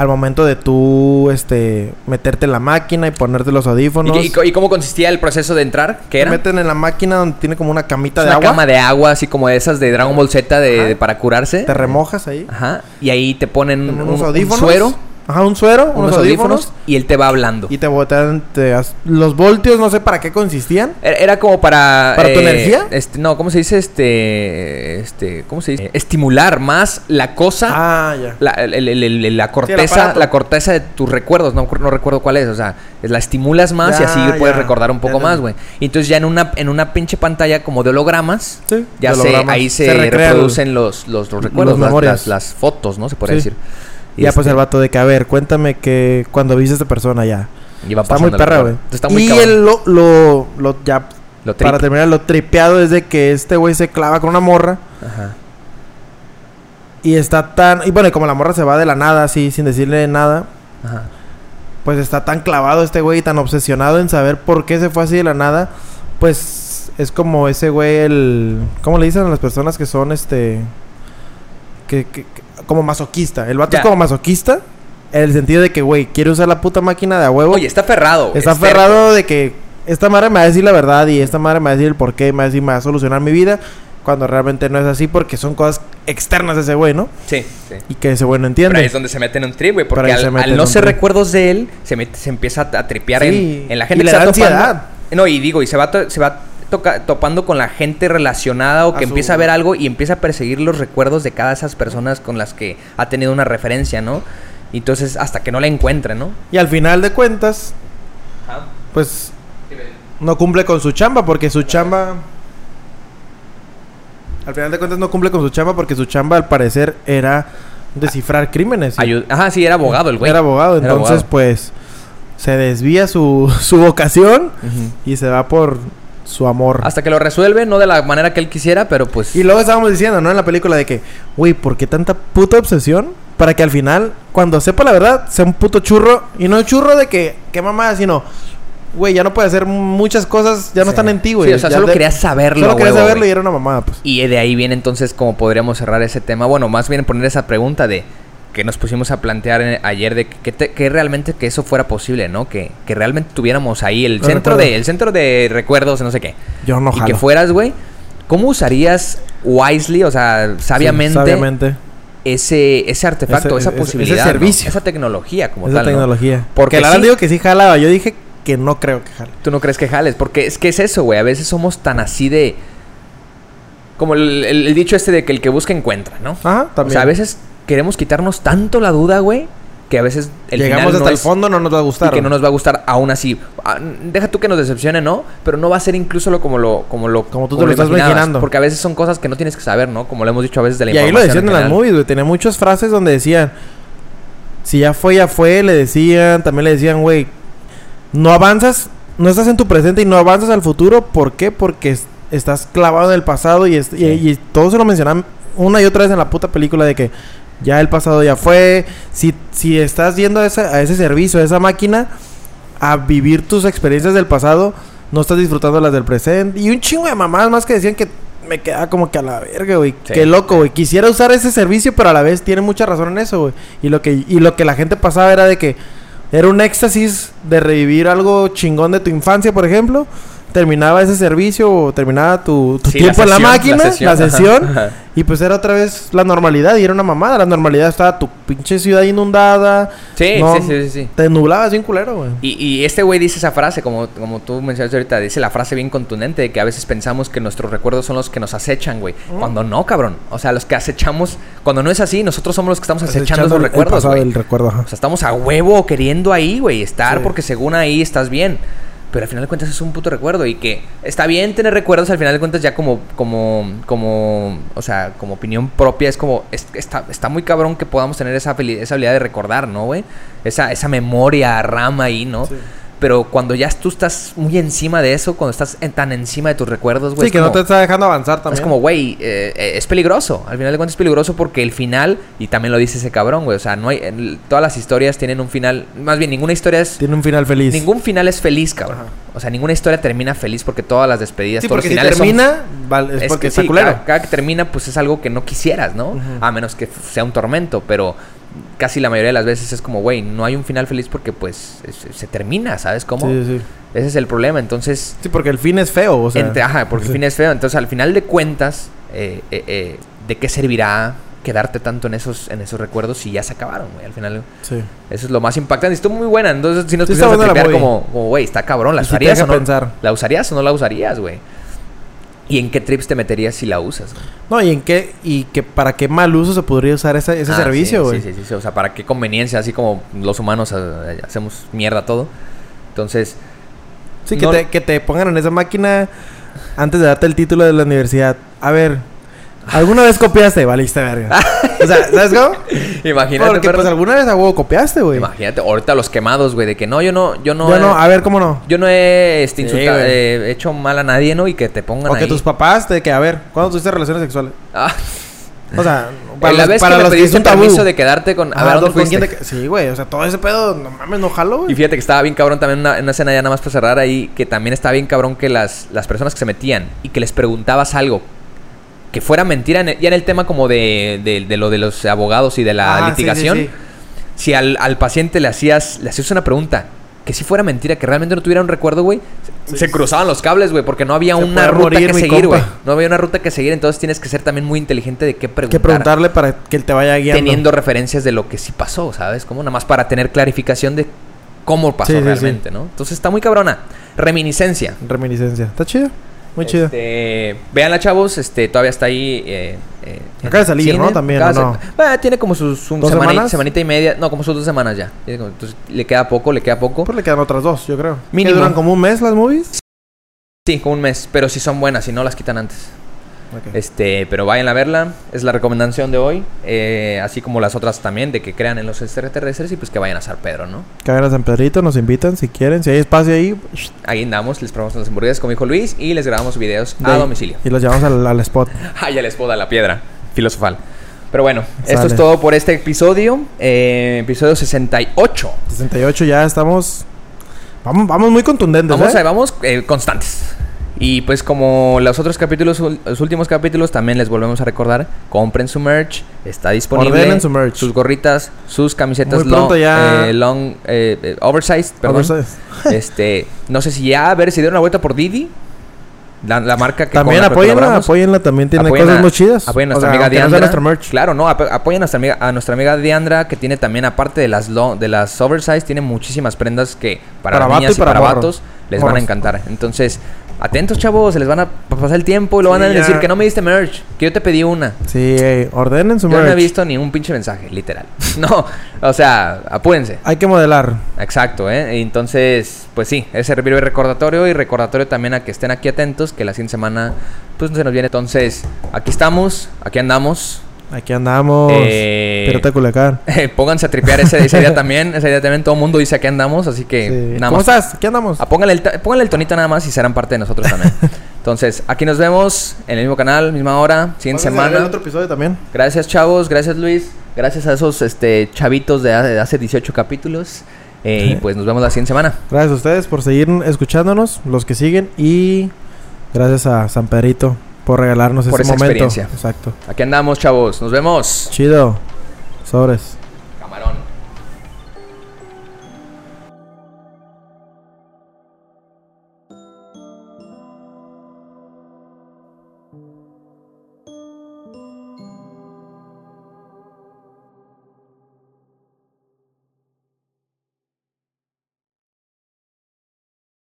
Speaker 2: al momento de tú este, meterte en la máquina y ponerte los
Speaker 1: ¿Y
Speaker 2: audífonos.
Speaker 1: qué- ¿Y, co- y cómo consistía el proceso de entrar? ¿Qué
Speaker 2: te
Speaker 1: era?
Speaker 2: meten en la máquina donde tiene como una camita
Speaker 1: Es
Speaker 2: de
Speaker 1: una
Speaker 2: agua.
Speaker 1: cama de agua, así como de esas de Dragon Ball Z de,
Speaker 2: Ajá.
Speaker 1: de para curarse.
Speaker 2: Te remojas ahí.
Speaker 1: Ajá. Y ahí te ponen
Speaker 2: con
Speaker 1: un,
Speaker 2: unos
Speaker 1: un
Speaker 2: audífonos.
Speaker 1: suero,
Speaker 2: Ajá, un suero,
Speaker 1: unos, audífonos, y él te va hablando.
Speaker 2: Y te botan. te as- los voltios, no sé para qué consistían.
Speaker 1: Era- Era como para...
Speaker 2: ¿Para tu energía?
Speaker 1: Este, no, ¿cómo se dice? Este... este ¿Cómo se dice? Eh, Estimular más la cosa,
Speaker 2: Ah, ya.
Speaker 1: la, el- el- el- el- la corteza
Speaker 2: aparato.
Speaker 1: la corteza de tus recuerdos. No, no recuerdo cuál es. O sea, la estimulas más y
Speaker 2: Ya,
Speaker 1: así puedes
Speaker 2: ya,
Speaker 1: recordar un
Speaker 2: ya
Speaker 1: poco más,
Speaker 2: entendí.
Speaker 1: güey. Y entonces ya en una, en una pinche pantalla como de hologramas...
Speaker 2: Sí,
Speaker 1: Ya
Speaker 2: de
Speaker 1: se,
Speaker 2: hologramas.
Speaker 1: ahí se,
Speaker 2: recrea el-
Speaker 1: reproducen los, los, los recuerdos, las-
Speaker 2: memorias.
Speaker 1: las, las fotos, ¿no? Se podría
Speaker 2: Sí.
Speaker 1: decir. Y
Speaker 2: Ya pues
Speaker 1: este,
Speaker 2: el vato de que, a ver, cuéntame que cuando viste a esta persona ya.
Speaker 1: y va
Speaker 2: Está muy
Speaker 1: pasando la-
Speaker 2: perra, güey.
Speaker 1: Está muy
Speaker 2: y
Speaker 1: cabrón.
Speaker 2: el lo, lo, lo- ya,
Speaker 1: Lo trip.
Speaker 2: para terminar, lo tripeado es de que este güey se clava con una morra
Speaker 1: Ajá.
Speaker 2: y está tan... Y bueno, y como la morra se va de la nada, así, sin decirle nada,
Speaker 1: Ajá.
Speaker 2: pues está tan clavado este güey y tan obsesionado en saber por qué se fue así de la nada, pues es como ese güey el... ¿Cómo le dicen a las personas que son este... Que, que- que- como masoquista? El vato
Speaker 1: Ya.
Speaker 2: es como masoquista en el sentido de que, güey, quiere usar la puta máquina de a huevo.
Speaker 1: Oye, está ferrado.
Speaker 2: Está
Speaker 1: es terco.
Speaker 2: aferrado de que esta madre me va a decir la verdad y esta madre me va a decir el porqué, me va a decir, me va a solucionar mi vida, cuando realmente no es así porque son cosas externas de ese güey, ¿no?
Speaker 1: Sí, sí.
Speaker 2: Y que ese güey no
Speaker 1: Pero ahí
Speaker 2: entiende.
Speaker 1: es donde se mete en un trip, güey.
Speaker 2: Pero
Speaker 1: Porque
Speaker 2: ahí
Speaker 1: al,
Speaker 2: se
Speaker 1: al
Speaker 2: mete en
Speaker 1: no
Speaker 2: un
Speaker 1: ser
Speaker 2: trip.
Speaker 1: recuerdos de él, se, mete- se empieza a, a tripear en-
Speaker 2: Sí,
Speaker 1: en, la
Speaker 2: y
Speaker 1: gente.
Speaker 2: le
Speaker 1: que se
Speaker 2: da
Speaker 1: va topando.
Speaker 2: ansiedad.
Speaker 1: No, y digo, y se va, to- se va toca- topando con la gente relacionada o
Speaker 2: A
Speaker 1: que
Speaker 2: su-
Speaker 1: empieza a ver algo y empieza a perseguir los recuerdos de cada de esas personas con las que ha tenido una referencia, ¿no? Y entonces, hasta que no la encuentre, ¿no?
Speaker 2: Y al final de cuentas, pues no cumple con su chamba porque su chamba... Al final de cuentas no cumple con su chamba porque su chamba al parecer era descifrar crímenes. y
Speaker 1: Ayu- Ajá, sí, era abogado el güey.
Speaker 2: Era abogado,
Speaker 1: Era
Speaker 2: entonces
Speaker 1: abogado.
Speaker 2: pues se desvía su, su vocación
Speaker 1: Ujú.
Speaker 2: y se va por su amor.
Speaker 1: Hasta que lo resuelve, no de la manera que él quisiera, pero pues.
Speaker 2: Y luego estábamos diciendo, ¿no? En la película de que, güey, ¿por qué tanta puta obsesión? Para que al final, cuando sepa la verdad, sea un puto churro. Y no churro de que, qué mamada, sino, güey, ya no puede hacer muchas cosas, ya no
Speaker 1: Sí.
Speaker 2: están en ti, güey.
Speaker 1: Sí, o sea,
Speaker 2: Ya
Speaker 1: solo
Speaker 2: de-
Speaker 1: quería saberlo.
Speaker 2: Solo
Speaker 1: a
Speaker 2: quería
Speaker 1: huevo,
Speaker 2: saberlo
Speaker 1: güey.
Speaker 2: y era una mamada, pues.
Speaker 1: Y de ahí viene entonces como podríamos cerrar ese tema. Bueno, más bien poner esa pregunta de que nos pusimos a plantear en- ayer de que, te- que realmente que eso fuera posible, ¿no? Que, que realmente tuviéramos ahí el
Speaker 2: Lo
Speaker 1: centro de
Speaker 2: recuerdo.
Speaker 1: el centro de recuerdos, no sé qué.
Speaker 2: Yo no
Speaker 1: Y que
Speaker 2: jalo.
Speaker 1: fueras, güey, ¿cómo usarías wisely, o sea, sabiamente,
Speaker 2: Sí, sabiamente.
Speaker 1: ese ese artefacto,
Speaker 2: Ese- ese-
Speaker 1: esa
Speaker 2: ese
Speaker 1: posibilidad, ¿no?
Speaker 2: servicio.
Speaker 1: esa tecnología como
Speaker 2: Esa
Speaker 1: tal, ¿no?
Speaker 2: tecnología.
Speaker 1: Porque
Speaker 2: Porque la verdad
Speaker 1: sí.
Speaker 2: digo que sí jalaba. Yo dije que no creo que jale.
Speaker 1: Tú no crees que jales, porque es que es eso, güey. A veces somos tan así de. Como el, el- el dicho este de que el que busca encuentra, ¿no?
Speaker 2: Ajá,
Speaker 1: O sea, a veces queremos quitarnos tanto la duda, güey, que a veces el
Speaker 2: Llegamos
Speaker 1: final no
Speaker 2: hasta el
Speaker 1: es-
Speaker 2: fondo, no nos va a
Speaker 1: y
Speaker 2: gustar.
Speaker 1: que no
Speaker 2: güey.
Speaker 1: nos va a gustar aún así. Ah, Deja tú que nos decepcione, ¿no? Pero no va a ser incluso lo como lo como lo
Speaker 2: Como tú te lo estás
Speaker 1: imaginabas,
Speaker 2: imaginando.
Speaker 1: Porque a veces son cosas que no tienes que saber, ¿no? Como lo hemos dicho a veces de la
Speaker 2: Y ahí lo decían
Speaker 1: información
Speaker 2: en
Speaker 1: en
Speaker 2: las
Speaker 1: general.
Speaker 2: movies, güey. Tenía muchas frases donde decían: Si ya fue, ya fue. Le decían, también le decían, güey, no avanzas, no estás en tu presente y no avanzas al futuro. ¿Por qué? Porque es- estás clavado en el pasado y, es- y-
Speaker 1: Sí.
Speaker 2: y todos se lo mencionan una y otra vez en la puta película de que ya el pasado ya fue. Si, si estás yendo a, esa- a ese servicio, a esa máquina, a vivir tus experiencias del pasado, no estás disfrutando las del presente. Y un chingo de mamás más que decían que me quedaba como que a la verga, güey.
Speaker 1: Sí.
Speaker 2: Qué loco, güey. Quisiera usar ese servicio, pero a la vez tiene mucha razón en eso, güey. Y lo que, y lo que la gente pasaba era de que era un éxtasis de revivir algo chingón de tu infancia, por ejemplo. Terminaba ese servicio o terminaba tu, tu
Speaker 1: Sí,
Speaker 2: tiempo en la
Speaker 1: sesión,
Speaker 2: máquina, la sesión.
Speaker 1: ajá, ajá.
Speaker 2: Y pues era otra vez la normalidad y era una mamada. La normalidad estaba tu pinche ciudad inundada.
Speaker 1: Sí,
Speaker 2: no,
Speaker 1: sí, sí, sí, sí.
Speaker 2: Te nublabas bien culero, güey.
Speaker 1: Y, y este güey dice esa frase, como, como tú mencionaste ahorita, dice la frase bien contundente de que a veces pensamos que nuestros recuerdos son los que nos acechan, güey.
Speaker 2: Mm.
Speaker 1: Cuando no, cabrón. O sea, los que acechamos, cuando no es así, nosotros somos los que estamos acechando
Speaker 2: Echando
Speaker 1: esos
Speaker 2: el- el
Speaker 1: pues, recuerdos,
Speaker 2: pasado,
Speaker 1: güey.
Speaker 2: El recuerdo, ajá.
Speaker 1: O sea, estamos a huevo queriendo ahí, güey, estar
Speaker 2: Sí.
Speaker 1: porque según ahí estás bien. Pero al final de cuentas es un puto recuerdo y que está bien tener recuerdos, al final de cuentas ya como, como, como, o sea, como opinión propia es como, es- está, está muy cabrón que podamos tener esa, habili- esa habilidad de recordar, ¿no, güey? Esa, esa memoria rama ahí, ¿no?
Speaker 2: Sí.
Speaker 1: Pero cuando ya tú estás muy encima de eso, cuando estás en- tan encima de tus recuerdos, güey.
Speaker 2: sí,
Speaker 1: Pues, es
Speaker 2: que no
Speaker 1: como-
Speaker 2: te está dejando avanzar también.
Speaker 1: es como, güey, eh, eh, es peligroso. Al final de cuentas es peligroso porque el final, y también lo dice ese cabrón, güey. O sea, no hay. el- todas las historias tienen un final. Más bien, ninguna historia es.
Speaker 2: Tiene un final feliz.
Speaker 1: Ningún final es feliz, cabrón.
Speaker 2: Ajá.
Speaker 1: O sea, ninguna historia termina feliz porque todas las despedidas,
Speaker 2: Sí,
Speaker 1: todos
Speaker 2: porque si
Speaker 1: los finales son-
Speaker 2: termina, vale, es,
Speaker 1: es
Speaker 2: porque
Speaker 1: que
Speaker 2: está
Speaker 1: sí,
Speaker 2: culero.
Speaker 1: Cada, cada que termina, pues es algo que no quisieras, ¿no?
Speaker 2: Ujú.
Speaker 1: A menos que f- sea un tormento, pero casi la mayoría de las veces es como, güey, no hay un final feliz porque, pues, es- se termina, ¿sabes cómo?
Speaker 2: Sí, sí.
Speaker 1: Ese es el problema. Entonces,
Speaker 2: Sí, porque el fin es feo, o sea.
Speaker 1: Entre- ajá, porque el
Speaker 2: sí.
Speaker 1: fin es feo. Entonces, al final de cuentas, eh, eh, eh, ¿de qué servirá quedarte tanto en esos, en esos recuerdos si ya se acabaron, güey? Al final,
Speaker 2: Sí.
Speaker 1: eso es lo más impactante. Estuvo muy buena. Entonces, si nos
Speaker 2: Sí,
Speaker 1: pusiéramos a
Speaker 2: está buena la
Speaker 1: tripear
Speaker 2: movie.
Speaker 1: como, como, güey, está cabrón, ¿la
Speaker 2: Y sí te
Speaker 1: usarías
Speaker 2: deja
Speaker 1: o no?
Speaker 2: pensar.
Speaker 1: ¿La usarías o no la usarías, güey? ¿Y en qué trips te meterías si la usas? güey?
Speaker 2: No, y en qué y que para qué mal uso se podría usar ese, ese
Speaker 1: Ah, sí,
Speaker 2: servicio, güey.
Speaker 1: Sí, sí, sí, sí. O sea, ¿para qué conveniencia? Así como los humanos eh, hacemos mierda todo. Entonces,
Speaker 2: Sí, que,
Speaker 1: No-
Speaker 2: te, que te pongan en esa máquina antes de darte el título de la universidad. A ver, ¿alguna vez copiaste? Valiste
Speaker 1: Ah,
Speaker 2: verga. o sea, ¿sabes cómo?
Speaker 1: imagínate,
Speaker 2: Porque
Speaker 1: perro.
Speaker 2: pues alguna vez a huevo copiaste, güey.
Speaker 1: imagínate, ahorita los quemados, güey, de que no, yo no, yo no.
Speaker 2: No,
Speaker 1: eh,
Speaker 2: no, a ver, ¿cómo no?
Speaker 1: Yo no he este,
Speaker 2: Sí,
Speaker 1: insulta-
Speaker 2: güey.
Speaker 1: eh, hecho mal a nadie, ¿no? Y que te pongan
Speaker 2: O que
Speaker 1: ahí.
Speaker 2: tus papás te que, a ver, ¿cuándo tuviste relaciones sexuales?
Speaker 1: Ah,
Speaker 2: O sea,
Speaker 1: para Eh, la
Speaker 2: los-
Speaker 1: vez
Speaker 2: para
Speaker 1: que me
Speaker 2: los es
Speaker 1: pediste
Speaker 2: un tabú.
Speaker 1: permiso de quedarte con... A
Speaker 2: Ajá,
Speaker 1: ver, ¿dónde
Speaker 2: ¿con quién
Speaker 1: fuiste?
Speaker 2: te que- Sí, güey, o sea, todo ese pedo, no mames, no jalo,
Speaker 1: Y
Speaker 2: güey.
Speaker 1: fíjate que estaba bien cabrón también una, en una escena ya nada más para cerrar ahí, que también estaba bien cabrón que las, las personas que se metían y que les preguntabas algo que fuera mentira, en el- ya en el tema como de, de- de lo de los abogados y de la
Speaker 2: Ah, sí, sí,
Speaker 1: litigación,
Speaker 2: sí.
Speaker 1: si al, al paciente le hacías, le hacías una pregunta que si fuera mentira, que realmente no tuviera un recuerdo, güey, se- se cruzaban los cables, güey, porque no había
Speaker 2: Se
Speaker 1: una
Speaker 2: puede
Speaker 1: ruta
Speaker 2: morir,
Speaker 1: que
Speaker 2: mi
Speaker 1: seguir, güey.
Speaker 2: compa.
Speaker 1: No había una ruta que seguir, entonces tienes que ser también muy inteligente de qué preguntar.
Speaker 2: Que preguntarle para que él te vaya guiando.
Speaker 1: Teniendo referencias de lo que sí pasó, ¿sabes? Como nada más para tener clarificación de cómo pasó
Speaker 2: Sí, sí,
Speaker 1: realmente, ¿no? Entonces está muy cabrona. Reminiscencia.
Speaker 2: Reminiscencia. Está chido. Muy chido.
Speaker 1: Este, véanla, chavos. Este, todavía está ahí. eh, eh, en
Speaker 2: Acaba de salir,
Speaker 1: cine.
Speaker 2: ¿no? También,
Speaker 1: Acaba de
Speaker 2: ¿o
Speaker 1: sa- Ah, tiene como sus su
Speaker 2: ¿Dos
Speaker 1: semana y-
Speaker 2: semanas?
Speaker 1: semanita y media. No, como sus dos semanas ya. Tiene como- entonces, le queda poco, le queda poco.
Speaker 2: Pues le quedan otras dos, yo creo. ¿Que
Speaker 1: Mínimo.
Speaker 2: duran como un mes las movies?
Speaker 1: Sí, como un mes. Pero si son buenas, si no las quitan antes.
Speaker 2: Ok.
Speaker 1: Este, pero vayan a verla. Es la recomendación de hoy. eh, así como las otras también, de que crean en los extraterrestres y pues que vayan a San Pedro, ¿no?
Speaker 2: Que vayan a San Pedrito, nos invitan si quieren. Si hay espacio ahí, shh,
Speaker 1: Ahí andamos, les probamos las hamburguesas, como dijo Luis, y les grabamos videos
Speaker 2: de
Speaker 1: a
Speaker 2: ahí.
Speaker 1: domicilio.
Speaker 2: Y los llevamos al, al spot.
Speaker 1: Ah, ya les poda la piedra filosofal. Pero bueno, esto
Speaker 2: Sale.
Speaker 1: es todo por este episodio. eh, episodio 68.
Speaker 2: 68 ya estamos. Vamos, vamos muy contundentes.
Speaker 1: Vamos,
Speaker 2: ¿eh?
Speaker 1: a- vamos eh, constantes. Y pues como los otros capítulos, ul- los últimos capítulos, también les volvemos a recordar, compren su merch, está disponible.
Speaker 2: Ordenen su merch.
Speaker 1: Sus gorritas, sus camisetas
Speaker 2: Muy pronto
Speaker 1: long,
Speaker 2: ya-
Speaker 1: eh, long eh, eh, oversized, perdón.
Speaker 2: Oversize.
Speaker 1: Este, no sé si ya, a ver si dieron la vuelta por Didi. La, la marca que con
Speaker 2: También
Speaker 1: la que
Speaker 2: apóyenla,
Speaker 1: colaboramos.
Speaker 2: apóyenla. También tiene
Speaker 1: Apoyen
Speaker 2: cosas
Speaker 1: a-
Speaker 2: muy chidas.
Speaker 1: Apoyen
Speaker 2: O
Speaker 1: a nuestra
Speaker 2: sea,
Speaker 1: amiga
Speaker 2: aunque no sea
Speaker 1: Diandra.
Speaker 2: nuestra merch.
Speaker 1: Claro, no, ap- apoyen a nuestra amiga, a nuestra amiga Diandra, que tiene también, aparte de las lo- de las oversize, tiene muchísimas prendas que para,
Speaker 2: Para
Speaker 1: las
Speaker 2: vato
Speaker 1: niñas
Speaker 2: y
Speaker 1: y para,
Speaker 2: para morro.
Speaker 1: vatos les van a
Speaker 2: Morros.
Speaker 1: encantar. Entonces, atentos, chavos, se les van a pa- pasar el tiempo y lo
Speaker 2: Sí,
Speaker 1: van a
Speaker 2: ya.
Speaker 1: decir que no me diste merch, que yo te pedí una.
Speaker 2: Sí, eh, ordenen su
Speaker 1: Yo no he
Speaker 2: merch.
Speaker 1: visto ni un pinche mensaje, literal. No, o sea, apúrense.
Speaker 2: Hay que modelar.
Speaker 1: Exacto, ¿eh? Entonces, pues sí, ese servirve de recordatorio y recordatorio también a que estén aquí atentos, que la siguiente semana pues se nos viene. Entonces, aquí estamos, aquí andamos.
Speaker 2: Aquí andamos.
Speaker 1: Eh,
Speaker 2: Pero te Culiacán.
Speaker 1: Pónganse a tripear ese, esa idea también, esa idea también, todo el mundo dice aquí andamos, así que
Speaker 2: Sí.
Speaker 1: eh, nada
Speaker 2: ¿Cómo
Speaker 1: más.
Speaker 2: estás? Aquí andamos.
Speaker 1: Ah, pónganle, el, ta- pónganle el tonito nada más y serán parte de nosotros también. Entonces, aquí nos vemos en el mismo canal, misma hora, siguiente
Speaker 2: Vamos a ver
Speaker 1: semana.
Speaker 2: el otro episodio también.
Speaker 1: Gracias, chavos. Gracias, Luis. Gracias a esos este, chavitos de hace, de hace 18 capítulos. Eh, Y
Speaker 2: Sí.
Speaker 1: pues nos vemos la siguiente semana.
Speaker 2: Gracias a ustedes por seguir escuchándonos, los que siguen, y gracias a San Pedrito por regalarnos
Speaker 1: Por
Speaker 2: ese
Speaker 1: esa
Speaker 2: momento.
Speaker 1: experiencia.
Speaker 2: Exacto.
Speaker 1: Aquí andamos, chavos. Nos vemos.
Speaker 2: Chido. Sobres.